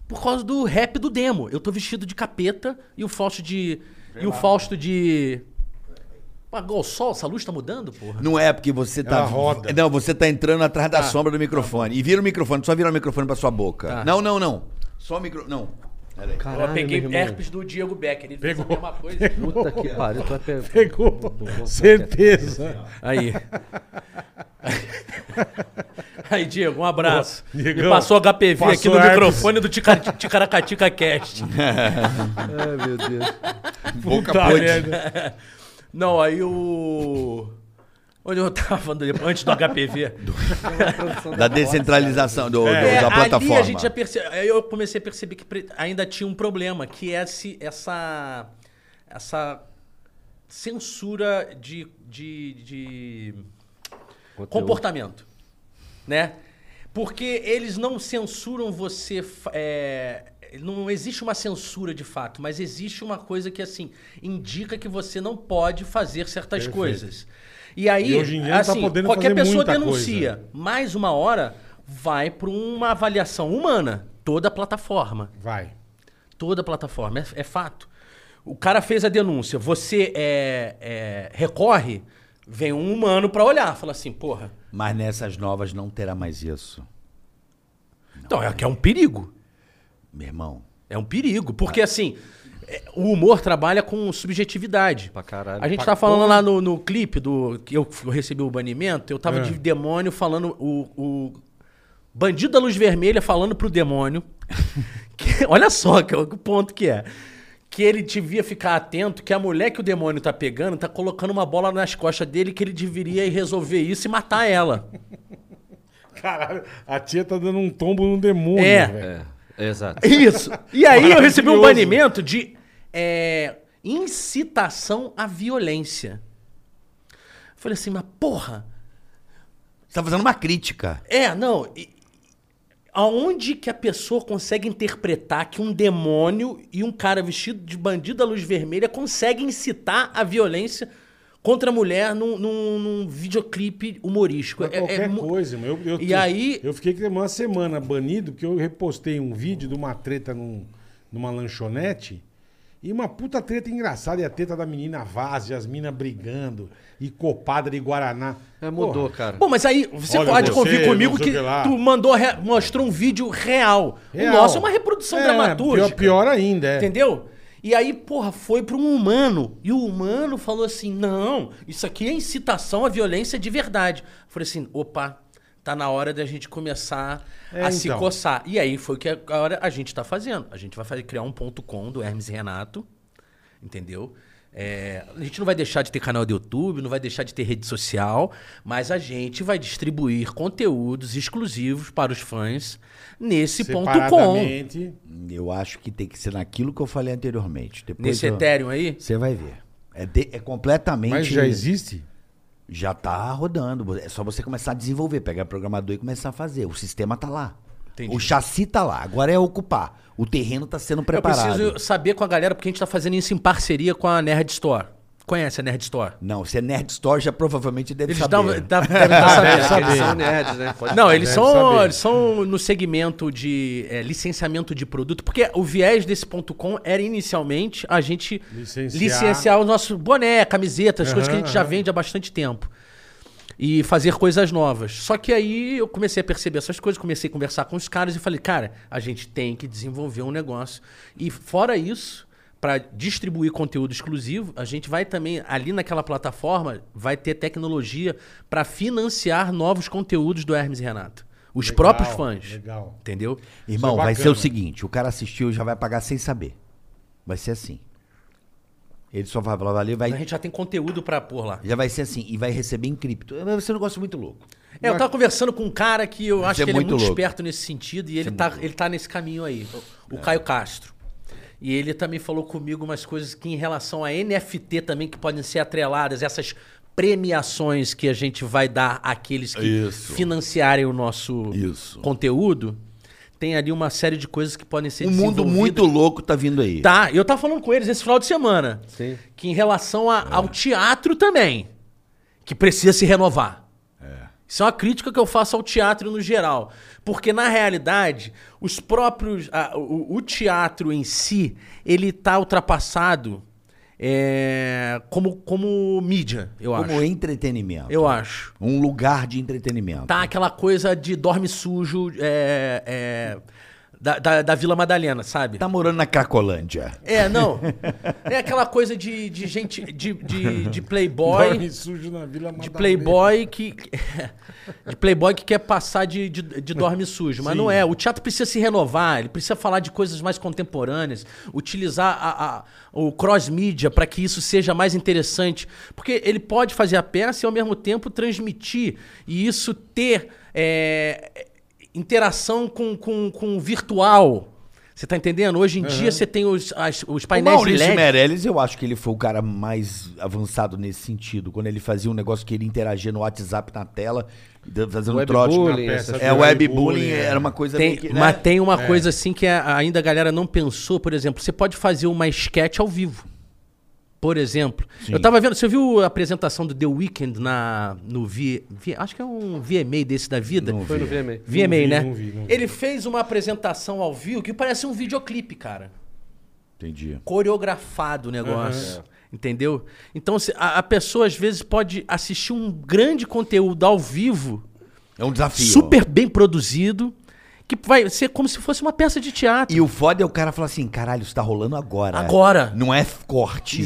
por causa do rap do demo. Eu tô vestido de capeta e o Fausto de. e o Fausto de. Pagou o sol, essa luz tá mudando, porra? Não é porque você tá. Ela roda. Não, você tá entrando atrás da sombra do microfone. E vira o microfone, só vira o microfone pra sua boca. Tá. Não, não, não. Só o micro. Não. Pera aí. Caralho, eu peguei meu irmão. herpes do Diego Becker. Ele Pegou. fez a mesma coisa. Puta que pariu, tu vai pegar. <laughs> Pegou, certeza. <laughs> Aí. <laughs> Aí, Diego, um abraço. Pô, Me Diegão, passou HPV aqui passou no herpes. microfone do Tica- <laughs> Ticaracatica Cast. Ai, meu Deus. Boca Tá, pode. merda. Não, aí o. Onde eu tava falando antes do HPV? Da descentralização do, do- da plataforma. É, Ali a gente já percebe, aí eu comecei a perceber que pre- ainda tinha um problema, que é esse, essa, essa censura de, de, de comportamento, né? Porque eles não censuram você, fa- é, não existe uma censura de fato, mas existe uma coisa que assim indica que você não pode fazer certas coisas. E aí, E hoje em dia não tá assim, podendo qualquer fazer pessoa muita denuncia mais uma hora vai para uma avaliação humana. Toda plataforma. Vai. Toda plataforma. É, é fato. O cara fez a denúncia. Você é, é, recorre, vem um humano para olhar. Fala assim, porra. Mas nessas novas não terá mais isso. Então, é que é um perigo. Meu irmão. É um perigo. Porque, assim, é, o humor trabalha com subjetividade. Pra caralho. A gente tá falando lá no, no clipe do que eu f- eu recebi o banimento, eu tava É. de demônio falando o, o bandido da luz vermelha falando pro demônio. <laughs> que- olha só que, que ponto que é. Que ele devia ficar atento que a mulher que o demônio tá pegando tá colocando uma bola nas costas dele que ele deveria ir resolver isso e matar ela. Caralho, a tia tá dando um tombo no demônio, <laughs> É. velho. É, exato. Isso. E aí eu recebi um Maravilhoso. banimento de é, incitação à violência. Falei assim, mas porra, Você tá fazendo uma crítica. É, não. e- aonde que a pessoa consegue interpretar que um demônio e um cara vestido de bandido da luz vermelha conseguem incitar a violência contra a mulher num, num- num videoclipe humorístico? Pra É- é qualquer mu- coisa, irmão. Eu, eu- E aí- Eu fiquei uma semana banido, porque eu repostei um vídeo de uma treta num- numa lanchonete. E uma puta treta engraçada. E a treta da menina vaza, e as minas brigando. E copada de Guaraná. É, mudou, Porra, cara. Bom, mas aí você Olha, pode você, convir comigo não sei que o que lá. tu mandou re- mostrou um vídeo real. real. O nosso é uma reprodução É, dramaturgia. Pior, pior ainda, é. Entendeu? E aí, porra, foi para um humano. E o humano falou assim: não, isso aqui é incitação à violência de verdade. Eu falei assim: opa, tá na hora da gente começar É, a se então. coçar. E aí foi o que agora a gente tá fazendo. A gente vai fazer, criar um ponto com do Hermes e Renato. Entendeu? É, a gente não vai deixar de ter canal do YouTube, não vai deixar de ter rede social, mas a gente vai distribuir conteúdos exclusivos para os fãs nesse ponto com. Separadamente. Eu acho que tem que ser naquilo que eu falei anteriormente. Depois Nesse é. eu- Ethereum aí? Você vai ver. É, de- é completamente. Mas já existe? Já tá rodando. É só você começar a desenvolver, pegar programador e começar a fazer. O sistema tá lá. Entendi. O chassi tá lá. Agora é ocupar. O terreno tá sendo preparado. Eu preciso saber com a galera, porque a gente tá fazendo isso em parceria com a Nerd Store. Conhece a Nerd Store? Não, se é Nerd Store, já provavelmente deve Eles saber. dão- <laughs> dá- devem dar deve saber. saber. É, São nerds, né? Pode Não, eles Deve são, saber. eles são no segmento de é, licenciamento de produto, porque o viés desse ponto .com era inicialmente a gente Licenciar. licenciar o nosso boné, camiseta, as coisas que a gente já aham. vende há bastante tempo. E fazer coisas novas. Só que aí eu comecei a perceber essas coisas, comecei a conversar com os caras e falei, cara, a gente tem que desenvolver um negócio. E fora isso, para distribuir conteúdo exclusivo, a gente vai também, ali naquela plataforma, vai ter tecnologia para financiar novos conteúdos do Hermes e Renato. Os Legal, próprios fãs. legal. Entendeu? Irmão, Isso é vai ser o bacana. seguinte: o cara assistiu e já vai pagar sem saber. Vai ser assim. Ele só vai falar, valeu, A vai. gente já tem conteúdo para pôr lá. Já vai ser assim. E vai receber em cripto. Vai ser um negócio muito louco. É, eu tava conversando com um cara que eu acho é que ele é muito é muito louco. É. esperto nesse sentido e ele tá, ele tá nesse caminho aí. O Caio Castro. E ele também falou comigo umas coisas que em relação a NFT também, que podem ser atreladas, essas premiações que a gente vai dar àqueles que Isso. financiarem o nosso Isso. conteúdo, tem ali uma série de coisas que podem ser Um mundo desenvolvidas. muito louco tá vindo aí. Tá, eu tava falando com eles esse final de semana. Sim. Que em relação a- ao teatro também, que precisa se renovar. Isso é uma crítica que eu faço ao teatro no geral. Porque, na realidade, os próprios. a- o, o teatro em si, ele tá ultrapassado é, como, como mídia, eu Como acho. entretenimento. Eu acho. Um lugar de entretenimento. Tá aquela coisa de dorme sujo é, é, da, da, da Vila Madalena, sabe? Tá morando na Cracolândia. É, não. É aquela coisa de, de gente. de, de, de playboy. Dorme sujo na Vila De um Madalena. playboy que. <laughs> De playboy que quer passar de, de, de dorme sujo. Mas não é. O teatro precisa se renovar, ele precisa falar de coisas mais contemporâneas, utilizar a- a- o cross-mídia para que isso seja mais interessante. Porque ele pode fazer a peça e ao mesmo tempo transmitir. E isso ter é, interação com, com, com o virtual. Você tá entendendo? Hoje em dia você tem os, as- os painéis o Maurício LED. Meirelles, eu acho que ele foi o cara mais avançado nesse sentido. Quando ele fazia um negócio que ele interagia no WhatsApp na tela, da- fazendo um trote. Webbullying, na essas peça. É, coisas. webbullying Webbullying, é. era uma coisa Tem- meio que, né? Mas tem uma coisa assim que a- ainda a galera não pensou, por exemplo, você pode fazer uma sketch ao vivo. Por exemplo. Eu tava vendo, você viu a apresentação do The Weeknd na, no v, V- acho que é um VMA desse da vida. Foi no VMA. VMA, Não vi, né? não vi, não vi. Ele fez uma apresentação ao vivo que parece um videoclipe, cara Entendi. coreografado o negócio. Entendeu? Então se- a, a pessoa às vezes pode assistir um grande conteúdo ao vivo, É um desafio. super bem produzido, que vai ser como se fosse uma peça de teatro. E o foda é o cara falar assim, caralho, isso tá rolando agora. Agora. Não é corte. Não, é o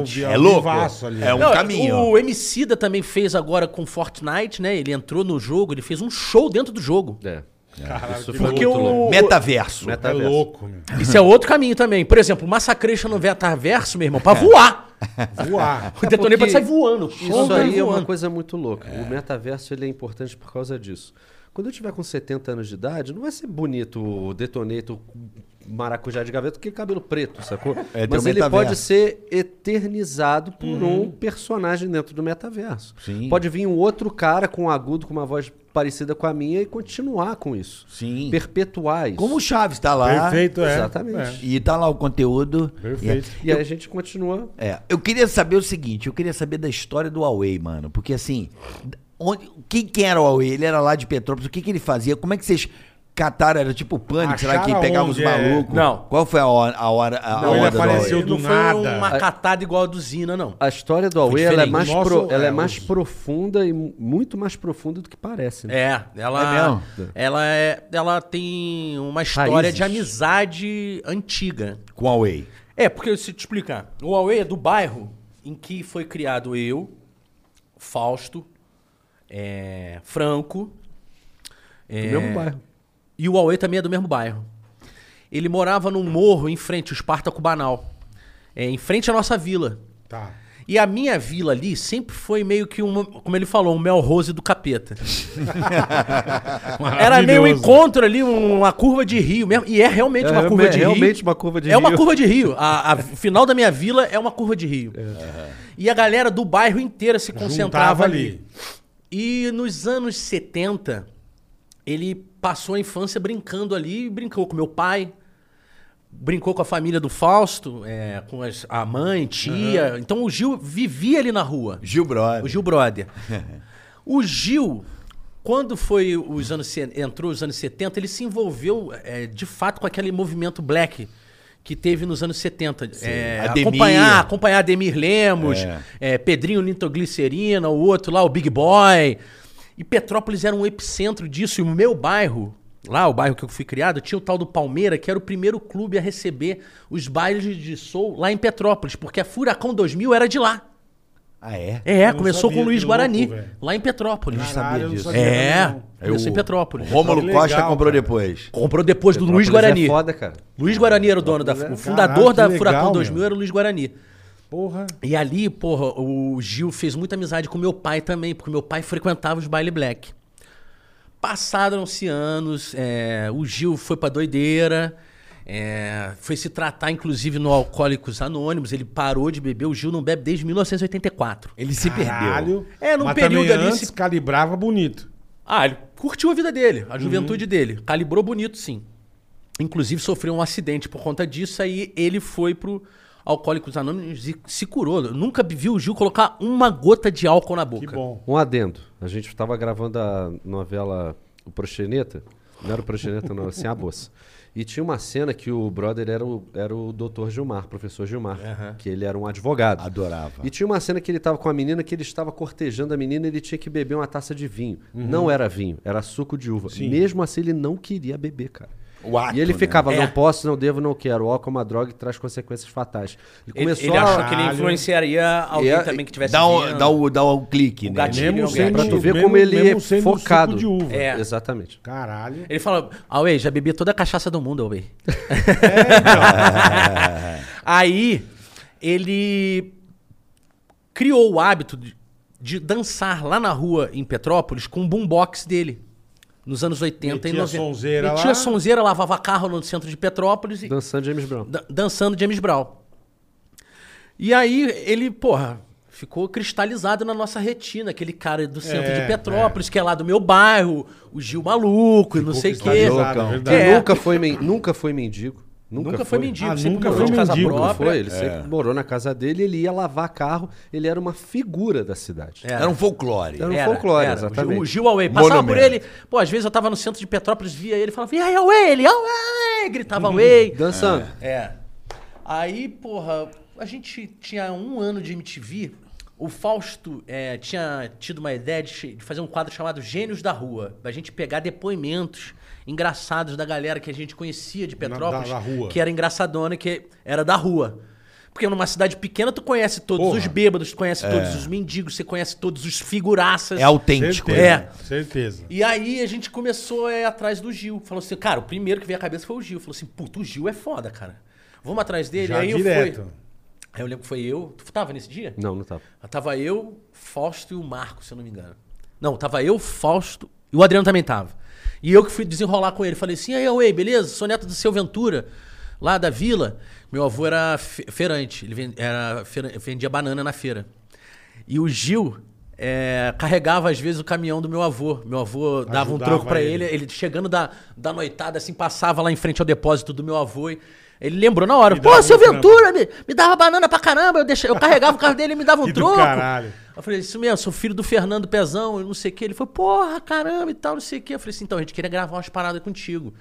Exatamente. É louco. vivaço ali. É um Não, caminho. O Emicida também fez agora com Fortnite, né? Ele entrou no jogo, ele fez um show dentro do jogo. É. Caralho, Isso que foi louco. Porque muito louco. o, Metaverso. É Metaverso. louco, meu. isso é outro caminho também. Por exemplo, o Massacration no Metaverso, meu irmão, pra voar. Voar. O detonei pra porque sair voando. Isso aí é uma voando. coisa muito louca. O metaverso ele é importante por causa disso. Quando eu tiver com 70 anos de idade, não vai ser bonito o detoneto maracujá de gaveta, porque cabelo preto, sacou? É, tem Mas o ele metaverso. pode ser eternizado por um personagem dentro do metaverso. Sim. Pode vir um outro cara com um agudo, com uma voz parecida com a minha e continuar com isso. Sim. Perpetuar isso. Como o Chaves tá lá. Perfeito, é. Exatamente. E tá lá o conteúdo. Perfeito. E aí a gente continua É, eu queria saber o seguinte, eu queria saber da história do Huawei, mano, porque assim, onde, quem, quem era o Huawei? Ele era lá de Petrópolis, o que, que ele fazia? Como é que vocês cataram? Era tipo pânico, será que Acharam pegava os onde, é. malucos? Não. Qual foi a hora, a hora, a Não, ele onda do apareceu Huawei? do não foi nada. uma catada igual a do Zina, não. A história do Aue ela é diferente. mais, Nosso- pro- ela é é, mais os- profunda e mu- muito mais profunda do que parece. né? É, ela É mesmo? ela é, ela tem uma história Raízes. de amizade antiga. Com a Huawei. É, porque se eu te explicar, o Huawei é do bairro em que foi criado eu, Fausto, é, Franco. Do é, mesmo bairro. E o Huawei também é do mesmo bairro. Ele morava num morro em frente, o Espartaco Banal. é, em frente à nossa vila. Tá. E a minha vila ali sempre foi meio que uma, como ele falou, um Melrose do <laughs> capeta. Era meio um Maravilhoso. encontro ali, um- uma curva de rio mesmo. E é realmente É uma curva realme- de rio. realmente uma curva de É uma rio. curva de <laughs> rio. A, a final da minha vila é uma curva de rio. É. E a galera do bairro inteira se Juntava concentrava ali. ali. E nos anos 70, ele passou a infância brincando ali, brincou com meu pai, brincou com a família do Fausto, é, com as- a mãe, tia. Então o Gil vivia ali na rua. Gil O Brother. <laughs> Gil Brother. o Gil, quando foi os anos, se- entrou os anos 70, ele se envolveu é, de fato com aquele movimento black que teve nos anos 70. É, Ademir. acompanhar, acompanhar Ademir Lemos, É. é, Pedrinho Nitroglicerina, o outro lá, o Big Boy. E Petrópolis era um epicentro disso. E o meu bairro, lá, o bairro que eu fui criado, tinha o tal do Palmeira, que era o primeiro clube a receber os bailes de soul lá em Petrópolis, porque a Furacão 2000 era de lá. Ah, é? É, Eu não começou sabia, com o Luiz que Guarani, louco, velho. lá em Petrópolis. Caralho, eu não disso. sabia É, também, não. começou É em o- Petrópolis. o Rômulo Que legal, Costa comprou cara. depois. Comprou depois do Luiz Petrópolis Guarani. É foda, cara. Luiz Guarani era o dono da. é O Caralho, fundador da que Furacão legal, 2000 meu. era o Luiz Guarani. Porra. E ali, porra, o Gil fez muita amizade com meu pai também, porque meu pai frequentava os baile black. Passaram-se anos, é, o Gil foi pra doideira, É, foi se tratar, inclusive, no Alcoólicos Anônimos. Ele parou de beber. O Gil não bebe desde 1984. Ele se perdeu. Caralho. É, num Mas período também ali antes se- calibrava bonito. Ah, ele curtiu a vida dele, a juventude dele. Calibrou bonito, sim. Inclusive sofreu um acidente por conta disso, aí ele foi pro Alcoólicos Anônimos e se curou. Eu nunca vi o Gil colocar uma gota de álcool na boca. Que bom. Um adendo. A gente estava gravando a novela O Proxeneta. Não era o Proxeneta, não, era assim, a moça. E tinha uma cena que o brother era o, era o doutor Gilmar, professor Gilmar, que ele era um advogado. Adorava. E tinha uma cena que ele estava com a menina, que ele estava cortejando a menina e ele tinha que beber uma taça de vinho. Não era vinho, era suco de uva. Mesmo assim, ele não queria beber, cara. O ato, e ele né? ficava, É. não posso, não devo, não quero. O álcool é uma droga e traz consequências fatais. Ele Ele, começou ele a... achou que ele influenciaria alguém É, também que tivesse Dá o, vendo. dá um o, dá o clique, O né? gatilho. Mesmo Tira alguém. sendo, Pra tu ver mesmo- como ele mesmo é sendo um focado. suco de uva. É. <laughs> Exatamente. Caralho. Ele fala, Auei, já bebi toda a cachaça do mundo, Auei. É, Aí, ele criou o hábito de, de dançar lá na rua em Petrópolis com o boombox dele. Nos anos 80 e Metia 90. a sonzeira Metia lá. a sonzeira, lavava carro no centro de Petrópolis e Dançando James Brown. dan- dançando James Brown. E aí ele, porra, ficou cristalizado na nossa retina, aquele cara do centro É, de Petrópolis, que é lá do meu bairro, o Gil Maluco e não sei o quê. cristalizado. Loucão. é Que verdade. É. nunca, foi men- nunca foi mendigo. Nunca, Nunca, foi mendigo, É. Ah, sempre nunca morou foi em casa mendigo. Nunca própria. foi, ele sempre morou na casa dele, ele ia lavar carro, ele era uma figura da cidade. Era um folclore. Era um folclore, era. exatamente. O Gil, o Gil Away. Passava por Monumento. ele. Pô, às vezes eu tava no centro de Petrópolis, via ele, falava, e aí, Away, ele, Away! <laughs> Gritava Away. Dançando. É. Aí, porra, a gente tinha um ano de MTV. O Fausto é, tinha tido uma ideia de, che- de fazer um quadro chamado Gênios da Rua. Da gente pegar depoimentos engraçados da galera que a gente conhecia de Petrópolis. da rua. Que era engraçadona, que era da rua. Porque numa cidade pequena tu conhece todos Porra. É. os bêbados, tu conhece todos os mendigos, você conhece todos os figuraças. É autêntico. Certeza. É. Certeza. E aí a gente começou é, atrás do Gil. Falou assim, cara, o primeiro que veio à cabeça foi o Gil. Falou assim, puta, o Gil é foda, cara. Vamos atrás dele. Já aí direto. eu fui. Aí eu lembro que foi eu. Tu tava nesse dia? Não, não tava. Tava eu, Fausto e o Marco, se eu não me engano. Não, tava eu, Fausto e o Adriano também tava. E eu que fui desenrolar com ele. Falei assim, "E aí, ué, beleza? Sou neto do seu Ventura, lá da vila. Meu avô era fe- feirante, ele ven- era feira- vendia banana na feira. E o Gil é, carregava, às vezes, o caminhão do meu avô. Meu avô dava um Ajudava troco pra ele. ele. ele, chegando da, da noitada, assim, passava lá em frente ao depósito do meu avô. E ele lembrou na hora, pô, dava seu um trampo." Ventura, me, me dava banana pra caramba, eu, deixava, eu carregava o carro dele e me dava um Que do troco. caralho. Eu falei, isso mesmo, sou filho do Fernando Pezão, e não sei o que. Ele falou, porra, caramba e tal, não sei o que. Eu falei assim, então, a gente queria gravar umas paradas contigo,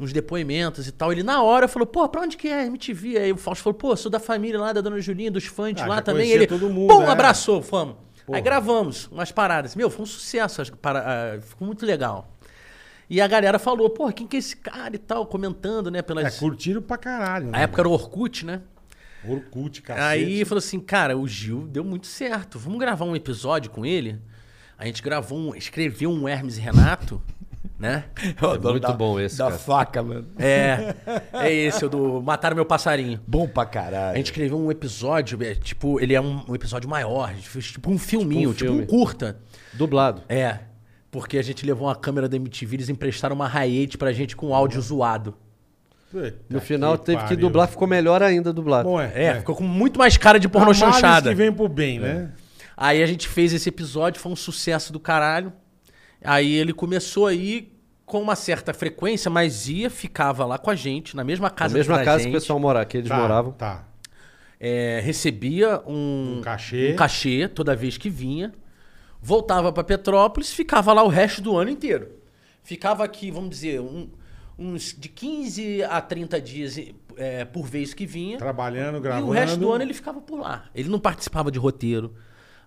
uns depoimentos e tal. Ele, na hora, falou, pô, pra onde que é? MTV. Aí o Fausto falou, pô, sou da família lá, da Dona Julinha, dos fãs Ah, lá já também. conhecia Ele, todo mundo, pum, é. abraçou, fomos. Aí gravamos umas paradas. Meu, foi um sucesso, as para- ah, ficou muito legal. E a galera falou, pô, quem que é esse cara e tal, comentando, né, É, né? pelas... curtiram pra caralho. a época era o Orkut, né? Orkut, cacete. Aí falou assim, cara, o Gil deu muito certo. Vamos gravar um episódio com ele? A gente gravou um. Escreveu um Hermes e Renato, <laughs> né? muito bom esse, Da cara. faca, mano. É. É esse, o do Mataram Meu Passarinho. Bom pra A caralho. gente escreveu um episódio, é, tipo, ele é um, um episódio maior, a gente fez tipo um filminho, tipo um, filme. curta. Dublado. É. Porque a gente levou uma câmera da MTV, eles emprestaram uma Hi8 pra gente com áudio zoado. No final teve que Tá, pariu. dublar, ficou melhor ainda dublado. Bom, é. É, ficou com muito mais cara de pornô Há males chanchada. que vem pro bem, né? Aí a gente fez esse episódio, foi um sucesso do caralho. Aí ele começou aí com uma certa frequência, mas ia, ficava lá com a gente, na mesma Na casa mesma da casa gente. que o pessoal morava, que eles Tá, moravam. Tá. É, recebia um, Um cachê. um cachê toda vez que vinha. Voltava pra Petrópolis, ficava lá o resto do ano inteiro. Ficava aqui, vamos dizer, um- uns de 15 a 30 dias é, por vez que vinha. Trabalhando, gravando. E o resto do ano ele ficava por lá. Ele não participava de roteiro.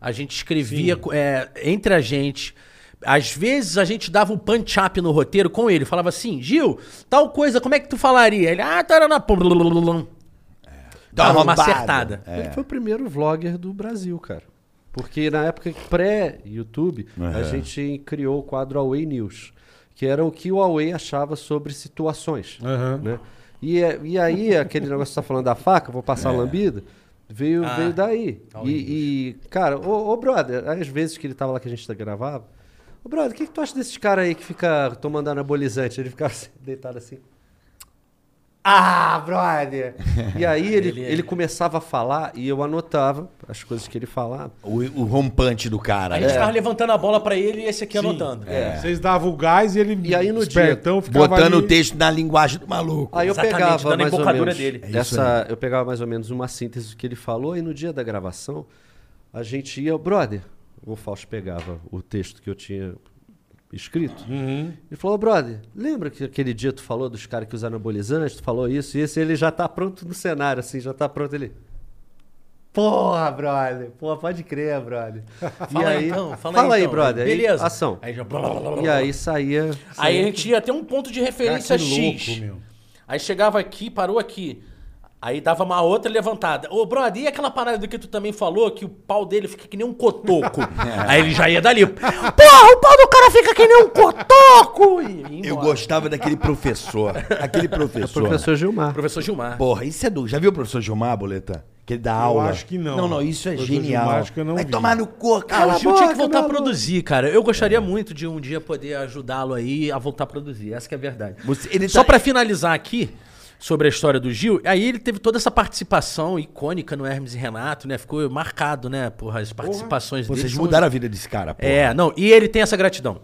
A gente escrevia é, entre a gente. Às vezes a gente dava um punch-up no roteiro com ele. Falava assim, Gil, tal coisa, como é que tu falaria? Ele, ah, tarana, pum, blum, blum, blum." Dá Dava uma roubada. acertada. Ele foi o primeiro vlogger do Brasil, cara. Porque na época pré-YouTube, a gente criou o quadro Away News, que era o que o Away achava sobre situações. Aham. né? E, é- e aí, aquele negócio que você tá falando da faca, vou passar a lambida, veio, Ah, veio daí. E, e, cara, ô, ô, brother, às vezes que ele tava lá que a gente gravava, ô brother, o que, que <laughs> tu acha desses caras aí que fica tomando anabolizante? Ele ficava assim, deitado assim. Ah, brother! E aí ele, ele começava a falar e eu anotava as coisas que ele falava. O, o rompante do cara. A gente né? ficava levantando a bola pra ele e esse aqui anotando. Vocês davam o gás e ele, E aí no dia, espertão, ficava Botando ali. o texto na linguagem do maluco. Aí eu Exatamente, dando pegava a mais ou embocadura menos dele. É isso essa, eu pegava mais ou menos uma síntese do que ele falou e no dia da gravação a gente ia, brother, o Fausto pegava o texto que eu tinha escrito Uhum. e falou, "Ô, brother, lembra que aquele dia tu falou dos caras que usam anabolizantes, tu falou isso e isso, e ele já tá pronto no cenário, assim, já tá pronto ele. Porra, brother. Porra, pode <laughs> crer, brother. Fala aí, então, fala aí, aí, então. brother. Aí, Beleza. ação. Aí já blá, blá, blá, blá, E aí saía. Aí saía- a gente ia ter um ponto de referência Cara, que X. louco, meu. aí chegava aqui, parou aqui. Aí dava uma outra levantada. Ô, brother, e aquela parada do que tu também falou, que o pau dele fica que nem um <laughs> cotoco? É. Aí ele já ia dali. Porra, o pau do cara fica que nem um cotoco! E ia embora. Eu gostava daquele professor. <laughs> Aquele professor. Professor Gilmar. Professor Gilmar. Porra, isso é do. Já viu o professor Gilmar, boleta? Que ele dá aula. acho que não. Não, não, isso é Professor genial. Gilmar, acho que eu não Vai vi. tomar no cu, Cara, cara. o Gil Ah, tinha que voltar a produzir, cara. Eu gostaria muito de um dia poder ajudá-lo aí a voltar a produzir. Essa que é a verdade. Você- ele Só tá- pra finalizar aqui sobre a história do Gil, aí ele teve toda essa participação icônica no Hermes e Renato, né? Ficou marcado, né? Porra, as participações dele. Vocês são- mudaram a vida desse cara, pô. É, não. E ele tem essa gratidão.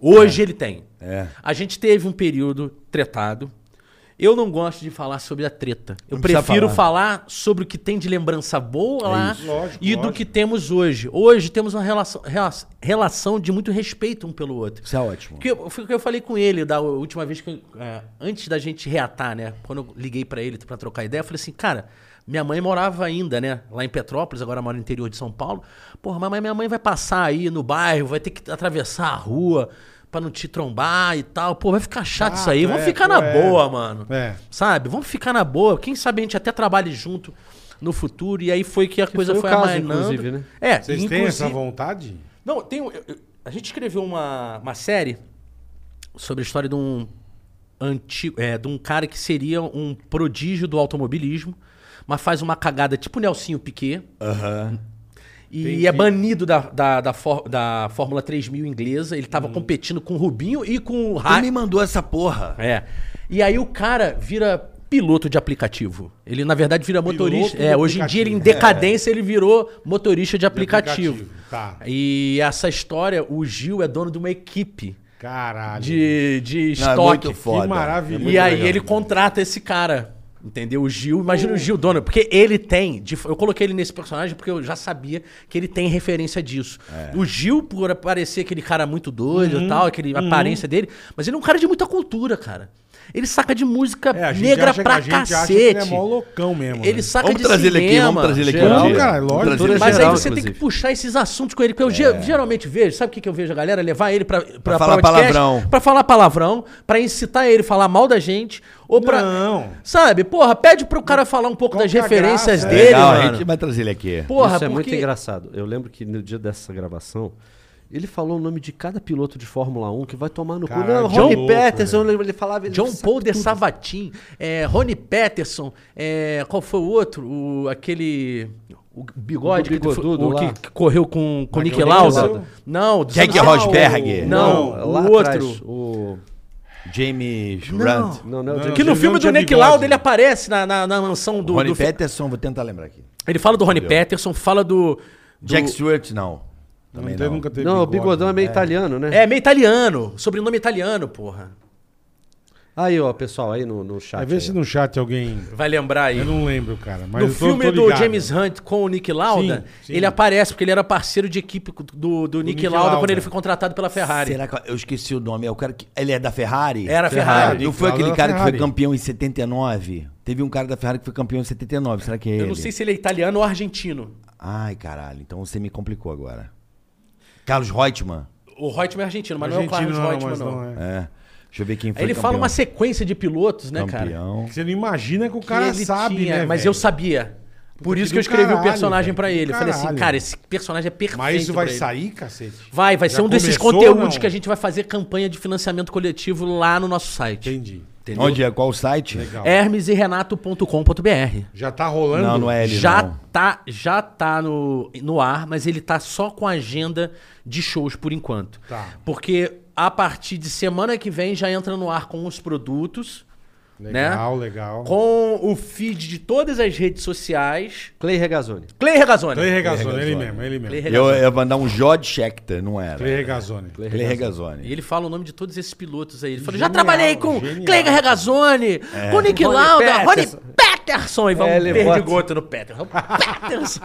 Hoje ele tem. É. A gente teve um período tretado. Eu não gosto de falar sobre a treta. Eu Não precisa prefiro falar. É falar falar sobre o que tem de lembrança boa lá Lógico, e do lógico. que temos hoje. Hoje temos uma relação, rela- relação de muito respeito um pelo outro. Isso é ótimo. Porque eu- foi o que eu falei com ele da última vez que. eu- é, antes da gente reatar, né? Quando eu liguei pra ele pra trocar ideia, eu falei assim, cara. Minha mãe morava ainda, né? Lá em Petrópolis, agora mora no interior de São Paulo. Porra, mas minha mãe vai passar aí no bairro, vai ter que atravessar a rua pra não te trombar e tal. Pô, vai ficar chato isso aí. Chato, Vamos é, ficar pô, na é. boa, mano. É. Sabe? Vamos ficar na boa. Quem sabe a gente até trabalhe junto no futuro. E aí foi que a coisa foi o foi, caso, amainando. inclusive, né? É, Vocês inclusive... têm essa vontade? Não, tem um- eu- eu- A gente escreveu uma, uma série sobre a história de um antigo, é, de um cara que seria um prodígio do automobilismo, mas faz uma cagada tipo o Nelsinho Piquet. Aham. E é banido da, da, da, for- da Fórmula 3000 inglesa. Ele tava competindo com o Rubinho e com o Tu Ra me mandou essa porra. é. E aí o cara vira piloto de aplicativo. Ele, na verdade, vira motorista. de É, hoje em dia, ele, em decadência, ele virou motorista de aplicativo. aplicativo, tá. E essa história, o Gil é dono de uma equipe Caralho. de, de Não, é estoque. muito Que foda. maravilha. E aí ele contrata esse cara. Entendeu? O Gil, imagina o Gil dono, porque ele tem. de- Eu coloquei ele nesse personagem porque eu já sabia que ele tem referência disso. É. O Gil, por parecer aquele cara muito doido e tal, aquele aparência dele, mas ele é um cara de muita cultura, cara. Ele saca de música É, a gente negra acha- pra a gente acha que cacete. ele é mó loucão mesmo, Ele né? saca Vamos de trazer ele aqui, cinema. vamos trazer ele aqui. Geral, um dia. cara, Vamos lógico. trazer Cultura ele Mas aqui. aí geral, você tem inclusive. que puxar esses assuntos com ele, porque eu ge- geralmente vejo, sabe o que, que eu vejo a galera? Levar ele pra, pra, falar podcast, palavrão. Pra falar palavrão, pra incitar ele a falar mal da gente, ou pra... Não. Sabe, porra, pede pro cara falar um pouco Qual das que é a referências graça? dele, Legal, a mano. gente vai trazer ele aqui. Porra, Isso é porque... muito engraçado. Eu lembro que no dia dessa gravação, ele falou o nome de cada piloto de Fórmula 1 que vai tomar no cu. Caralho, Não, é John Ronnie louco, Peterson, ele falava... Ele John sabe Paul de tudo. Savatin, é, Rony Peterson, é, qual foi o outro? O, aquele... O bigode O que, foi- bigodudo o que lá. correu com o Nick Lauda? Lauda. Não, do Jack é Rosberg. Não, Não, o lá outro. atrás, o... Jamie Rand. Não, não, é o Não. John- Que no Ele é filme um do Nick bigode. Lauda ele aparece na, na, na mansão do. Ronnie do fi- Peterson, vou tentar lembrar aqui. Ele fala do Rony Peterson, fala do. do- Jack Stewart, não. Também Não tem- não. Nunca teve Não, o bigode. bigodão é meio italiano, né? É, meio italiano. Sobrenome italiano, porra. Aí, ó, pessoal, aí no, no chat. Vai ver aí, É, se ó. no chat alguém. Vai lembrar aí. Eu No não lembro, cara. É, Mas eu tô- filme tô do ligado. James Hunt com o Nick Lauda, Sim, sim. ele aparece, porque ele era parceiro de equipe do, do, Nick, Nick Lauda, Lauda. quando ele foi contratado pela Ferrari. Será que eu esqueci o nome? É o cara que. Ele é da Ferrari? Era a Ferrari. Não foi Nicola aquele da cara que foi Ferrari. campeão em 79? Teve um cara da Ferrari que foi campeão em 79. Será que é ele? Eu não sei se ele é italiano ou argentino. Ai, caralho. Então você me complicou agora. Carlos Reutemann. O Reutemann é argentino, mas Argentino não é o Carlos mas Reutemann, não. é. É. Deixa eu ver quem foi Aí ele campeão. fala uma sequência de pilotos, né, cara? Campeão. Que Você não imagina que o que cara ele sabe, tinha, né? Mas velho? eu sabia. Por Puta, que isso que eu do escrevi o caralho, personagem velho, pra que do ele. Eu falei assim, caralho. cara, esse personagem é perfeito. Mas isso vai pra ele. sair, cacete? Vai, vai Já ser um desses começou, conteúdos não? que a gente vai fazer campanha de financiamento coletivo lá no nosso site. Entendi. Entendeu? Onde é? Qual o site? Legal. Hermeserenato.com.br. Já tá rolando? Não, não é ele. Já não. tá, já tá no, no ar, mas ele tá só com a agenda de shows por enquanto. Tá. Porque a partir de semana que vem já entra no ar com os produtos. né? Legal, legal. Com o feed de todas as redes sociais. Clay Regazzoni. Clay Regazzoni. Clay Regazzoni, Então ele mesmo, ele Clay mesmo. Eu Regazzoni. ia mandar um Jod Schechter, não era. Clay Regazzoni. é Clay Regazzoni. E ele fala o nome de todos esses pilotos aí. Ele fala, já Genial, trabalhei com genial. É. Clay Regazzoni, com Nick Ronnie Lauda, Ronnie Peterson. Peterson. E vamos ele perder bota- goto <laughs> no Peterson. Peterson.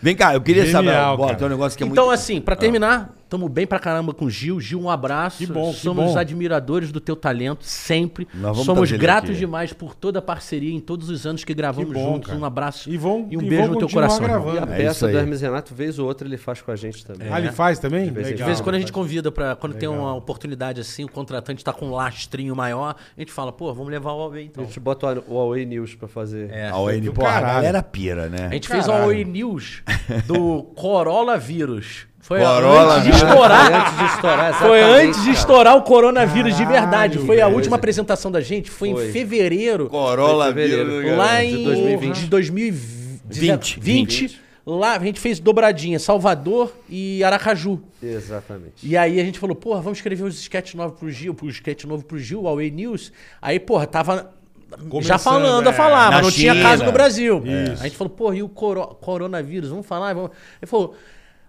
Vem cá, eu queria Genial, saber. Bora, cara. tem um negócio que é então, muito. assim, pra terminar, tamo bem pra caramba com o Gil. Gil, um abraço. Ah. Que bom, que Somos bom. admiradores do teu talento, sempre. Nós vamos Somos trazer ele gratos aqui. demais por toda a parceria em todos os anos que Que gravamos bom, juntos. cara. Um abraço E, vão, e um e beijo vão no teu continuar coração. irmão. gravando. E É a isso peça aí. do Hermes Renato, vez ou outra, ele faz com a gente também. É. Ah, ele faz também? De vez em Legal. De vez em quando a rapaz. gente convida pra. Quando tem uma oportunidade assim, o contratante tá com um lastrinho maior, a gente fala, pô, vamos levar o Huawei então. A gente bota o- o Huawei News pra fazer. É. A ON, do porra, a caralho. galera pira, né? A gente fez a Oi News do Corolla Vírus. Foi Corolla antes de Vírus. Ah, Foi estourar. antes de estourar, Foi exatamente, antes de cara. estourar o coronavírus de Caralho, verdade. Foi a velho. última apresentação da gente. Foi, Foi. em fevereiro. Corolla né, Fevereiro. vírus. lá em de 2020. de 20. 2020. 20. Lá a gente fez dobradinha, Salvador e Aracaju. Exatamente. E aí a gente falou, porra, vamos escrever os sketch novos pro Gil, pro sketch novo pro Gil, Huawei News. Aí, porra, tava já Começando, falando é. a falar, Na mas não tinha China. caso no Brasil. Isso. A gente falou, porra, e o coro- coronavírus? Vamos falar? Vamos... Ele falou...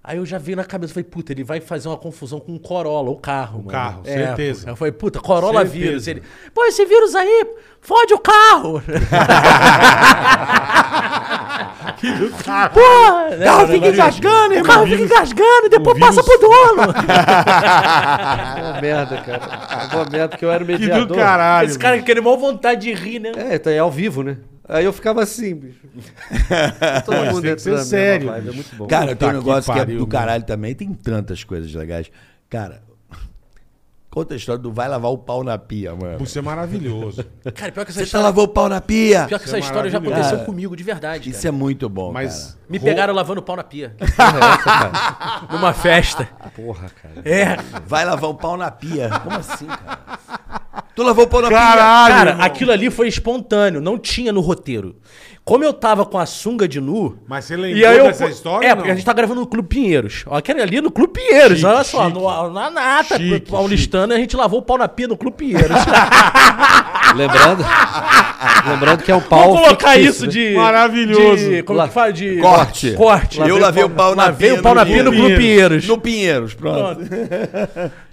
Aí eu já vi na cabeça, falei, puta, ele vai fazer uma confusão com o Corolla, o carro, mano. carro, certeza. pô. Eu falei, puta, Corolla Certeza. vírus. Ele, pô, esse vírus aí, fode <laughs> o carro. Pô, o carro fica engasgando, o carro fica engasgando e depois passa pro dono. É uma merda, cara. É uma merda, porque eu era o Que do mediador. caralho. Esse cara querendo mal vontade de rir, né? É, tá aí ao vivo, né? Aí eu ficava assim, bicho. Todo Mas mundo tem que dentro ser da mesma sério, vibe, é bicho. muito bom. Cara, tem um que negócio que, é pariu, meu. do caralho também. Tem tantas coisas legais. Cara, conta a história do vai lavar o pau na pia, mano. Isso é <laughs> maravilhoso. Cara, pior que essa Você tá história, lavou o pau na pia? pior que essa é história já maravilhoso. aconteceu Cara, comigo, de verdade. Isso cara. é muito bom, Mas. cara. Me Ro- pegaram lavando pau na pia. <laughs> Numa festa. Porra, cara. É. Vai lavar o pau na pia. Como assim, cara? Tu lavou o pau na Caralho! Cara, irmão. aquilo ali foi espontâneo, não tinha no roteiro. Como eu tava com a sunga de nu. Mas você E lembrou aí eu, dessa história? é, ou porque não? a gente tá gravando no Clube Pinheiros. Ó, Aquele ali é no Clube Pinheiros, Chique, olha só. chique. no- na nata, Chique, paulistana, a gente lavou o pau na pia no Clube Pinheiros. Lembrando, lembrando que é um pau Vamos colocar fictício, isso né? de. Maravilhoso. de- como é La- que fala? De. Corte. Corte. Eu lavei o pau na Lavei pia o pau no na pia no Clube Pinheiros. No Pinheiros, pronto.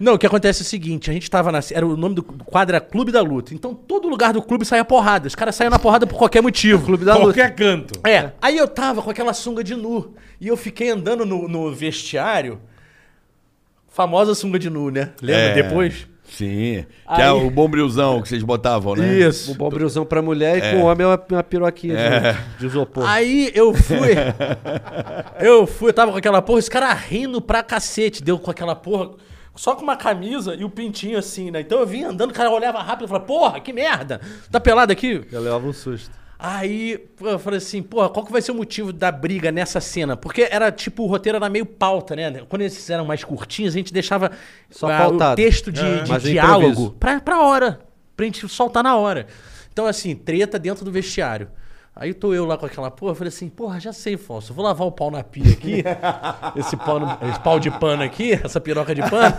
Não, o que acontece é o seguinte: a gente tava na. Era o nome do quadro era Clube da Luta. Então todo lugar do clube saía porrada. Os caras saíam na porrada por qualquer motivo. Clube da Qualquer canto. tá É. Aí eu tava com aquela sunga de nu. E eu fiquei andando no, no vestiário. Famosa sunga de nu, né? Lembra? É. Depois? Sim. Que Aí- é o bombrilzão que vocês botavam, É. né? Um bom brilzão pra mulher e com o homem é uma, uma piroquinha de, de isopor. Aí eu fui. eu fui, eu tava com aquela porra, os caras rindo pra cacete. Deu com aquela porra. Só com uma camisa e o pintinho assim, né? Então eu vim andando, o cara olhava rápido e falava, porra, que merda! Tá pelado aqui? Eu levava um susto. Aí pô, eu falei assim, porra, qual que vai ser o motivo da briga nessa cena? Porque era tipo, o roteiro era meio pauta, né? Quando eles eram mais curtinhos, a gente deixava Só ah, o pautado. texto de, de Mas é diálogo improviso. pra, pra hora. Pra gente soltar na hora. Então, assim, treta dentro do vestiário. Aí tô eu lá com aquela porra, eu falei assim, porra, já sei, Falso, vou lavar o pau na pia <laughs> aqui, esse, pano, esse pau de pano aqui, essa piroca de pano,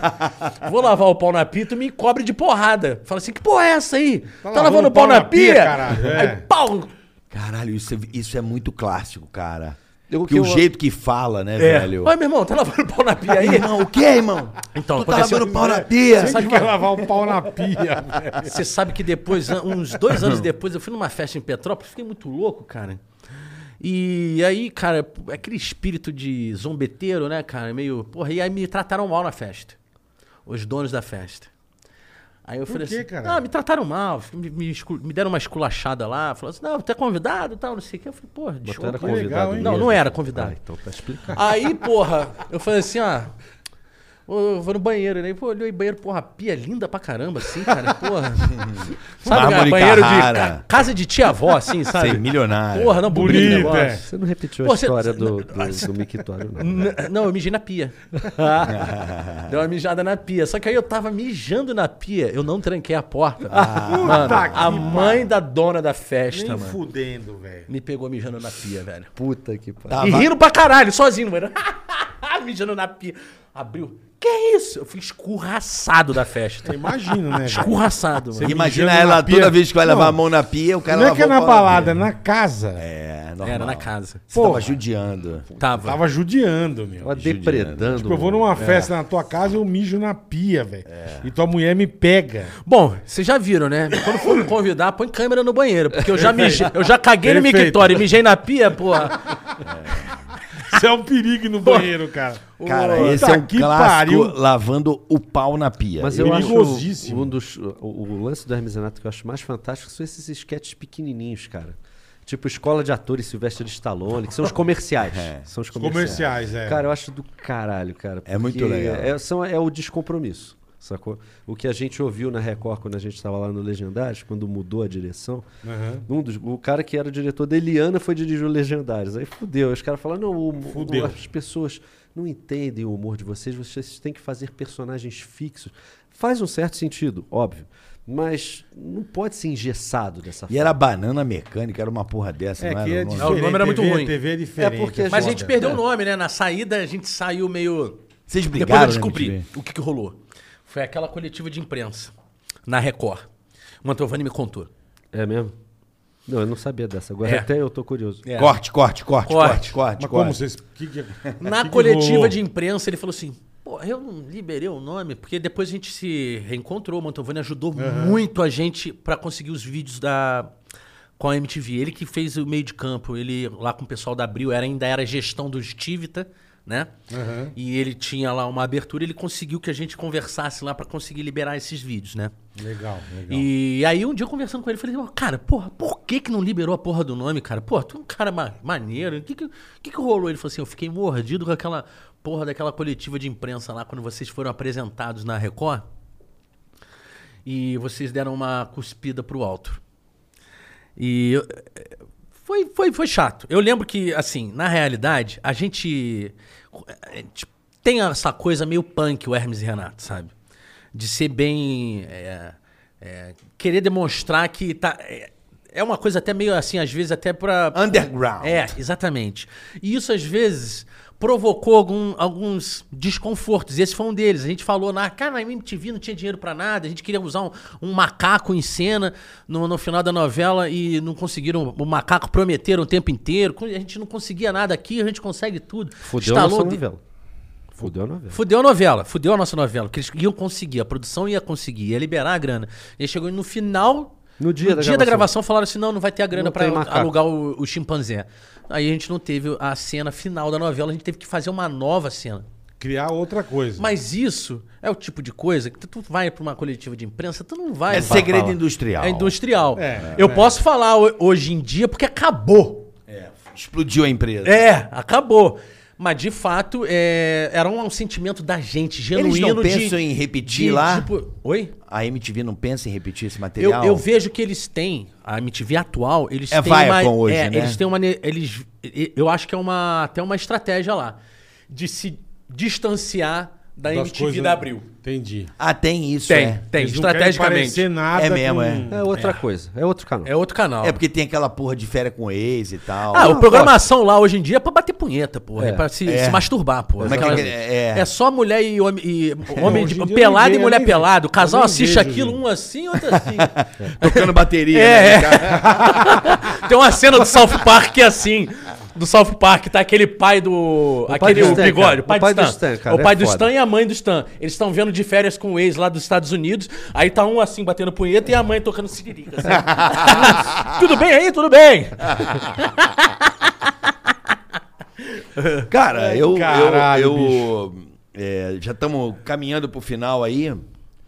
vou lavar o pau na pia, tu me cobre de porrada. Fala assim, que porra é essa aí? Tá, lavando o pau na, pia? caralho, é. Aí, pau, Caralho, isso é, isso é muito clássico, cara. Eu- que o eu- jeito que fala, né, É. velho? Ai, meu irmão, tá lavando pau na pia aí? Irmão, o que, irmão? Então, tu tá aconteceu- lavando pau na pia. Sabe Sabe que- é? que vai lavar o pau na <laughs> pia, velho. Você sabe que depois, an- uns dois anos depois, eu fui numa festa em Petrópolis, fiquei muito louco, cara. E aí, cara, é aquele espírito de zombeteiro, né, cara? Meio. Porra, e aí me trataram mal na festa. Os donos da festa. Aí eu falei quê, assim, cara? não, me trataram mal, me, me escu- me deram uma esculachada lá, falaram assim, não, tu é convidado e tal, não sei o quê. Eu falei, porra, Então era desculpa. legal, convidado. hein? Não, mesmo. não era convidado. Ah, então tá explicado. Aí, porra, eu falei assim, ó. Eu vou no banheiro, né? Pô, olhei o banheiro, porra, a pia é linda pra caramba, assim, <laughs> cara, porra. sabe, cara, Mármore banheiro de Carrara. ca- casa de tia-avó, assim, sabe? Sei, milionário. Porra, não, bonito Bonito, negócio. é. Você não repetiu Pô, a você- história você- <laughs> do, do, do mictório, não. né? N- Não, eu mijei <laughs> na pia. Deu uma mijada na pia. Só que aí eu tava mijando na pia, eu não tranquei a porta. Mano, Ah. Puta que a mãe da dona da festa, Tá, Nem mano, fudendo, velho. me pegou mijando na pia, velho. Tá. Puta que pariu. Tava- E rindo pra caralho, sozinho, mano. <laughs> Mijando na pia. Abriu. Que isso? Eu fui escurraçado da festa. Imagino, né? velho? <laughs> escurraçado, mano. Imagina mijando ela na pia. toda vez que vai lavar a Não. mão na pia, o cara Não é que é lavou na o pau balada, pia. na casa. É, normal. Era na casa. Você Porra. tava judiando. Tava. Tava judiando, meu. Tava Tá depredando. Tipo, eu vou É. numa festa na tua casa e eu mijo na pia, velho. E tua mulher me pega. Bom, vocês já viram, né? Quando for me convidar, põe câmera no banheiro. Porque eu já mijei, eu já caguei no Perfeito. mictório, e mijei na pia, porra. Isso é um perigo no banheiro, cara. Cara, Puta esse é um que clássico pariu. lavando o pau na pia. Mas É eu acho perigosíssimo. um dos, o, o lance do Hermes Renato que eu acho mais fantástico são esses esquetes pequenininhos, cara. Tipo Escola de Atores Sylvester Stallone, que são os <laughs> comerciais. São os comerciais. comerciais, é. Cara, eu acho do caralho, cara. É muito porque legal. É, são, é o descompromisso, sacou? O que a gente ouviu na Record quando a gente estava lá no Legendários, quando mudou a direção. Um dos, o cara que era o diretor da Eliana foi dirigir o Legendários. Aí fudeu. Os caras falaram, não, o, o- Fudeu. as pessoas não entendem o humor de vocês, vocês têm que fazer personagens fixos. Faz um certo sentido, óbvio. Mas não pode ser engessado dessa E era banana mecânica, era uma porra É, dessa, não era? um Não- o nome era muito TV, ruim. TV é diferente. É porque a Mas a Foda. gente perdeu o nome, né? Na saída, a gente saiu meio. Vocês Depois eu brigaram né, na descobri MTV? o que, que rolou. Foi aquela coletiva de imprensa na Record. O Mantovani me contou. É mesmo? Não, eu não sabia dessa. Agora É. até eu tô curioso. É. Corte, corte, corte, corte, Corte. corte, Mas como corte. vocês... que que- <laughs> Na que que coletiva rolou? de imprensa, ele falou assim: pô, eu não liberei o nome, porque depois a gente se reencontrou. O Mantovani ajudou muito a gente pra conseguir os vídeos da com a MTV. Ele que fez o meio de campo, ele lá com o pessoal da Abril, era, ainda era gestão do Stivita, né? E ele tinha lá uma abertura, ele conseguiu que a gente conversasse lá pra conseguir liberar esses vídeos, né? Legal, legal. E aí um dia eu conversando com ele, eu falei, "Ó, cara, porra, por que que não liberou a porra do nome, cara? Porra, tu é um cara ma- maneiro, o que que, que que rolou? Ele falou assim, eu fiquei mordido com aquela porra daquela coletiva de imprensa lá, quando vocês foram apresentados na Record, e vocês deram uma cuspida pro alto. E eu- eh, foi, foi, foi chato. Eu lembro que, assim, na realidade, a gente, a gente tem essa coisa meio punk, o Hermes e Renato, sabe? De ser bem. eh, eh, querer demonstrar que tá. eh, É uma coisa até meio assim, às vezes, até pra. Underground. É, exatamente. E isso, às vezes, provocou algum- alguns desconfortos. Esse foi um deles. A gente falou, na, cara, na MTV não tinha dinheiro pra nada, a gente queria usar um, um macaco em cena no, no final da novela e não conseguiram. O macaco prometeram o tempo inteiro. A gente não conseguia nada aqui, a gente consegue tudo. Fudeu a nossa de- novela. Fudeu a novela. Fudeu a novela, fudeu a nossa novela, porque eles iam conseguir, a produção ia conseguir, ia liberar a grana. E aí chegou no final. No dia da da gravação. gravação falaram assim: não, não vai ter a grana Não pra tem macaco. alugar o, o chimpanzé. Aí a gente não teve a cena final da novela, a gente teve que fazer uma nova cena. Criar outra coisa. Mas isso é o tipo de coisa que tu- tu vai pra uma coletiva de imprensa, tu não vai. É não vai segredo falar. industrial. É industrial. É, Eu posso falar ho- hoje em dia porque acabou. Explodiu a empresa. É, acabou. Mas de fato, é, era um, um sentimento da gente, genuíno. Eles não de- pensam em repetir de- lá? tipo, oi? A MTV não pensa em repetir esse Eu, material? eu vejo que eles têm, a MTV atual, eles É têm Viacom uma. hoje, é, né? Eles têm uma. ne- Eles, e- eu acho que é uma, até uma estratégia lá. De se distanciar da Das MTV coisas- da Abril. Entendi. Ah, tem isso, Tem, é. tem, Eles não querem estrategicamente. parecer nada É mesmo, com- É outra coisa. É outro canal. É outro canal. É porque tem aquela porra de férias com ex e tal. Ah, o programação lá hoje em dia é pra bater punheta, porra. É, pra se, É. se masturbar, porra. Mas Aquela- que- é, é. só mulher e homem. e homem hoje de- em dia eu pelado nem e vejo, mulher nem vejo. pelado. O casal Eu nem assiste vejo, aquilo, gente. um assim, outro assim. <laughs> Tocando bateria, É, né, cara? Tem uma cena do South Park que é assim. Do South Park, tá aquele pai do. pai aquele do o Stan, bigode. cara. O pai, do Stan. cara, o pai é do foda. Stan e a mãe do Stan. Eles estão vendo de férias com o ex lá dos Estados Unidos. Aí tá um assim batendo punheta e a mãe tocando siririca. assim. tudo bem aí? Tudo bem. É, Cara, eu. eu- caralho, eu, é, já estamos caminhando pro final aí.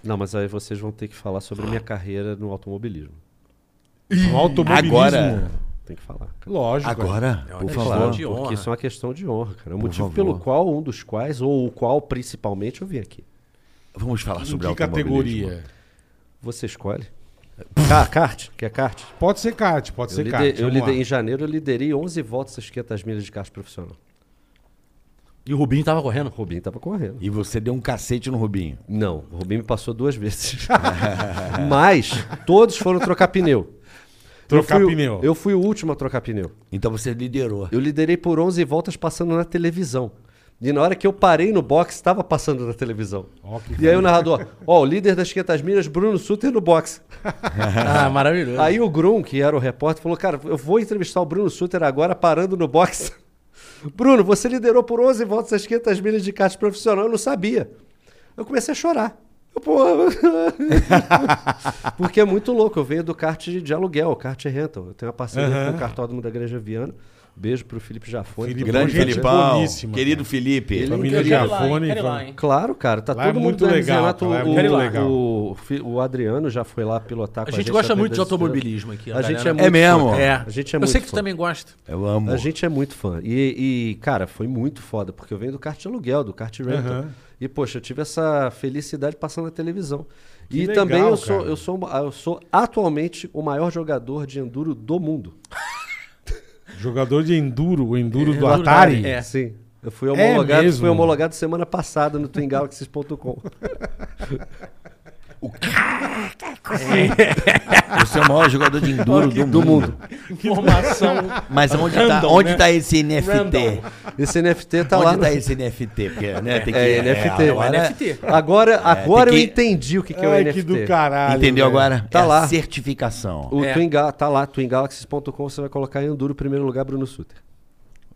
Não, mas aí vocês vão ter que falar sobre a minha carreira no automobilismo. com automobilismo. Agora. Tem que falar. cara. Lógico. é. Agora, por que favor. claro. Claro, de honra. porque isso é uma questão de honra, cara. É O motivo favor. pelo qual, um dos quais, ou o qual principalmente, eu vim aqui. Vamos falar Em sobre que automobilismo. categoria? Você escolhe. Car kart? Quer kart? Pode ser kart, pode Eu, ser lider- kart. eu vamos lá. lider- em janeiro eu liderei 11 voltas às 500 milhas de kart profissional. E o Rubinho tava correndo. O Rubinho tava correndo. E você deu um cacete no Rubinho. Não, o Rubinho me passou duas vezes. Mas todos foram trocar pneu. Trocar eu fui, o- pneu. Eu fui o último a trocar pneu. Então você liderou. Eu liderei por 11 voltas passando na televisão. E na hora que eu parei no box, estava passando na televisão. Ó, que e aí o narrador, ó, o líder das 500 milhas, Bruno Suter, no box. Ah, maravilhoso. Aí o Grum, que era o repórter, falou: Cara, eu vou entrevistar o Bruno Suter agora parando no box. <laughs> Bruno, você liderou por 11 voltas as 500 milhas de kart profissional, eu não sabia. Eu comecei a chorar. Eu, Pô, <laughs> porque é muito louco. Eu venho do kart de, de aluguel, kart rental. Eu tenho uma parceria com o cartódromo da Igreja Viana. Beijo pro Felipe Jafone. Felipe, Grande gente Felipão. boníssima, Querido cara. Felipe. Família de Afone. Quero ir lá, hein? Claro, cara, tá Lá é todo mundo muito do legal, artesanato. lá é o, muito o- legal. O, fi- o Adriano já foi lá pilotar A com gente gosta na muito de primeira vez. automobilismo aqui. A gente é galera. muito É mesmo? fã. É. A gente é eu muito sei que tu fã. também gosta. Eu amo. A gente é muito fã. E, e, cara, foi muito foda, porque eu venho do kart de aluguel, do kart rental. E, poxa, eu tive essa felicidade passando na televisão. Que e legal, também eu sou, cara. eu, sou, eu sou atualmente o maior jogador de enduro do mundo. Jogador de enduro, o enduro do Enduro, Atari. é. Sim. Eu fui homologado, mesmo? fui homologado semana passada no twingalaxies.com. Você é o maior jogador <laughs> de enduro do, mundo. Formação. Mas onde, tá, Random, onde né? tá esse NFT? Esse NFT tá onde lá. tá esse NFT? Porque, né, tem que, É, um NFT. agora- é NFT. Agora, É, agora tem eu que- entendi o que, que é o Ai, que NFT. do caralho. Entendeu velho. agora? Tá é A lá. certificação. O É. Twinga, tá lá, twingalaxies.com, você vai colocar Enduro em primeiro lugar, Bruno Suter.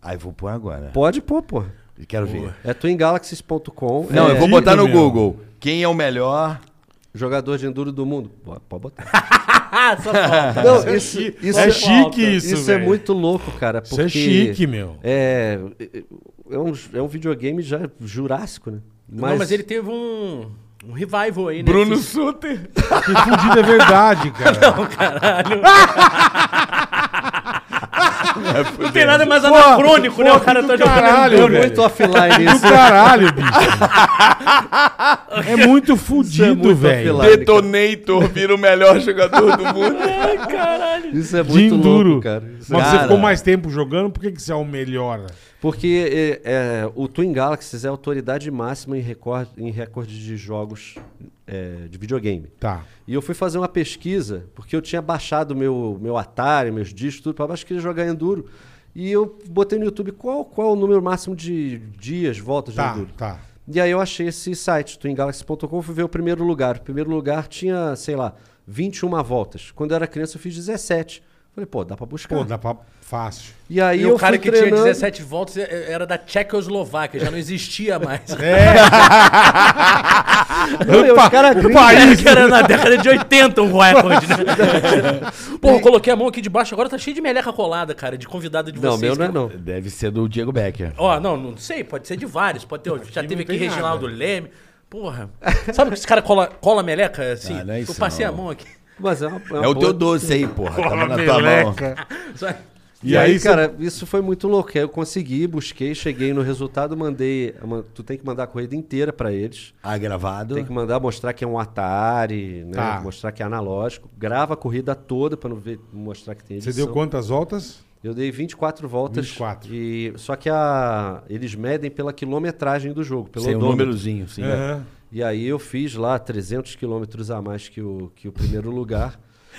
Aí vou pôr agora. Pode pôr, pô. Quero ver. É twingalaxies.com. Não, é, eu vou botar no Digo, meu. Google. Quem é o melhor? Jogador de Enduro do mundo. Pô, Pode botar. Ah, só falta. Não, é isso, chique. isso É é, chique isso, é velho. muito louco, cara. Isso é porque chique, meu. É, é, um, é um videogame já jurássico, né? Não, mas ele teve um, um revival aí, né? Bruno Que- Suter. Que fudido é verdade, cara. Não tem nada mais Pô, anacrônico, né? O pô, cara que tá do de caralho, Fernando. <laughs> velho. muito offline Do isso. é caralho, bicho. É muito fudido, muito velho. offline. Detonator vira o melhor jogador do mundo. Isso é De muito enduro. louco, cara. Isso é- Mas você Cara. ficou mais tempo jogando, por que, que você é o melhor? Porque é, é, o Twin Galaxies é a autoridade máxima em recorde, em recorde de jogos é, de videogame. Tá. E eu fui fazer uma pesquisa, porque eu tinha baixado meu, meu Atari, meus discos, tudo, para baixo, queria jogar Enduro. E eu botei no YouTube qual, qual é o número máximo de dias, voltas de Tá, Enduro. tá. E aí eu achei esse site, twingalaxy.com, fui ver o primeiro lugar. O primeiro lugar tinha, sei lá, 21 voltas. Quando eu era criança eu fiz 17. Falei, pô, dá pra buscar. Pô, dá pra. Fácil. E aí E eu o cara fui que treinando... tinha 17 voltas é- era da Tchecoslováquia, já não existia mais. Não, eu, os cara <laughs> gringo, Parece que era <laughs> na década de 80 um recorde, né? <laughs> Pô, eu coloquei a mão aqui de baixo, agora tá cheio de meleca colada, cara, de convidado de Não, vocês. meu não é cara. não. Deve ser do Diego Becker. Ó, não, não sei, pode ser de vários, pode ter, já teve aqui tem nada. Reginaldo Leme. Porra. Sabe que esse cara cola, cola meleca assim? Ah, não é eu isso passei não. a mão <laughs> aqui. Mas é, uma, uma É o boa. teu doce aí, porra. Tava Tá na tua mão. meleca. Sabe? E, aí, cara, isso foi muito louco. Aí eu consegui, busquei, cheguei no resultado, mandei. uma- Tu tem que mandar a corrida inteira pra eles. Ah, Tem que Agravado. mandar, mostrar que é um Atari, né? Tá. Mostrar que é analógico. Grava a corrida toda pra não ver, mostrar que tem Você edição. deu quantas voltas? Eu dei 24 voltas. 24. E, só que a, eles medem pela quilometragem do jogo, pelo É. Sem um odômetro. númerozinho, sim. Aham. E aí eu fiz lá 300 quilômetros a mais que o, que o primeiro lugar.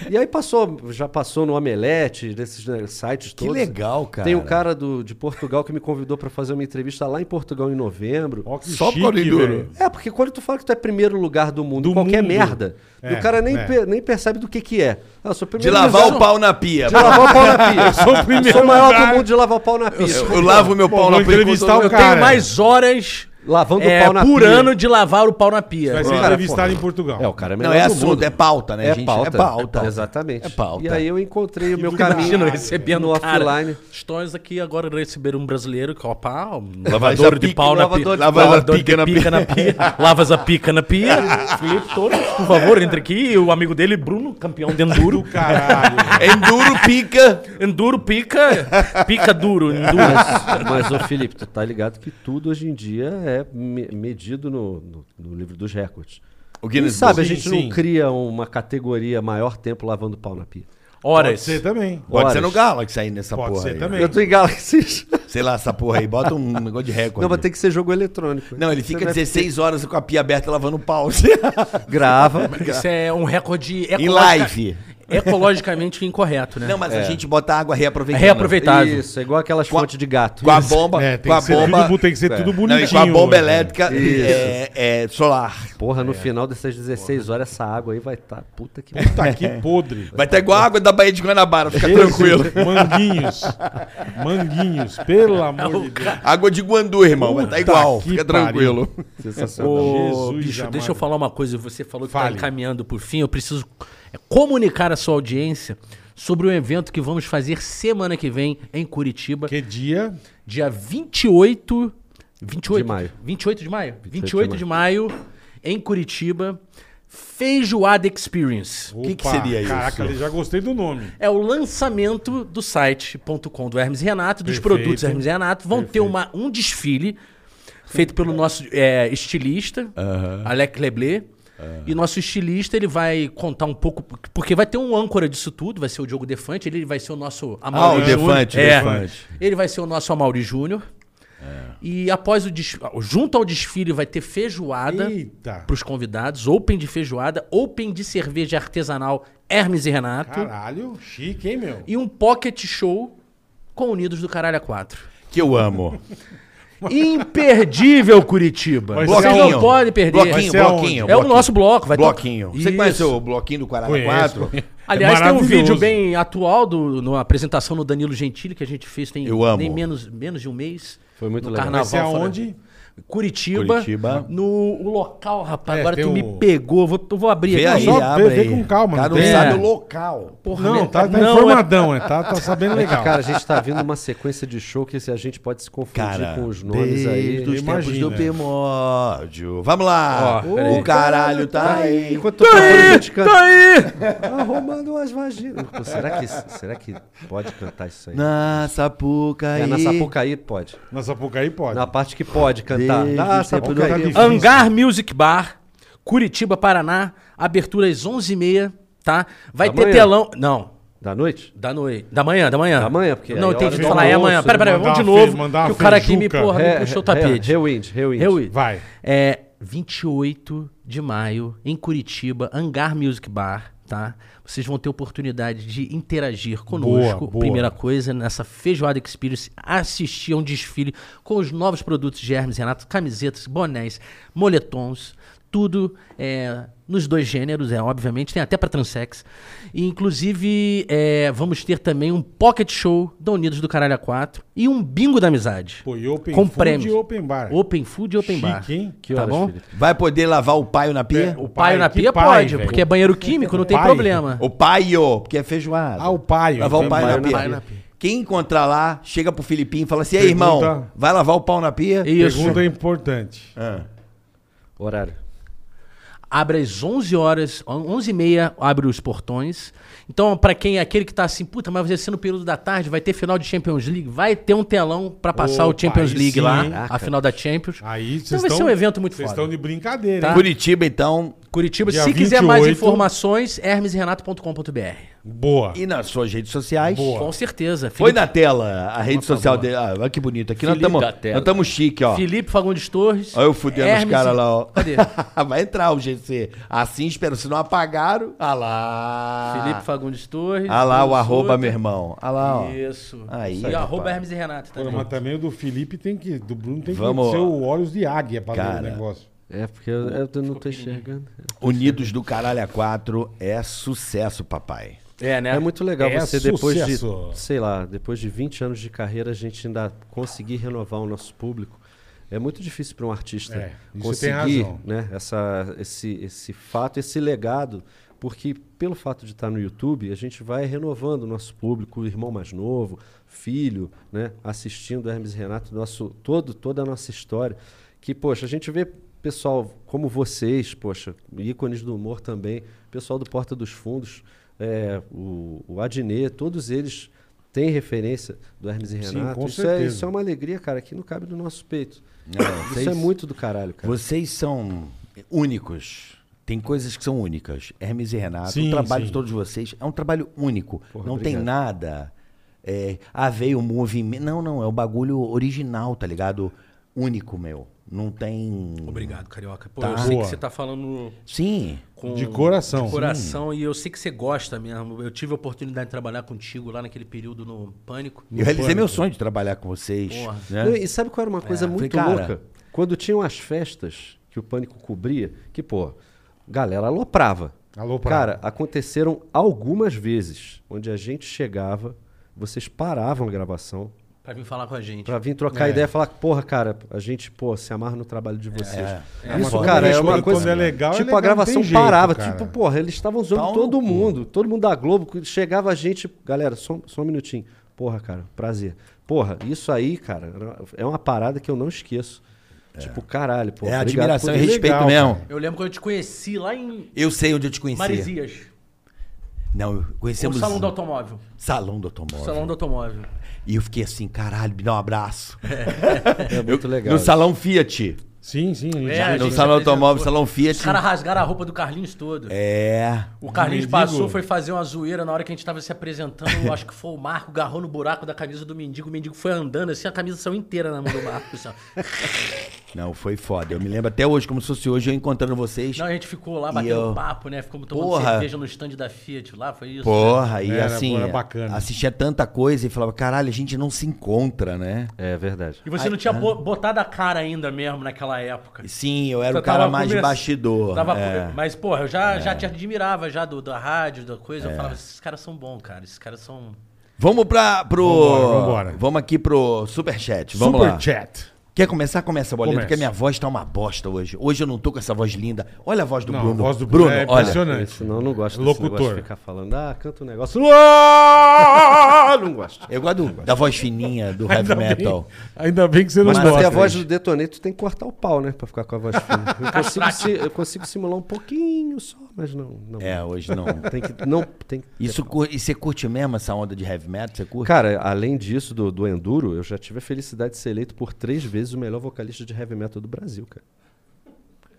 E aí passou, já passou no Omelete, nesses né, sites Que todos. legal, cara. Tem um cara do, de Portugal que me convidou pra fazer uma entrevista lá em Portugal em novembro. Ó, que Só por causa do chique, enduro. velho. É, porque quando tu fala que tu é primeiro lugar do mundo, Do qualquer mundo. merda, É, o cara nem, é. pe- nem percebe do que que é. Ah, eu sou De primeiro lavar lugar- o pau na pia. De lavar o pau na pia. Eu <laughs> sou o primeiro sou o maior lugar. do mundo de lavar o pau na pia. <laughs> Eu, eu lavo meu Bom, pau vou na pia. entrevistar enquanto o eu- cara. Tenho mais horas Lavando é, o pau na por pia. ano de lavar o pau na pia. <laughs> Vai ser Cara, entrevistado porra. em Portugal. É, o cara é Não, melhor é do assunto, mundo. é pauta, né, é gente? pauta. É pauta. Exatamente. É pauta. E aí eu encontrei o meu caminho Imagina eu recebendo no cara. offline. Stories aqui agora receber um brasileiro que, ó, pá, um Lavas lavador a de pica- pau na pia. lavador de- lavas a pica na pia. Lavas a pica na pia. Felipe Torres, por favor, entre aqui. E o amigo dele, Bruno, campeão de enduro. Caralho. Enduro pica. Enduro pica, pica duro, enduro. Mas, mas, ô Felipe, tu tá ligado que tudo hoje em dia é me- medido no, no- no livro dos recordes. O Quem Guinness sabe a Book. gente Sim, sim. não cria uma categoria maior tempo lavando pau na pia. Horas. Pode ser também. Pode Horas. ser no Galaxy aí nessa Pode porra ser aí. também. Eu tô em Galaxies. Sei lá, essa porra aí. Bota um <laughs> negócio de recorde. Não, mas tem que ser jogo eletrônico. Não, ele Você fica vai- 16 horas com a pia aberta lavando o pau. <laughs> Grava. Isso é um recorde ecológica- em live. ecologicamente incorreto, né? Não, É. mas a gente bota água reaproveitando. Reaproveitável. Isso, é igual aquelas Com a- fontes de gato. Com a bomba. É, tem com a que ser bomba. É. tudo, tem que ser tudo Não, bonitinho. né? e com a bomba velho. elétrica é, é solar. Porra, no final dessas 16 horas, essa água aí vai estar. Puta que. Puta que podre. Vai estar igual a água da Baía de Guanabara, fica tranquilo. Manguinhos. Manguinhos, pelo É amor de Deus. Água de Guandu, irmão, vai Puta estar igual, que fica pariu. tranquilo. Sensacional. Ô, Jesus bicho, amado. deixa eu falar uma coisa. Você falou que está Fale. encaminhando por fim. Eu preciso é, comunicar à sua audiência sobre um evento que vamos fazer semana que vem em Curitiba. Que dia? Dia 28... 28 De maio. 28 de maio? 28, de de maio, em Curitiba. Feijoada Experience. O que que seria isso? Caraca, eu já gostei do nome. É o lançamento do site.com do Hermes e Renato, dos Perfeito. produtos Hermes e Renato. Vão ter uma, um desfile feito pelo nosso é, estilista, Alec Leblé. E nosso estilista, ele vai contar um pouco, porque vai ter um âncora disso tudo, vai ser o Diogo Defante, ele vai ser o nosso Ah, o Amaury Júnior. Defante, o É. Defante. É. Ele vai ser o nosso Amaury Júnior. E após o desfile, junto ao desfile vai ter feijoada Eita. para os convidados, open de feijoada, open de cerveja artesanal Hermes e Renato Caralho, chique, hein, meu? e um pocket show com Unidos do Caralho 4. Que eu amo. Imperdível Curitiba. Vai Vocês ser um não podem perder. Bloquinho, Vai ser bloquinho. É o nosso bloco, vai bloquinho. tocar. Você Isso. conhece o bloquinho do Quarara Conheço. 4? Aliás, É tem um vídeo maravilhoso. bem atual do, numa apresentação no Danilo Gentili que a gente fez tem Eu amo. nem menos, menos de um mês. Foi muito no legal. Carnaval, Vai ser fora- aonde? Curitiba. Curitiba. No o local, rapaz. É, agora tem tu me o- pegou. Vou, eu vou abrir Vê aí, só vê- abre vê aí. com calma, Cara, não não tem- sabe É. o local. Porra, Não, né? tá, tá Não, é- informadão, é, tá, tá <laughs> sabendo É que, legal. cara, a gente tá vindo uma sequência de show que se a gente pode se confundir Cara, com os nomes aí. Desde os tempos imagina. do primórdio. Vamos lá. Ó, peraí. o caralho tá aí. Enquanto eu tô aí, tá aí! Arrumando umas vaginas. Pô, será, que, será que pode cantar isso aí? Na Sapucaí. É, na Sapucaí pode. Na Sapucaí pode. Na parte que pode cantar. Desde Na os tempos do Tá Sapucaí. difícil. Hangar Music Bar, Curitiba, Paraná. Abertura às 11h30, tá? Vai Da ter manhã? telão. Não, Da noite? da noite. Da manhã, da manhã. Da manhã, porque Não, aí eu é tenho hora que do falar, é amanhã. almoço, Pera, pera, vamos mandar de uma fe- novo. mandar uma Que o cara aqui me feijuca. porra, É, me puxou o tapete. Rewind, rewind. Rewind. Vai. É 28 de maio, em Curitiba, Hangar Music Bar, tá? Vocês vão ter oportunidade de interagir conosco, Boa, boa. primeira coisa, nessa feijoada experience, assistir a um desfile com os novos produtos de Hermes e Renato, camisetas, bonés, moletons, tudo é, nos dois gêneros, é obviamente, tem até para transex. E, inclusive, é, vamos ter também um pocket show da Unidos do Caralho A4 e um bingo da amizade. Pô, e open com food prêmios. e open bar. Open food e open Chique, bar. hein? Que tá horas, bom? Felipe? Vai poder lavar o paio na pia? O paio na que pia pai, pode, velho. porque é banheiro químico, não tem Pai. problema. O paio, porque é feijoada. Ah, o paio. Lavar o Tem paio paio na na pia. pia. Quem encontrar lá, chega pro Filipinho e fala assim: Ei, Pergunta- irmão, vai lavar o pau na pia? Ah. Isso. Pergunta importante. Horário. Abre às 11 horas, 11 e meia, abre os portões. Então, pra quem é aquele que tá assim, puta, mas vai ser no período da tarde, vai ter final de Champions League, vai ter um telão pra passar Opa, o Champions aí League sim, lá, hein? a final da Champions. Aí vocês então vai ser tão- um evento muito Vocês foda. estão de brincadeira, Tá? hein? Curitiba, então. Curitiba, Dia se quiser mais 28. informações, hermesrenato.com.br. Boa. E nas suas redes sociais. Com certeza. Foi Felipe, na tela a rede social dele. Ah, olha que bonito. Aqui nós Felipe estamos da tela. nós tamo chique, ó. Felipe Fagundes Torres. Olha eu fudendo os Hermes- caras lá, ó. <laughs> Cadê? Vai entrar o GC. Assim, espero. Se não apagaram. Ah lá. Felipe Fagundes Torres. Ah lá, o Bruno arroba, Souza. meu irmão. Ah lá, ó. Isso. Aí, e rapaz. arroba Hermes e Renato tá Pô, é também. mas também o do Felipe tem que. Do Bruno tem Vamos- que ser o olhos de águia pra ver Cara. o negócio. É, porque eu, eu não tô enxergando. Unidos do Caralho a 4 é sucesso, papai. É, né? É muito legal É você, depois sucesso. de, sei lá, depois de 20 anos de carreira, a gente ainda conseguir renovar o nosso público. É muito difícil para um artista É, isso tem conseguir razão. né, essa, esse, esse fato, esse legado, porque pelo fato de estar no YouTube, a gente vai renovando o nosso público, o irmão mais novo, filho, né, assistindo Hermes e Renato, nosso, todo, toda a nossa história. Que, poxa, a gente vê pessoal como vocês, poxa, ícones do humor também, pessoal do Porta dos Fundos, é, o, o Adnet, todos eles têm referência do Hermes e Sim, Renato. com isso, é, certeza. isso é uma alegria, cara, que não cabe no nosso peito. Não, vocês- isso é muito do caralho, cara. Vocês são únicos. Tem coisas que são únicas. Hermes e Renato, Sim, o trabalho sim. de todos vocês é um trabalho único. Porra, não tem obrigado. nada. É, ah, veio o movimento. Não, não. É o bagulho original, tá ligado? único, meu. Não tem. Obrigado, Carioca. Pô, Tá. eu sei Boa. que você tá falando Sim. com... De coração. de coração e eu sei que você gosta mesmo. Eu tive a oportunidade de trabalhar contigo lá naquele período no Pânico. Eu realizei meu sonho de trabalhar com vocês. Porra. né? E sabe qual era uma coisa muito falei, cara- louca? Quando tinham as festas que o Pânico cobria, que, pô, galera aloprava. Aloprava. Cara, aconteceram algumas vezes onde a gente chegava, vocês paravam a gravação Pra vir falar com a gente. pra vir trocar É. ideia e falar, porra, cara, a gente, pô, se amarra no trabalho de vocês. mas Isso, quando cara, eles- é uma quando coisa. é legal, é tipo, legal, a gravação não tem jeito, parava. cara. Tipo, porra, eles estavam zoando Pau no todo cu. mundo. Todo mundo da Globo. Chegava a gente. Galera, só, só um minutinho. Porra, cara, prazer. Porra, isso aí, cara, era- é uma parada que eu não esqueço. Tipo, caralho, porra. é obrigado admiração por- e legal, respeito cara. mesmo. Eu lembro quando eu te conheci lá em Eu sei onde eu te conheci. Marizias. Não, eu- O conhecemos. Salão do Automóvel. Salão do automóvel. Salão do Automóvel. E eu fiquei assim, caralho, me dá um abraço. É muito legal. No salão Fiat. Sim, sim. a gente- É, a no gente salão apresentou. automóvel, salão Os Fiat. caras rasgaram a roupa do Carlinhos todo. É. O Carlinhos Mendigo. passou, foi fazer uma zoeira na hora que a gente tava se apresentando. eu acho que foi o Marco, agarrou no buraco da camisa do mendigo. O mendigo foi andando assim, a camisa saiu inteira na mão do Marco. assim, ó. Não, foi foda. Eu me lembro até hoje, como se fosse hoje, eu encontrando vocês. Não, a gente ficou lá <laughs> E batendo eu- papo, né? Ficamos tomando Porra. cerveja no stand da Fiat lá, foi isso? né? Porra, e Era, assim, era bacana. assistia tanta coisa e falava, caralho, a gente não se encontra, né? É verdade. E você não tinha bo- botado a cara ainda mesmo naquela época. Sim, eu era Você o cara Então, tava mais de começando- bastidor. Tava- é. É. Mas, porra, eu já, já te admirava já do, da rádio, da coisa. Eu falava, esses caras são bons, cara. Esses caras são. Vamos pra, pro... Vambora, vambora. Vamos aqui pro superchat, vamos lá. Chat. Quer começar? Começa, Boleto, Começa. porque a minha voz tá uma bosta hoje. Hoje eu não tô com essa voz linda. Olha a voz do Não, Bruno. a voz do Bruno, Bruno é olha. impressionante. Senão eu não gosto desse Locutor. negócio de ficar falando, ah, canta um negócio. Ah, não gosto. Eu gosto do- da voz fininha, do heavy metal. Ainda bem que você não Mas pra ter a gosta. voz do Detonator tem que cortar o pau, né? Pra ficar com a voz fina. Eu consigo, si- eu consigo simular um pouquinho só, mas não. não. É, hoje não. Tem que. Não, tem que- Isso, cur- e você curte mesmo essa onda de heavy metal? Você curte? Cara, além disso, do, do Enduro, eu já tive a felicidade de ser eleito por três vezes o melhor vocalista de heavy metal do Brasil, cara.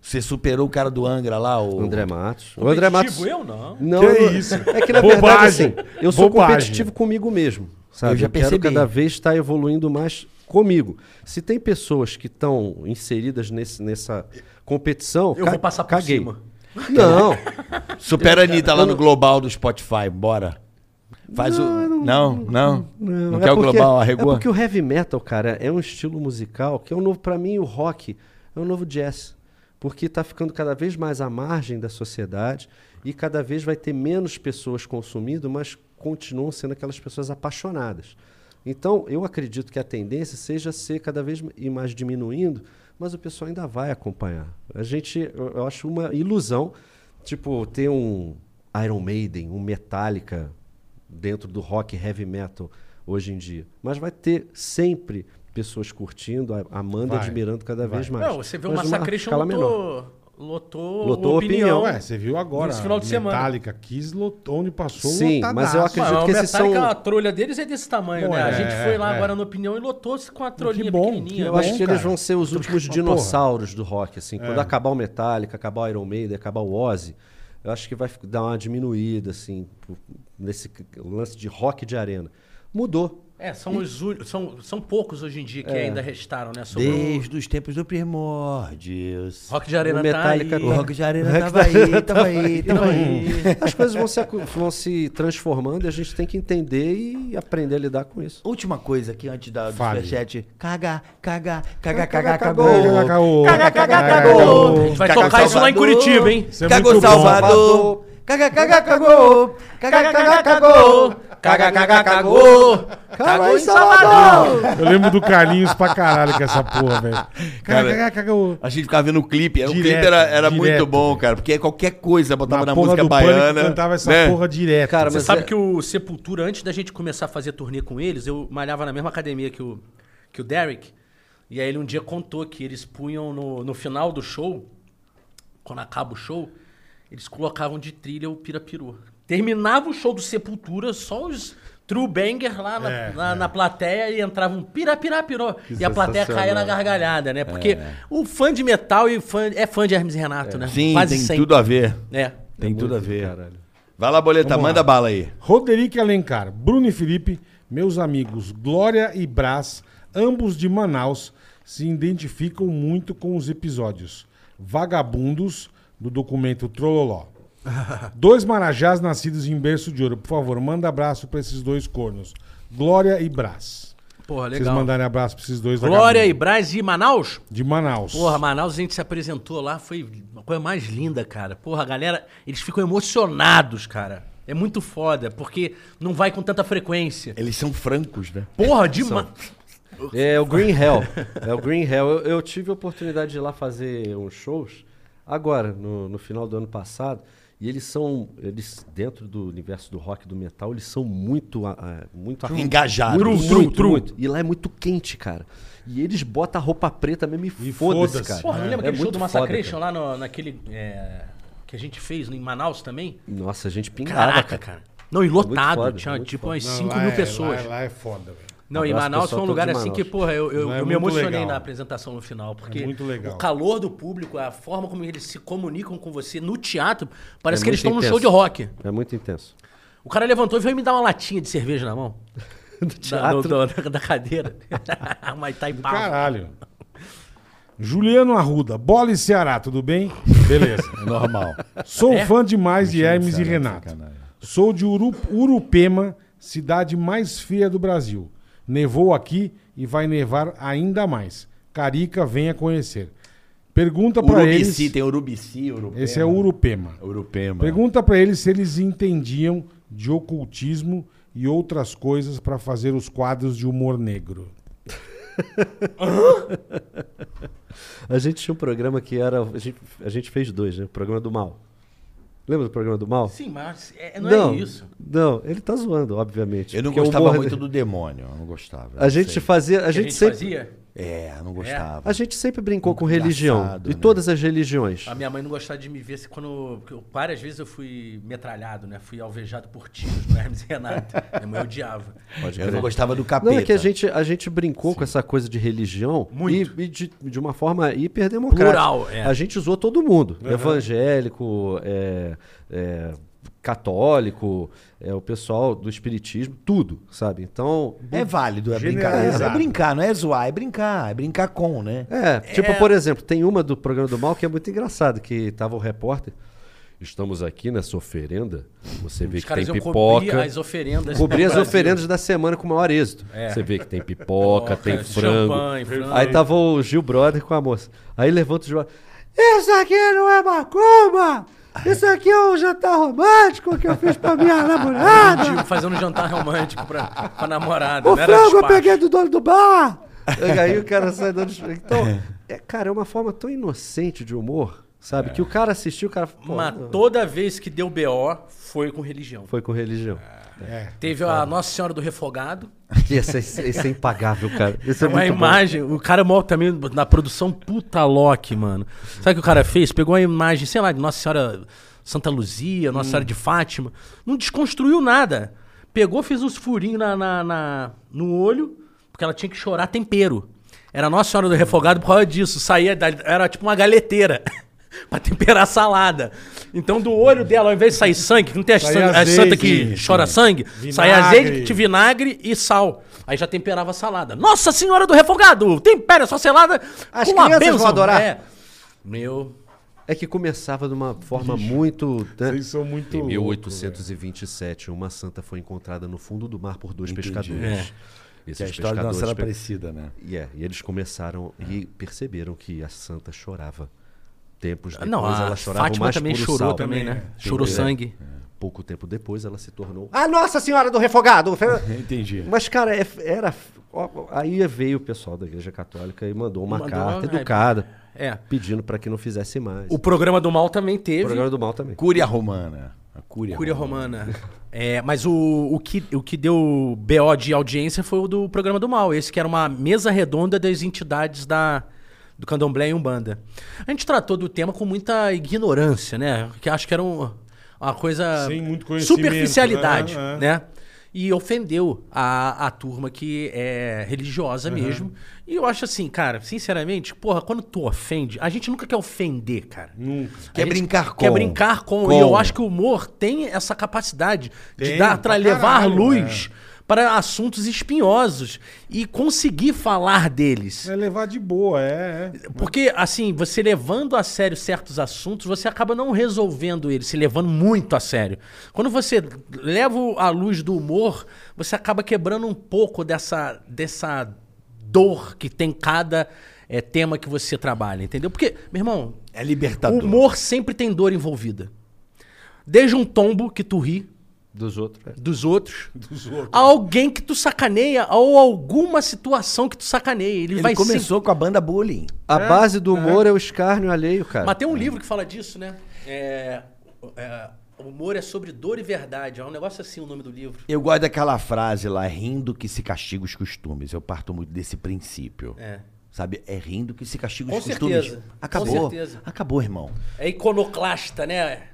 Você superou o cara do Angra lá, o... André Matos. O André Matos. Competitivo, eu não. Não, Que eu- isso? <laughs> É que na verdade, Bobagem. assim, eu sou Bobagem. competitivo comigo mesmo. Sabe? Eu já quero percebi. cada vez estar evoluindo mais comigo. Se tem pessoas que estão inseridas nesse- nessa competição, Eu ca- vou passar por caguei. cima. Não, Supera a Anitta lá no Global do Spotify, bora. Faz o. Não, não. Não, quer o porque- Global, É arregou? porque o heavy metal, cara, é um estilo musical que é um novo para mim o rock é um novo jazz, porque tá ficando cada vez mais à margem da sociedade e cada vez vai ter menos pessoas consumindo, mas continuam sendo aquelas pessoas apaixonadas. Então, eu acredito que a tendência seja ser cada vez e mais diminuindo, mas o pessoal ainda vai acompanhar. A gente, eu eu acho uma ilusão, tipo, ter um Iron Maiden, um Metallica, dentro do rock heavy metal hoje em dia. Mas vai ter sempre pessoas curtindo, a- amando e Vai, admirando cada vez mais. Não, você vê o Mas numa Massacration escala lotou, lotou. Lotou a opinião. é. Ué, você viu agora. Nesse final de semana. Metallica, Kiss, lotou, onde passou Sim, lotadaço. mas eu acredito- Mano, que o esses Metallica, são- a trolha deles é desse tamanho, Pô, né? A é, gente foi lá é. agora no opinião e lotou-se com a trolinha bom, pequenininha. né? Eu É Bom, acho que eles cara. É. vão ser os últimos porra. dinossauros do rock, assim. Quando acabar o Metallica, acabar o Iron Maiden, acabar o Ozzy, eu acho que vai fi- dar uma diminuída, assim, pro- nesse c- lance de rock de arena. Mudou. É, são, os uni- são, são poucos hoje em dia que ainda restaram, né? Sobre Desde os tempos do primórdios. o Rock de Arena O tá Metallica aí. O Rock de Arena tava aí, tava aí, tava Então, aí. As coisas vão se, acu- vão se transformando e a gente tem que entender e aprender a lidar com isso. Última coisa aqui antes da, do Fale. superchat. Caga, caga, caga, caga, Caga, cagou. cagou. Caga, caga, Cagou. cagou. A gente vai Caga, tocar isso lá em Salvador. Curitiba, hein? Isso é Cagou muito bom. Salvador. Caga, caga, cagou. Caga, caga, cagou. Caga, caga, cagou. Cagou em Salvador. Eu lembro do Carlinhos pra caralho com essa porra, velho. Cara, Caga, caga, o- A gente ficava vendo o clipe. Era- o Direto, clipe era, era direto. muito bom, cara. Porque é qualquer coisa botava na, porra música do baiana. Pânico cantava essa né? porra direto. Cara, Você mas sabe é- que o Sepultura, antes da gente começar a fazer turnê com eles, eu malhava na mesma academia que o, que o Derek. E aí ele um dia contou que eles punham no, no final do show, quando acaba o show, eles colocavam de trilha o Pirapiru. Terminava o show do Sepultura, só os True Banger lá na, É, na, na plateia e entravam um pirapirapiró. E a plateia caía na gargalhada, né? Porque o fã de metal e fã, é fã de Hermes e Renato, né? É. Sim, Quase tem sempre. tudo a ver. É. Tem tudo a ver. Caralho. Vai lá, boleta, Vamos lá. manda bala aí. Roderick Alencar, Bruno e Felipe, meus amigos Glória e Brás, ambos de Manaus, se identificam muito com os episódios vagabundos do documento <laughs> Trololó. Dois marajás nascidos em berço de ouro. Por favor, manda abraço pra esses dois cornos. Glória e Brás. Porra, Vocês legal. mandarem abraço pra esses dois Glória e vagabundos. Braz de Manaus? De Manaus. Porra, Manaus, a gente se apresentou lá, foi uma coisa mais linda, cara. Porra, a galera, eles ficam emocionados, cara. É muito foda, porque não vai com tanta frequência. Eles são francos, né? Porra, demais. É o Green Hell. É o Green Hell. Eu, eu tive a oportunidade de ir lá fazer uns shows agora, no, no final do ano passado. E eles são, eles dentro do universo do rock e do metal, eles são muito, ah, ah, muito acu- Engajados. Muito, True, true, muito, true. muito. E lá é muito quente, cara. E eles botam a roupa preta mesmo e, E foda-se, foda-se. cara. Porra, não lembra é aquele show muito do foda, cara. Massacration lá no- naquele. é, que a gente fez em Manaus também? Nossa, a gente pingava, Caraca, cara. cara. Não, e lotado. foda, é tinha muito tipo foda. umas Não, 5 lá mil é- pessoas. Lá, lá é foda, velho. Não, e Abraço, Manaus foi um pessoal todo lugar de assim Manaus. que, porra, eu, eu- Lá é eu me muito emocionei legal. na apresentação no final. Porque É muito legal. o calor do público, a forma como eles se comunicam com você no teatro, parece É que eles muito estão num intenso. show de rock. É muito intenso. O cara levantou e veio me dar uma latinha de cerveja na <laughs> mão. Do Da, teatro. do- <laughs> da- da cadeira. tá uma Itaipava. Caralho. Juliano Arruda, Bola e Ceará, tudo bem? Beleza. É <laughs> Normal. Sou fã demais de Hermes e Ceará, Renato. sacanagem. Sou de Uru- Urupema, cidade mais feia do Brasil. Nevou aqui e vai nevar ainda mais. Carica, venha conhecer. Então, Pergunta pra eles. Urubici, tem Urubici, Urupema. Esse é Urupema. Urupema. Pergunta pra eles se eles entendiam de ocultismo e outras coisas pra fazer os quadros de humor negro. A gente tinha um programa que era. A gente, a gente fez dois, né? O programa do mal. Lembra do programa do mal? Sim, mas é- não, é isso. Não, ele tá zoando, obviamente. Eu não porque o gostava humor muito dele- do demônio, eu não gostava. eu A não gente sei. fazia. A Que gente, sempre. fazia. É, eu não gostava. A gente sempre brincou com Engraçado, religião. De né? todas as religiões. A minha mãe não gostava de me ver se quando. porque eu- várias vezes eu fui metralhado, né? Fui alvejado por tiros no Hermes e <laughs> Renato. minha mãe odiava. Eu não gostava do Não, capeta. é que a gente, a gente brincou com essa coisa de religião Muito. e, e de, de uma forma hiperdemocrática. Plural, é. Uhum. A gente usou todo mundo. Evangélico, é, é, católico, é, o pessoal do espiritismo, tudo, sabe? Então... É válido, é brincar. Generalizado. É brincar, não é zoar, é brincar. É brincar com, né? É, tipo, por exemplo, tem uma do programa do mal que é muito engraçado, que tava o repórter. Estamos aqui nessa oferenda. Você vê Os que tem caras iam pipoca. cobrir as oferendas. Cobrir as Brasil. oferendas da semana com o maior êxito. É. Você vê que tem pipoca, tem frango. champanhe, frango. Aí tava o Gil Brother com a moça. Aí levanta o Gil Brother. Isso aqui não é macumba! Isso aqui é um jantar romântico que eu fiz pra minha namorada! Tipo, fazendo um jantar romântico pra, pra namorada. O não era frango eu despacho. peguei do dono do bar! Aí o cara sai dando. Então, é, cara, é uma forma tão inocente de humor, sabe? Que o cara assistiu, o cara. pô, Mas toda vez que deu BO, foi com religião. Foi com religião. Teve a Nossa Senhora do Refogado. <laughs> Esse, é- esse é impagável, cara. Esse é uma muito bom. imagem, o cara é mó também na produção puta Loki, mano. Sabe o que o cara fez? Pegou a imagem, sei lá, de Nossa Senhora Santa Luzia, Nossa Senhora de Fátima. Não desconstruiu nada. Pegou, fez uns furinhos na, na- na- no olho, porque ela tinha que chorar tempero. Era Nossa Senhora do Refogado por causa disso. Saía, da- era tipo uma galeteira. <laughs> Pra temperar a salada. Então, do olho dela, ao invés de sair sangue, que não tem as, Saía san- as azeite, santa que sim, chora sim. sangue, sai Vinagre. azeite, te vinagre e sal. Aí já temperava a salada. Nossa Senhora do Refogado! Tempera sua salada As com uma crianças bênção. vão adorar. É. Meu... É que começava de uma forma muito. né? Vocês são muito. Em loucos, velho. 1827, uma santa foi encontrada no fundo do mar por dois pescadores. Que é a história da nossa era parecida, né? pe... Yeah, E eles começaram e perceberam que a santa chorava. Tempos depois Não, a ela chorava Fátima mais também por o chorou sal. também, né? Entendeu? Chorou sangue. Pouco tempo depois ela se tornou a Nossa Senhora do <laughs> Refogado. Entendi. Mas, cara, é- era. ó, Aí veio o pessoal da Igreja Católica e mandou uma Mandou carta uma- educada É. pedindo para que não fizesse mais. O programa do mal também O teve. programa do mal também. Cúria romana. A cúria, Cúria Romana. É, mas o, o, que, o que deu BO de audiência foi o do programa do mal, esse que era uma mesa redonda das entidades da, do Candomblé e Umbanda. A gente tratou do tema com muita ignorância, né? Que acho que era um- uma coisa. Sem muito conhecimento, superficialidade, é, é. né? E ofendeu a, a turma que é religiosa mesmo. E eu acho assim, cara, sinceramente, porra, quando tu ofende, a gente nunca quer ofender, cara. Nunca. Quer A gente brincar com. Quer brincar Ah, com. Com. E eu acho que o humor tem essa capacidade Tem, de dar, pra pra levar caralho, é. luz. pra para assuntos espinhosos e conseguir falar deles. É levar de boa, é. é. Porque, assim, você levando a sério certos assuntos, você acaba não resolvendo eles, se levando muito a sério. Quando você leva o- a luz do humor, você acaba quebrando um pouco dessa, dessa dor que tem cada eh, tema que você trabalha, entendeu? Porque, meu irmão, É libertador. o humor sempre tem dor envolvida. Desde um tombo que tu ri Dos outros. é. <laughs> dos outros, a alguém que tu sacaneia ou alguma situação que tu sacaneia. Ele, Ele vai começou com a banda bullying. A base do humor é. o escárnio alheio, cara. Mas tem um livro que fala disso, né? É, é, humor é sobre dor e verdade. É um negócio assim o nome do livro. Eu gosto daquela frase lá, é rindo que se castiga os costumes. Eu parto muito desse princípio. É. Sabe? É rindo que se castiga Com os costumes. certeza. Acabou. Com certeza. Acabou, irmão. É iconoclasta, né?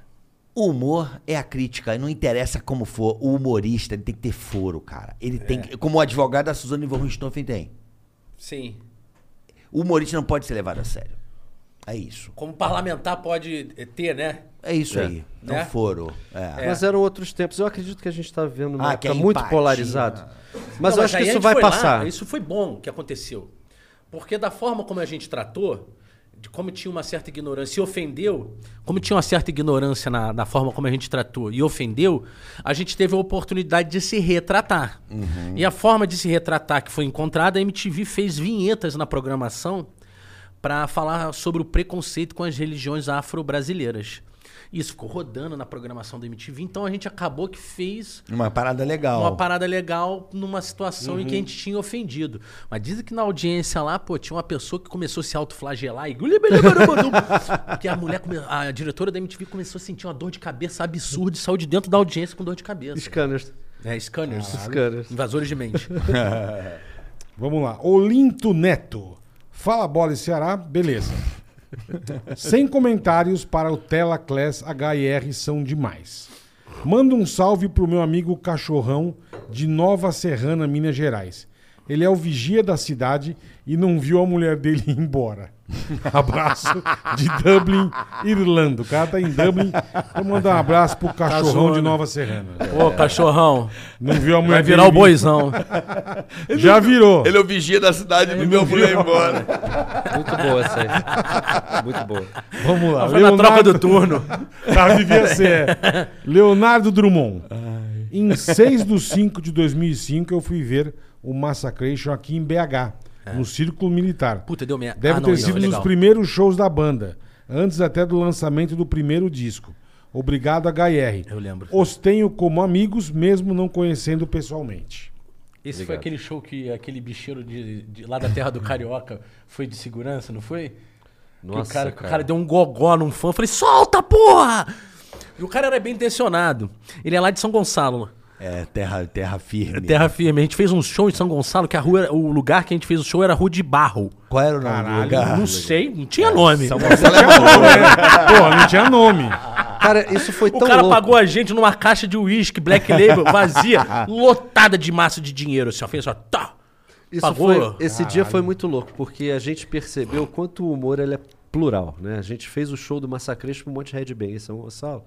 O humor é a crítica, e não interessa como for. O humorista ele tem que ter foro, cara. Ele É. tem que, como o advogado da Suzane von Richthofen tem. Sim. O humorista não pode ser levado a sério. É isso. Como parlamentar pode ter, né? É isso aí. É um Né? foro. É. Mas eram outros tempos. Eu acredito que a gente está vivendo uma Ah, que época é muito empatia. polarizado. Mas Não, eu acho que aí a isso gente vai foi lá, passar. isso foi bom que aconteceu. Porque da forma como a gente tratou, de como tinha uma certa ignorância e ofendeu, como tinha uma certa ignorância na, na forma como a gente tratou e ofendeu, a gente teve a oportunidade de se retratar. Uhum. E a forma de se retratar que foi encontrada, a MTV fez vinhetas na programação para falar sobre o preconceito com as religiões afro-brasileiras. Isso ficou rodando na programação da MTV, então a gente acabou que fez Uma parada legal. É. uma parada legal numa situação em que Uhum. a gente tinha ofendido. Mas dizem que na audiência lá, pô, tinha uma pessoa que começou a se autoflagelar e. <laughs> Porque a mulher, come- a diretora da MTV começou a sentir uma dor de cabeça absurda e saiu de dentro da audiência com dor de cabeça. Scanners. É, scanners. Ah, Scanners. Invasores <laughs> de mente. Vamos lá. Olinto Neto. Fala bola e Ceará, beleza. Sem comentários para o Tela Class HIR são demais. Manda um salve pro meu amigo Cachorrão de Nova Serrana, Minas Gerais. Ele é o vigia da cidade e não viu a mulher dele <laughs> ir embora. Abraço de Dublin, Irlanda. O cara tá em Dublin. Vou mandar um abraço pro Cachorrão de Tá zoando. Nova Serrana. Ô, cachorrão. Não viu a mulher Vai virar o dele vir- né? <laughs> boizão. Já virou. Ele é o vigia da cidade do meu mulher embora. Muito boa essa aí. Muito boa. <laughs> Vamos lá. Foi na troca do turno. <laughs> Tá, devia ser. Leonardo Drummond. Em 6 de 5 de 2005, eu fui ver o Massacration aqui em BH, no Círculo Militar. É. Puta, deu merda. Deve Ah, não, ter isso sido foi nos legal. primeiros shows da banda, antes até do lançamento do primeiro disco. Obrigado, HR. Eu lembro. Os tenho como amigos, mesmo não conhecendo <laughs> pessoalmente. Esse foi aquele show que aquele bicheiro de, de lá da terra do Carioca foi de segurança, não foi? Que Nossa, o cara, que cara. O cara deu um gogó num fã, eu falei, solta, porra! E o cara era bem intencionado. Ele é lá de São Gonçalo. É, terra, terra É firme. É Terra firme. A gente fez um show em São Gonçalo, que a rua, era- o lugar que a gente fez o show era a Rua de Barro. Qual era o nome do Ah, lugar? não sei, não tinha nome. São Gonçalo é bom. né? Pô, não tinha nome. Cara, isso foi O é tão cara louco. pagou a gente numa caixa de uísque Black <laughs> Label vazia, lotada de massa de dinheiro. Assim, ó, fez só, tá. Isso Pagou. foi- esse dia foi muito louco, porque a gente percebeu o quanto o humor ele é plural, né? A gente fez o show do Massacreixo com um monte de headbang em São Gonçalo.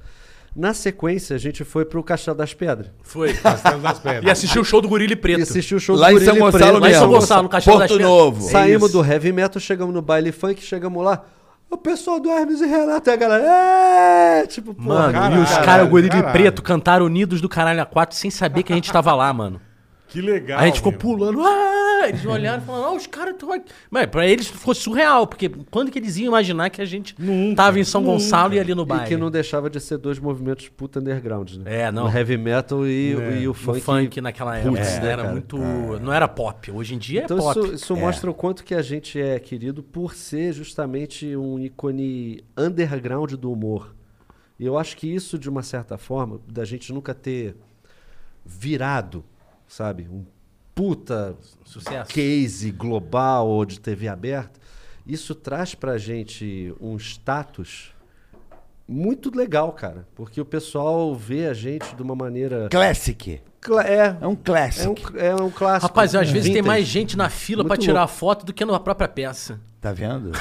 Na sequência, a gente foi pro Castelo das Pedras. Foi. Castelo das Pedras. E assistiu o show do Gorila e É E Preto. assistiu o show Lá do em Gorila São e Gonçalo Preto. mesmo. Lá em São Gonçalo, É Castelo Porto das Pedras. Novo. Saímos do heavy metal, chegamos no baile funk, chegamos lá. O pessoal do Hermes e Renato e a galera. É, tipo, pô, Mano, Caralho, e os caras, caralho, o Gorila e caralho. Preto, cantaram Unidos do Caralho a 4 sem saber que a gente tava lá, mano. Que legal. a gente ficou meu. pulando, ah! eles olharam e falaram, ah, os caras estão aqui. Mas pra eles ficou surreal, porque quando que eles iam imaginar que a gente tava em São Gonçalo e ali no E baile? que não deixava de ser dois movimentos puta underground, né? É, não. O heavy metal e, e o O funk. funk naquela época Putz, né, né, era cara? muito... Não era pop, hoje em dia Então é pop. isso, isso mostra o quanto que a gente é querido por ser justamente um ícone underground do humor. E eu acho que isso, de uma certa forma, da gente nunca ter virado, sabe? Um puta Sucesso. case global ou de TV aberta, isso traz pra gente um status muito legal, cara. Porque o pessoal vê a gente de uma maneira... Classic. Cla- É, É um classic. é um, é um clássico. Rapaz, às vezes tem vintage. mais gente na fila pra Muito tirar foto do que na própria peça. Tá vendo?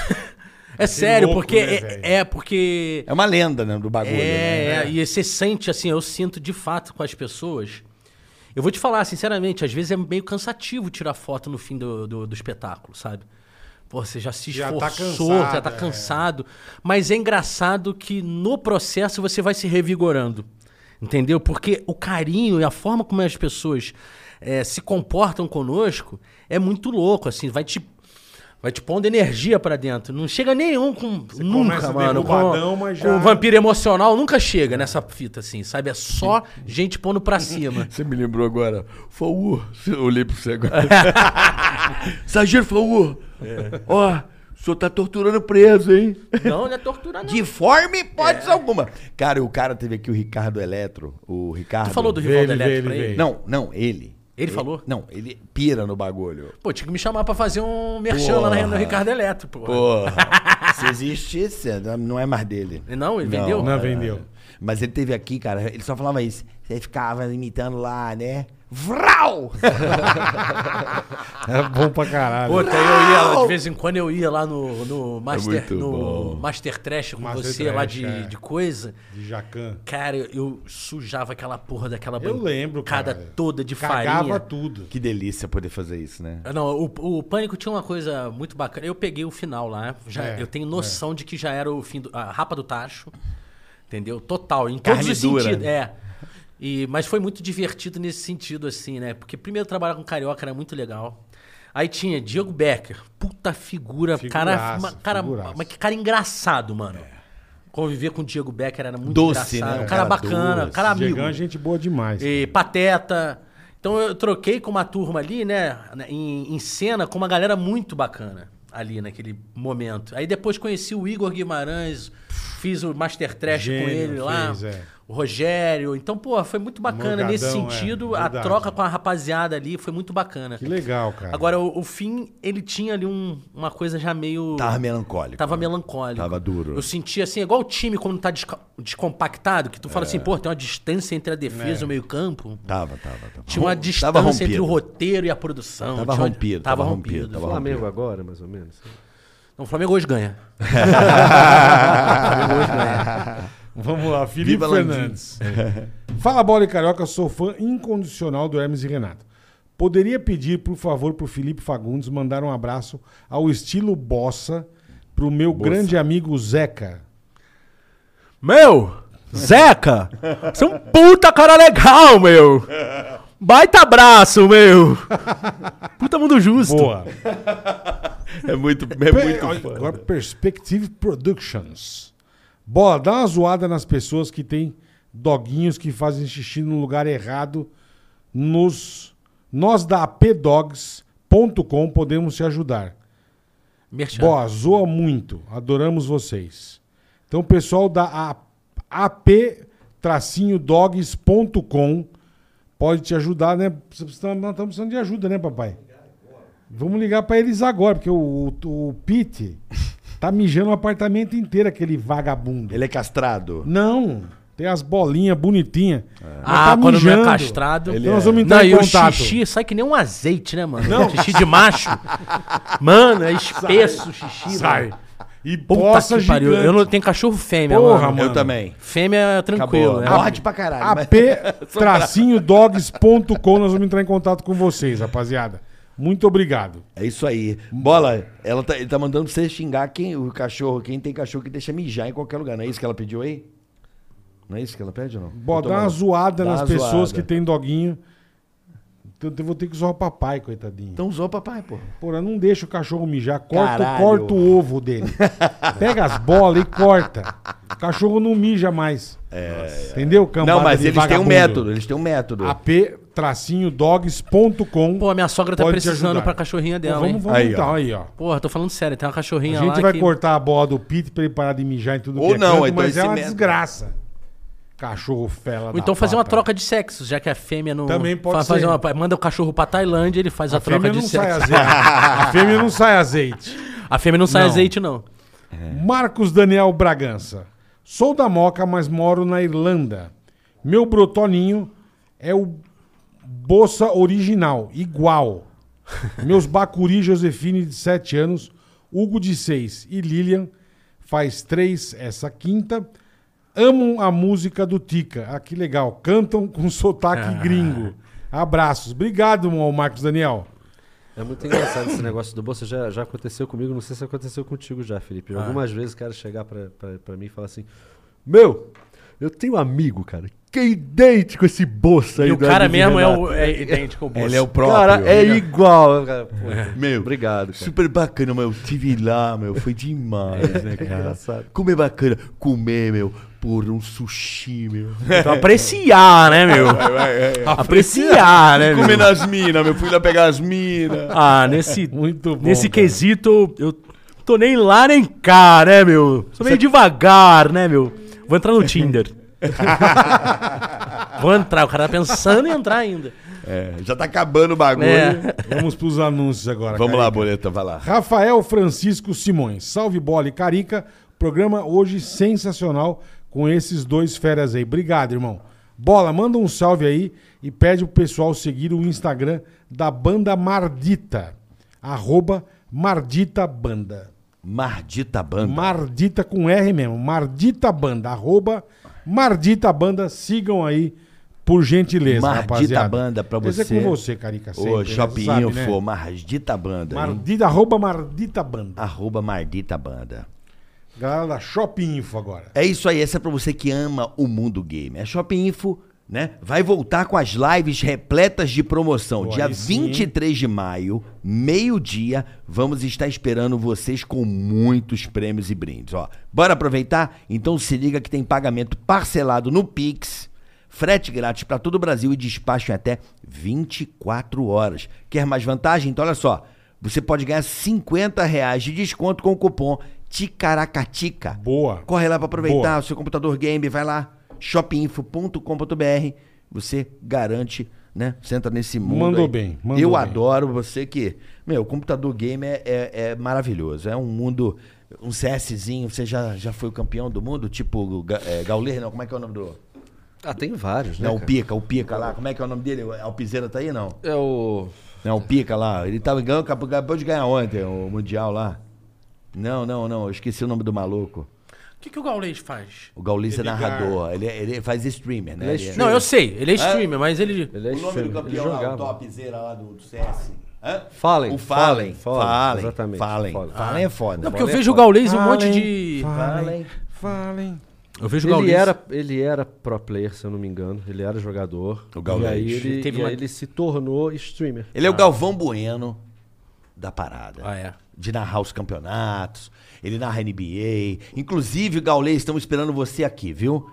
É sério, louco, porque... né, é- velho? é, porque... É uma lenda, né, do bagulho. É, né? é, e você sente assim, eu sinto de fato com as pessoas Eu vou te falar, sinceramente, às vezes é meio cansativo tirar foto no fim do, do, do espetáculo, sabe? Pô, você já se Já esforçou, tá você já tá cansado, é. cansado. Mas é engraçado que no processo você vai se revigorando. Entendeu? Porque o carinho e a forma como as pessoas eh, se comportam conosco é muito louco, assim, vai te. Vai te pondo energia pra dentro. Não chega nenhum com. começa nunca, mano. derrubadão, Com, mas já- com vampiro emocional nunca chega nessa fita, assim, sabe? É só gente pondo pra <laughs> cima. Você me lembrou agora. Faú, <laughs> eu olhei pra você agora. Sargento Faú, ó, o senhor tá torturando preso, hein? Não, não é tortura, não. De forma e hipótese alguma. Cara, o cara teve aqui o Ricardo Eletro. O Ricardo. Tu falou do Vê Rivaldo ele, vê ele, Elétrico pra vê ele? ele. Não, não, ele. Ele falou? Não, ele pira no bagulho. Pô, tinha que me chamar pra fazer um merchan lá na- no Porra. Ricardo Eletro, pô. Porra, <laughs> se existisse, não é mais dele. Não, ele vendeu? Não vendeu. Mas ele teve aqui, cara, ele só falava isso. Você ficava imitando lá, né? Vral! É bom pra caralho. Puta, eu ia, de vez em quando eu ia lá no, no Master, É muito no bom. Master Trash com Master você Trash, lá de, é. de coisa. De Jacan. Cara, eu- eu sujava aquela porra daquela Eu lembro, cara. bancada toda de Cagava farinha. tudo. Que delícia poder fazer isso, né? Ah, Não, o, o Pânico tinha uma coisa muito bacana. Eu peguei o final lá. Já, É, eu tenho noção de que já era o fim do. A rapa do tacho. Entendeu? Total. Em Carne todos os dura. sentidos. É. E, mas foi muito divertido nesse sentido, assim, né? Porque primeiro trabalhar com carioca era muito legal. Aí tinha Diego Becker, puta figura, cara, Figuraça, ma- cara, figuraça. mas que cara engraçado, mano. Conviver com o Diego Becker era muito É. Doce, engraçado. né? Um cara Cara bacana, um doce. cara amigo. Diegão é gente boa demais. E cara. Pateta. Então eu troquei com uma turma ali, né, em, em cena, com uma galera muito bacana ali naquele momento. Aí depois conheci o Igor Guimarães, fiz o Master Trash Gênio, com ele lá, fez, é. o Rogério. Então, pô, foi muito bacana Morgadão, nesse é, sentido. a verdade. troca com a rapaziada ali foi muito bacana. Que legal, cara. Agora, o, o fim, ele tinha ali um- uma coisa já meio. Tava melancólico. né? Tava melancólico. Tava duro. Eu sentia assim, igual o time quando tá desca- descompactado, que tu É. fala assim, pô, tem uma distância entre a defesa e o meio-campo. Tava, tava, tava. Tinha uma É. Tava distância entre rompido. o <laughs> roteiro e a produção. Tava Tinha uma- rompido, Tava, tava rompido. rompido, tava Flamengo agora, mais ou menos. Então, o Flamengo hoje ganha. <laughs> né? Vamos lá, Felipe Viva Landim. Fernandes. Fala bola e carioca, sou fã incondicional do Hermes e Renato. Poderia pedir, por favor, pro Felipe Fagundes mandar um abraço ao estilo bossa pro meu grande amigo Zeca. Meu, Zeca, você é um puta cara legal, meu. Baita abraço, meu. Puta mundo justo. Boa. É muito, é Per- muito fã. Agora, Perspective Productions. Bola, dá uma zoada nas pessoas que têm doguinhos que fazem xixi no lugar errado. Nos, nós da apdogs.com podemos te ajudar. Merchan. Boa, zoa muito. Adoramos vocês. Então, pessoal da ap-dogs.com pode te ajudar, né? Você precisa- Nós estamos precisando de ajuda, né, papai? Vamos ligar pra eles agora, porque o, o, o Pete tá mijando o apartamento inteiro, aquele vagabundo. Ele é castrado. Não, tem as bolinhas bonitinhas. mas Ah, tá quando não é mijando. castrado. Então nós vamos entrar não, em e o contato. xixi sai que nem um azeite, né, mano? Xixi de <laughs> macho. Mano, é espesso o xixi. Sai. mano. E Puta poça que pariu. gigante. Eu não tenho cachorro fêmea, Porra, mano. mano. Eu também. Fêmea é tranquilo. Acabou. né? Morde pra caralho. mas- <laughs> ap-dogs.com. Nós vamos entrar em contato com vocês, rapaziada. Muito obrigado. É isso aí. Bola, ela tá, ele tá mandando você xingar quem, o cachorro, quem tem cachorro que deixa mijar em qualquer lugar. Não é isso que ela pediu aí? Não é isso que ela pede ou não? Bom, Eu tô dá uma maluco. zoada Dá nas uma pessoas zoada. que tem doguinho. Então, Eu eu vou ter que zoar o papai, coitadinho. Então zoa papai, pô. Porra, não deixa o cachorro mijar. Corta, Caralho. corta o ovo dele. <laughs> Pega as bolas e corta. O cachorro não mija mais. Entendeu? Cambada É, não, mas de eles têm um vagabundo. método, eles têm um método. Ah, ap-dogs.com. Pô, a minha sogra tá Pode te precisando ajudar. pra cachorrinha Então dela, Vamos, hein? vamos Aí, então, ó. aí, ó. Porra, tô falando sério, tem uma A cachorrinha lá gente vai que- cortar a bola do Pete pra ele parar de mijar em tudo Ou não, canto, então mas esse é uma método. desgraça. Cachorro fela Ou então fazer uma troca troca de sexos, já que a fêmea não... Também pode fa- fazer ser. uma- Manda o cachorro pra Tailândia, ele faz a, A troca fêmea de não sai sexo. azeite. A fêmea não sai azeite. A fêmea não sai Não. azeite, não. Marcos Daniel Bragança. Sou da Moca, mas moro na Irlanda. Meu brotoninho é o Bossa original, <laughs> igual. Meus Bacuri Josefine, de 7 anos, Hugo, de 6 e Lilian, faz 3 essa quinta, amam a música do Tica. Ah, que legal. Cantam com <laughs> sotaque gringo. Abraços. Obrigado, mo- Marcos Daniel. É muito engraçado esse negócio do bolsa. Já, já aconteceu comigo, não sei se aconteceu contigo já, Felipe. Ah. Algumas vezes o cara chegar pra, pra, pra mim e falar assim: Meu, eu tenho um amigo, cara, que é idêntico a esse bolsa aí. E o do cara Hermes mesmo é, Renato." o, é idêntico ao Ele é o próprio. É. Cara, é igual. Cara, pô, Meu, Obrigado. Cara. super bacana, meu. Eu Estive lá, meu. Foi demais, né, cara? engraçado. Comer bacana. Comer, meu. Por um sushi, meu. Então apreciar, né, meu? <laughs> apreciar, né, Comer meu? nas minas, meu. Fui lá pegar as minas. Ah, nesse, Muito bom. nesse cara. quesito eu tô nem lá nem cá, né, meu? Sou meio devagar, né, meu? Vou entrar no <laughs> Tinder. Vou entrar, o cara tá pensando em entrar ainda. É, já tá acabando o bagulho. É. <laughs> Vamos pros anúncios agora. Vamos lá, Carica. boleta, vai lá. Rafael Francisco Simões. Salve bola e carica. Programa hoje sensacional com esses dois feras aí. Obrigado, irmão. Bola, manda um salve aí e pede pro pessoal seguir o Instagram da banda Mardita. Arroba Mardita Banda. Mardita Banda. Mardita com R mesmo. Mardita Banda. Arroba Mardita Banda. Sigam aí, por gentileza, Mardita rapaziada. Banda pra Esse você. é com você, Carica. sempre, Ô, né? Shopping Sabe, né? Info, Mardita Banda. hein? Mardita, arroba Mardita Banda. Arroba Mardita Banda. Galera da Shopping Info agora. É isso aí, essa é pra você que ama o mundo game. A Shopping Info, né? Vai voltar com as lives repletas de promoção. Pô, Dia aí sim, hein? 23 de maio, meio-dia, vamos estar esperando vocês com muitos prêmios e brindes, ó. Bora aproveitar? Então se liga que tem pagamento parcelado no Pix. Frete grátis para todo o Brasil e despacho em até 24 horas. Quer mais vantagem? Então olha só, você pode ganhar 50 reais de desconto com o cupom TICARACATICA. Boa. Corre lá para aproveitar Boa. o seu computador game, vai lá, shopinfo.com.br, você garante, né? Você entra nesse mundo. Mandou aí. bem, mandou Eu bem. adoro você que. Meu, o computador game é, é- é maravilhoso. É um mundo. Um CSzinho, você já, já foi o campeão do mundo? Tipo, o Ga- é, Gauler, não? Como é que é o nome do. Ah, tem vários, né? Não, o cara? Pica, o Pica lá. Como é que é o nome dele? O Alpizeira tá aí, não? É o. Não, o Pica lá. Ele tava ganhando, acabou- acabou de ganhar ontem o Mundial lá. Não, não, não. Eu esqueci o nome do maluco. O que, que o Gaulês faz? O Gaules é Ele gar- narrador, ele, ele faz streamer, né? Ele é Ele é- Não, eu sei, ele é streamer, mas ele. Ele é O nome do extremo, ele campeão lá, jogava. o topzera lá do, do CS. Hã? Fallen, O Fallen. Fallen, Fallen, Fallen. exatamente, Fallen. Fallen. Fallen é foda. Não, porque eu Fallen é vejo o foda. Gaulês um monte de. Falem. Fallen. Falem. Eu vejo o Ele Gaulês. era, ele era pro player, se eu não me engano. Ele era jogador. O Gaulês. E aí ele, Teve e aí uma- ele se tornou streamer. Ele é o Galvão Bueno da parada. Ah, é. De narrar os campeonatos, ele narra NBA. Inclusive, Gaulês, estamos esperando você aqui, viu?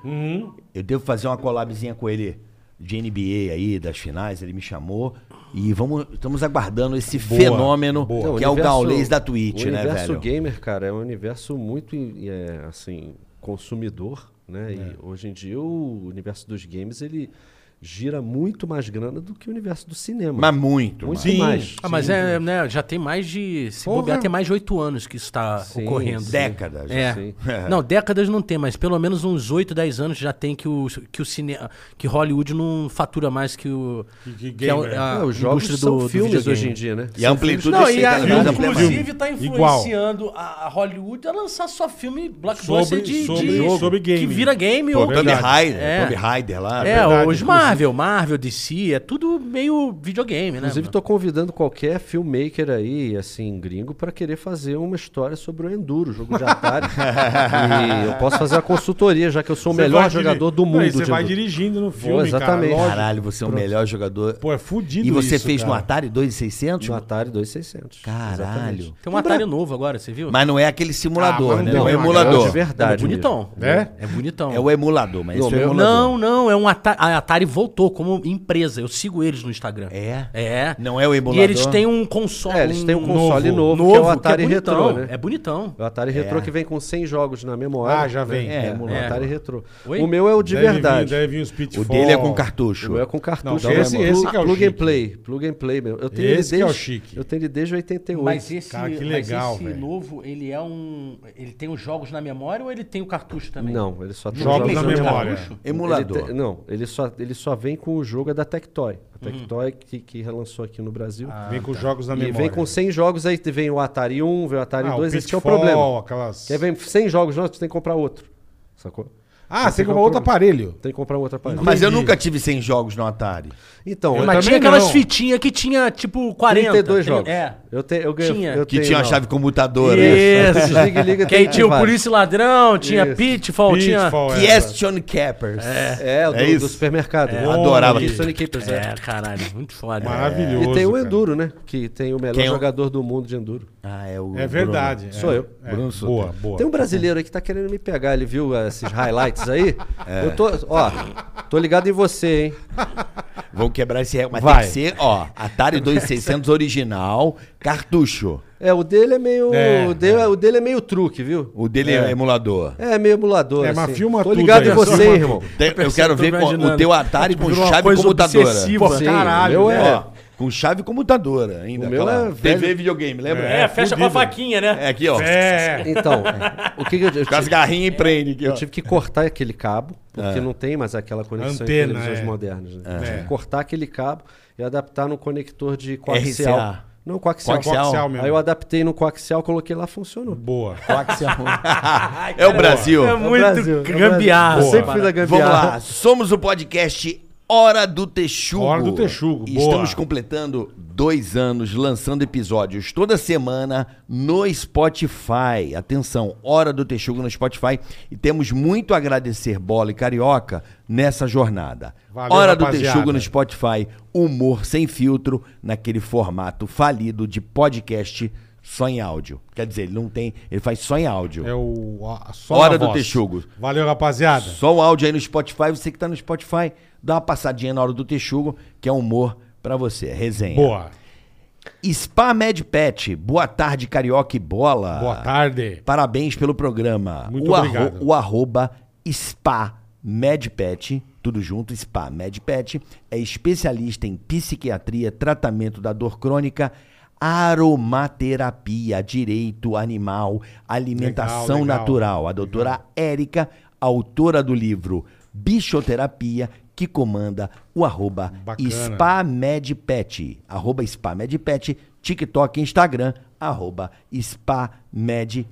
Eu devo fazer uma collabzinha com ele de NBA aí, das finais, ele me chamou. E vamos, estamos aguardando esse Boa, fenômeno boa. Não, que é o um universo- Gaulês da Twitch, o né, velho? universo gamer, cara, é um universo muito, em- é, assim, consumidor, né? E hoje em dia o universo dos games, ele gira muito mais grana do que o universo do cinema. Mas muito. muito mano. mais. Ah, mas é, né, já tem mais de. Se Porra. bobear, tem mais de oito anos que isso tá Sim, ocorrendo. sim. Décadas. É. Sim. <laughs> Não, décadas não tem, mas pelo menos uns 8, 10 anos já tem que o, que o cine... que Hollywood não fatura mais que o que que a, gamer. a Ah, os jogos indústria são do, do filmes videogame. hoje em dia, né? E a amplitude Não, desse e a, cada vez filme, amplifica mais. inclusive tá Igual. influenciando a, a Hollywood a lançar só filme blockbuster Sobre- de, sobre de- jogo, sobre que game. vira game Pô, ou Tomb verdade. Raider, É. Tomb Raider lá. é, verdade, os inclusive. Marvel, Marvel, DC, é tudo meio videogame, né? Inclusive, mano? tô convidando qualquer filmmaker aí, assim, gringo, pra querer fazer uma história sobre o Enduro, jogo de Atari. e eu posso fazer a consultoria, já que eu sou o Você melhor vai diri- jogador do Não, mundo. e Você de vai Enduro. dirigindo no filme, exatamente. cara. Lógico. Caralho, você é o melhor jogador. Pô, é fudido e você isso, fez no cara. Atari 2600? No Atari 2600. Caralho. Tem um Atari novo agora, você viu? Mas não é aquele Ah, simulador, mas né? não, É o um é uma Exatamente. De emulador. é verdade. mesmo. bonitão. É? É bonitão. É o emulador, mas Não, esse é o meu- emulador. Não, não, é um Atari. A Atari voltou como empresa. Eu sigo eles no Instagram. É? É. Não é o emulador. E eles têm um console. É, eles têm um console novo, que é o Atari bonitão, Retrô, né? É bonitão. O Atari Retro que vem com 100 jogos na memória. É. Ah, já vem. É, É, o é. Atari Retro. Oi? O meu é o de Deve vir- verdade. Deve vir os pitfall. O dele é com O cartucho. meu é com cartucho. Não, então esse- né, esse mano? que é o Plug and chique. play. Plug and play, meu. Eu tenho Esse que ele desde, é o chique. Eu tenho ele desde 88. Mas esse, Cara, que mas legal, esse velho. novo, ele é um. Ele tem os jogos na memória ou ele tem o cartucho também? Não, ele só tem Jogos na de memória. cartucho? Emulador. Ele te- não, ele só, ele só vem com o jogo é da Tectoy. A Tectoy que, que relançou aqui no Brasil. Vem Ah, tá. com jogos Uhum. Ah, na e memória. vem com 100 jogos, aí vem o Atari 1, vem o Atari Ah, o 2, esse que é o Pitfall, problema. Aquelas... Quer ver 100 jogos, não, você tem que comprar outro. Sacou? Ah, você comprou outro aparelho. Tem que comprar um outro aparelho. Mas eu nunca tive 100 jogos no Atari. Então, eu Mas tinha também aquelas não. fitinhas que tinha, tipo, 40. 32 tem- jogos. É. Eu, te, eu ganhei. Tinha. eu Que tenho tinha uma lá. chave comutadora. Isso. <laughs> Liga e liga, que aí tem tinha o vários. Polícia e Ladrão, tinha Isso. Pitfall, tinha... Pitfall, Que é. é John Cappers. É, o do, É do isso? supermercado. Eu adorava. E Sonic Capers, é. É, caralho, muito foda. Maravilhoso. E tem o cara. um- Enduro, né? Que tem o melhor Quem é o- jogador do mundo de Enduro. Ah, é o É verdade. Sou é. eu. É. Bruno Sotel. Boa, boa. Tem um brasileiro aí que tá querendo me pegar, ele viu eh, esses <laughs> highlights aí? É. Eu tô, ó, tô ligado em você, hein? Vão quebrar esse recorde. Mas Vai. tem que ser, ó, Atari 2600 original, cartucho. É, o dele é meio, É, o, dele, o dele é meio truque, viu? O dele é, emulador. É meio emulador É, assim. mas filma tô tudo ligado aí, né? em você, filma irmão. Tem- eu quero ver tô com- o imaginando. teu Atari Tipo, com Virou uma chave coisa comutadora. obsessiva. né? Pô, Sim, caralho, o meu é. é. com chave comutadora ainda. O meu aquela é velho. TV videogame, lembra? É, fecha fudido. com a faquinha, né? É aqui, ó. É. Então, o que que eu, eu Com as tive, garrinhas e prende aqui, ó. É. eu tive que cortar aquele cabo, porque não tem mais aquela conexão Antena, em televisões é. modernas, né? Eu É. tive que cortar aquele cabo e adaptar no conector de coaxial. RCA. Não, coaxial. Coaxial. Coaxial mesmo. Aí eu adaptei no coaxial, coloquei lá, funcionou. Boa. É o Brasil. É muito Brasil, é o Brasil. gambiarra. Eu Boa. sempre fui da Vamos gambiarra. lá, somos o podcast Hora do Texugo. Hora do Texugo, E boa. Estamos completando dois anos lançando episódios toda semana no Spotify. Atenção, Hora do Texugo no Spotify. E temos muito a agradecer Bola e Carioca nessa jornada. Valeu, Hora do rapaziada. Texugo no Spotify, humor sem filtro, naquele formato falido de podcast só em áudio. Quer dizer, ele não tem, ele faz só em áudio. É o. a- só Hora na do voz. Texugo. Valeu, rapaziada. Só o áudio aí no Spotify, você que tá no Spotify, dá uma passadinha na hora do Texugo, que é humor pra você, é resenha. Boa. Spa Med Pet, boa tarde, carioca e bola. Boa tarde. Parabéns pelo programa. Muito o arro- obrigado. o arroba Spa Med Pet, tudo junto, Spa Med Pet, é especialista em psiquiatria, tratamento da dor crônica, aromaterapia, direito animal, Legal, alimentação legal. natural. A doutora Érica, autora do livro Bichoterapia, que comanda o arroba Bacana. Spa SpamedPet, arroba SpamedPet, TikTok, Instagram, arroba SpamedPet.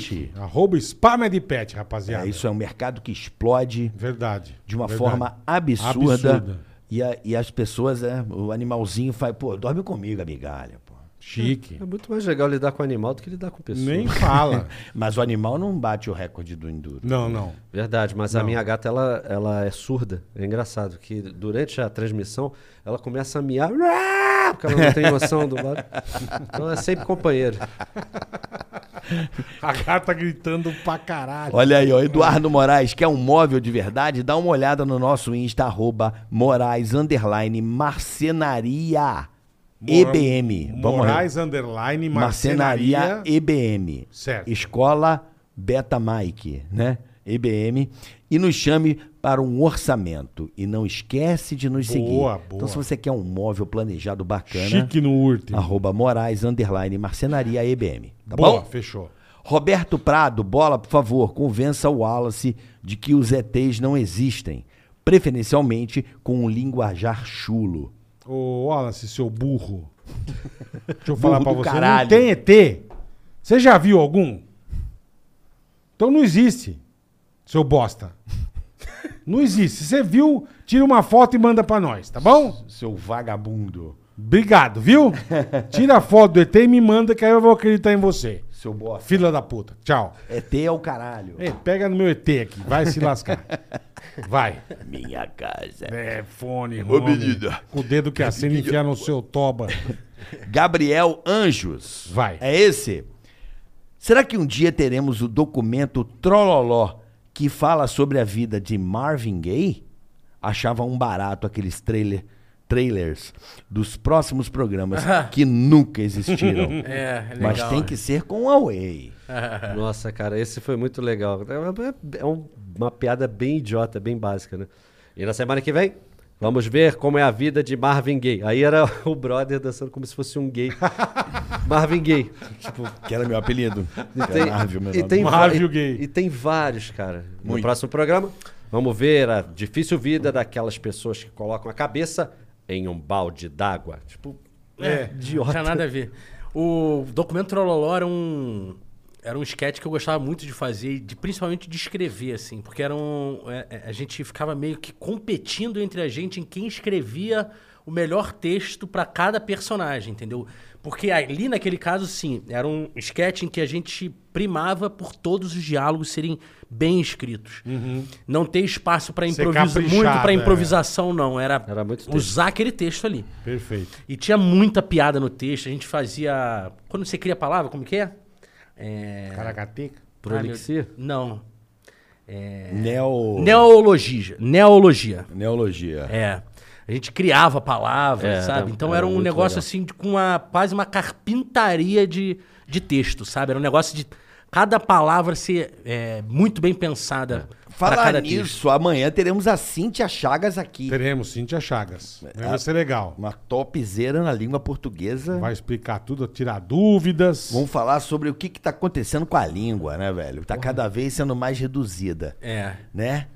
Chique. Arroba Spamedipet, rapaziada. É, isso é um mercado que explode Verdade. de uma Verdade. forma absurda. Absurda. E, a- e as pessoas, né, o animalzinho faz, pô, dorme comigo, amigalha, pô. Chique. <laughs> É muito mais legal lidar com animal do que lidar com pessoa. Nem fala. Mas o animal não bate o recorde do enduro. <laughs> não, não. Verdade, mas a minha gata ela, ela é surda. É engraçado que durante a transmissão ela começa a miar, <laughs> "Uá", porque ela não tem noção do lado. Então é sempre companheiro. A gata tá gritando pra caralho. Olha aí, ó, Eduardo Moraes, que é um móvel de verdade, dá uma olhada no nosso Insta, arroba Moraes, underline, marcenaria, EBM. Vamos lá. Moraes Underline Marcenaria, Marcenaria. EBM. Certo. Escola Beta Mike, né? EBM. E nos chame para um orçamento. E não esquece de nos Boa, seguir. boa. Então, se você quer um móvel planejado bacana, Chique no último. arroba Moraes, underline, Marcenaria EBM. Ah, Tá Boa, bom? fechou. Roberto Prado, bola, por favor, convença o Wallace de que os ETs não existem. Preferencialmente com um linguajar chulo. Ô, Wallace, seu <laughs> burro. Deixa eu falar Burro pra do você. caralho. Não tem ET. Você já viu algum? Então não existe, seu <laughs> bosta. Não existe. Se você viu, tira uma foto e manda pra nós, tá bom? Seu vagabundo. Obrigado, <laughs> viu? Tira a foto do ET e me manda que aí eu vou acreditar em você. Seu bosta. Fila da puta. Tchau. ET é o caralho. Ei, pega no meu ET aqui. Vai se <laughs> lascar. Vai. Minha casa. É, fone, Ô, homem. menino. Com o dedo que acena e enfiar no seu toba. Gabriel Anjos. Vai. É esse? Será que um dia teremos o documento Trololó que fala sobre a vida de Marvin Gaye? Achava um barato aqueles trailer, trailers dos próximos programas que nunca existiram. É, legal. Mas tem que ser com a Way. Nossa, cara, esse foi muito legal. É uma- É um- uma piada bem idiota, bem básica, né? E na semana que vem, vamos ver como é a vida de Marvin Gaye. Aí era <laughs> o brother dançando como se fosse um gay. Marvin Gaye. Tipo, Que era meu apelido. E tem, Marvel, meu e, nome. tem va- Marvel e- gay. e tem vários, cara. No Muito. próximo programa, vamos ver a difícil vida daquelas pessoas que colocam a cabeça em um balde d'água. Tipo, É, idiota. Não tinha nada a ver. O documento Trololó era um, Era um esquete que eu gostava muito de fazer e de, principalmente de escrever, assim, porque era um, é- é- a gente ficava meio que competindo entre a gente em quem escrevia o melhor texto para cada personagem, entendeu? Porque ali, naquele caso, sim, era um esquete em que a gente primava por todos os diálogos serem bem escritos. Uhum. Não ter espaço para Ser improviso, muito caprichado, para é. improvisação, não. Era, Era muito texto. usar aquele texto ali. Perfeito. E tinha muita piada no texto. A gente fazia. Quando você cria a palavra, como que é? É. Caracateca. Prolixia? Ah, meu- Não. É... Neo... Neologia. Neologia. Neologia. É. A gente criava palavras, É, sabe? era- Então era era, um muito negócio legal. assim, de- com uma, quase uma carpintaria de, de texto, sabe? Era um negócio de cada palavra ser é, muito bem pensada É. para Falar cada nisso, texto. amanhã teremos a Cíntia Chagas aqui. Teremos Cíntia Chagas. Ah. Vai ser legal. Uma topzera na língua portuguesa. Vai explicar tudo, tirar dúvidas. Vamos falar sobre o que está acontecendo com a língua, né, velho? Tá cada vez sendo mais reduzida, É. né?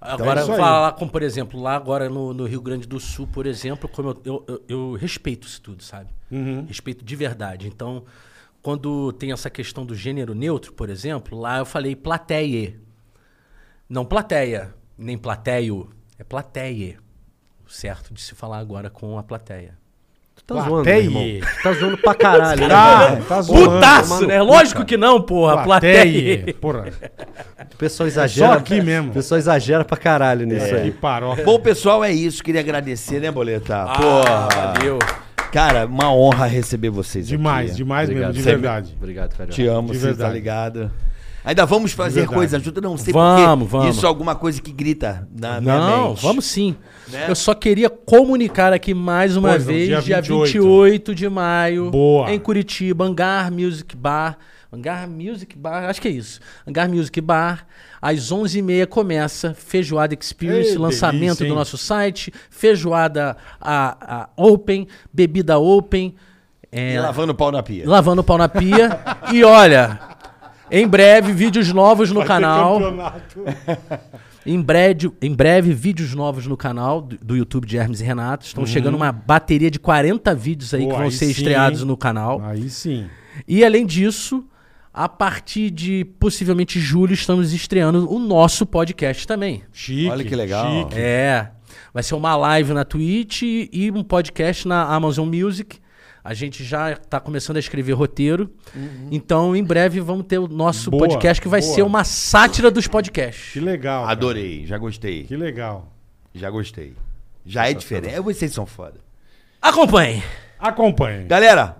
Agora, é isso aí. falar como, por exemplo, lá agora no, no Rio Grande do Sul, por exemplo, como eu, eu, eu- eu respeito isso tudo, sabe? Uhum. Respeito de verdade. Então, quando tem essa questão do gênero neutro, por exemplo, lá eu falei plateie. Não plateia, nem plateio. É plateie. O certo de se falar agora com a plateia. Tu tá zoando, meu Plateia. irmão. Tu tá zoando pra caralho. né, Ah, velho? tá Putaço, né? Lógico que não, porra. Plateia. Plateia. Porra, O pessoal exagera. É, só aqui mesmo. É, O pessoal exagera pra caralho nisso que aí. paroca. Bom, pessoal, é isso. Queria agradecer, né, Boleta? Ah, Pô, valeu. cara, uma honra receber vocês Demais, aqui. demais Obrigado. mesmo, de Sempre. verdade. Obrigado, Carioca. Te amo, De você tá verdade. ligado? Ainda vamos fazer verdade. coisa junto, eu não sei Vamos, porque vamos. isso é alguma coisa que grita na minha Não, mente. vamos sim. Eu só queria comunicar aqui mais uma Né? Pois não, vez, dia dia, 28. 28. de maio, Boa. em Curitiba, Angar Music Bar. Angar Music Bar, acho que é isso. Angar Music Bar, às 11h30 começa Feijoada Experience, Ei, lançamento delícia, hein? do nosso site, Feijoada a, a Open, Bebida Open. é, E lavando o pau na pia. Lavando o pau na pia. e olha, em breve, vídeos novos no Vai ter canal. campeonato. Em breve, em breve, vídeos novos no canal do, do YouTube de Hermes e Renato. Estão chegando uma bateria de 40 vídeos aí Uhum. Pô, que vão aí ser sim, estreados hein? Ah. no canal. Aí sim. E além disso, a partir de possivelmente julho, estamos estreando o nosso podcast também. Chique. Olha que legal. Chique. É. Vai ser uma live na Twitch e e um podcast na Amazon Music. A gente já está começando a escrever roteiro. Então, em breve, vamos ter o nosso Uhum. Boa, podcast, que vai boa. ser uma sátira dos Que podcasts. legal. cara. Adorei, já gostei. Que legal. Já gostei. Já é diferente. Vocês são foda. Acompanhe! Acompanhe. Galera,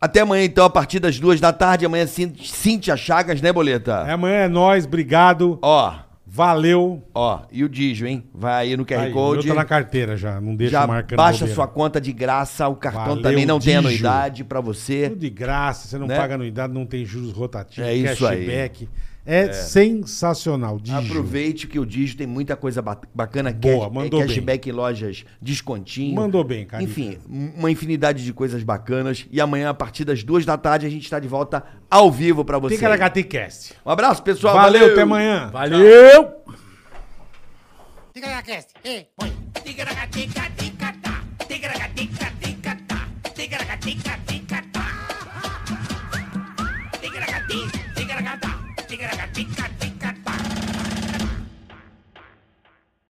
até amanhã então, a partir das duas da tarde. Amanhã Cín- Cíntia Chagas, né, Boleta? É, Amanhã é nós, obrigado. Ó, Valeu. ó, e o Digio, hein? Vai aí no QR Aí, o meu Code. tá na carteira já, não deixa É Já marcando. baixa bobeira. sua conta de graça, o cartão Valeu, também não tem Digio. anuidade pra você. Tudo de graça, você não Né? paga anuidade, não tem juros rotativos, É isso aí. cashback. É, sensacional, Digio. Aproveite que o Digio tem muita coisa ba- bacana. Boa, é mandou bem. Cashback em lojas, descontinho. Mandou bem, cara. Enfim, um, uma infinidade de coisas bacanas. E amanhã, a partir das duas da tarde, a gente tá de volta ao vivo pra você. Ticaracatecast. Um abraço, pessoal. Valeu, até amanhã. Valeu! Tigaracast, ei, põe. Tigaracá, tica, tica.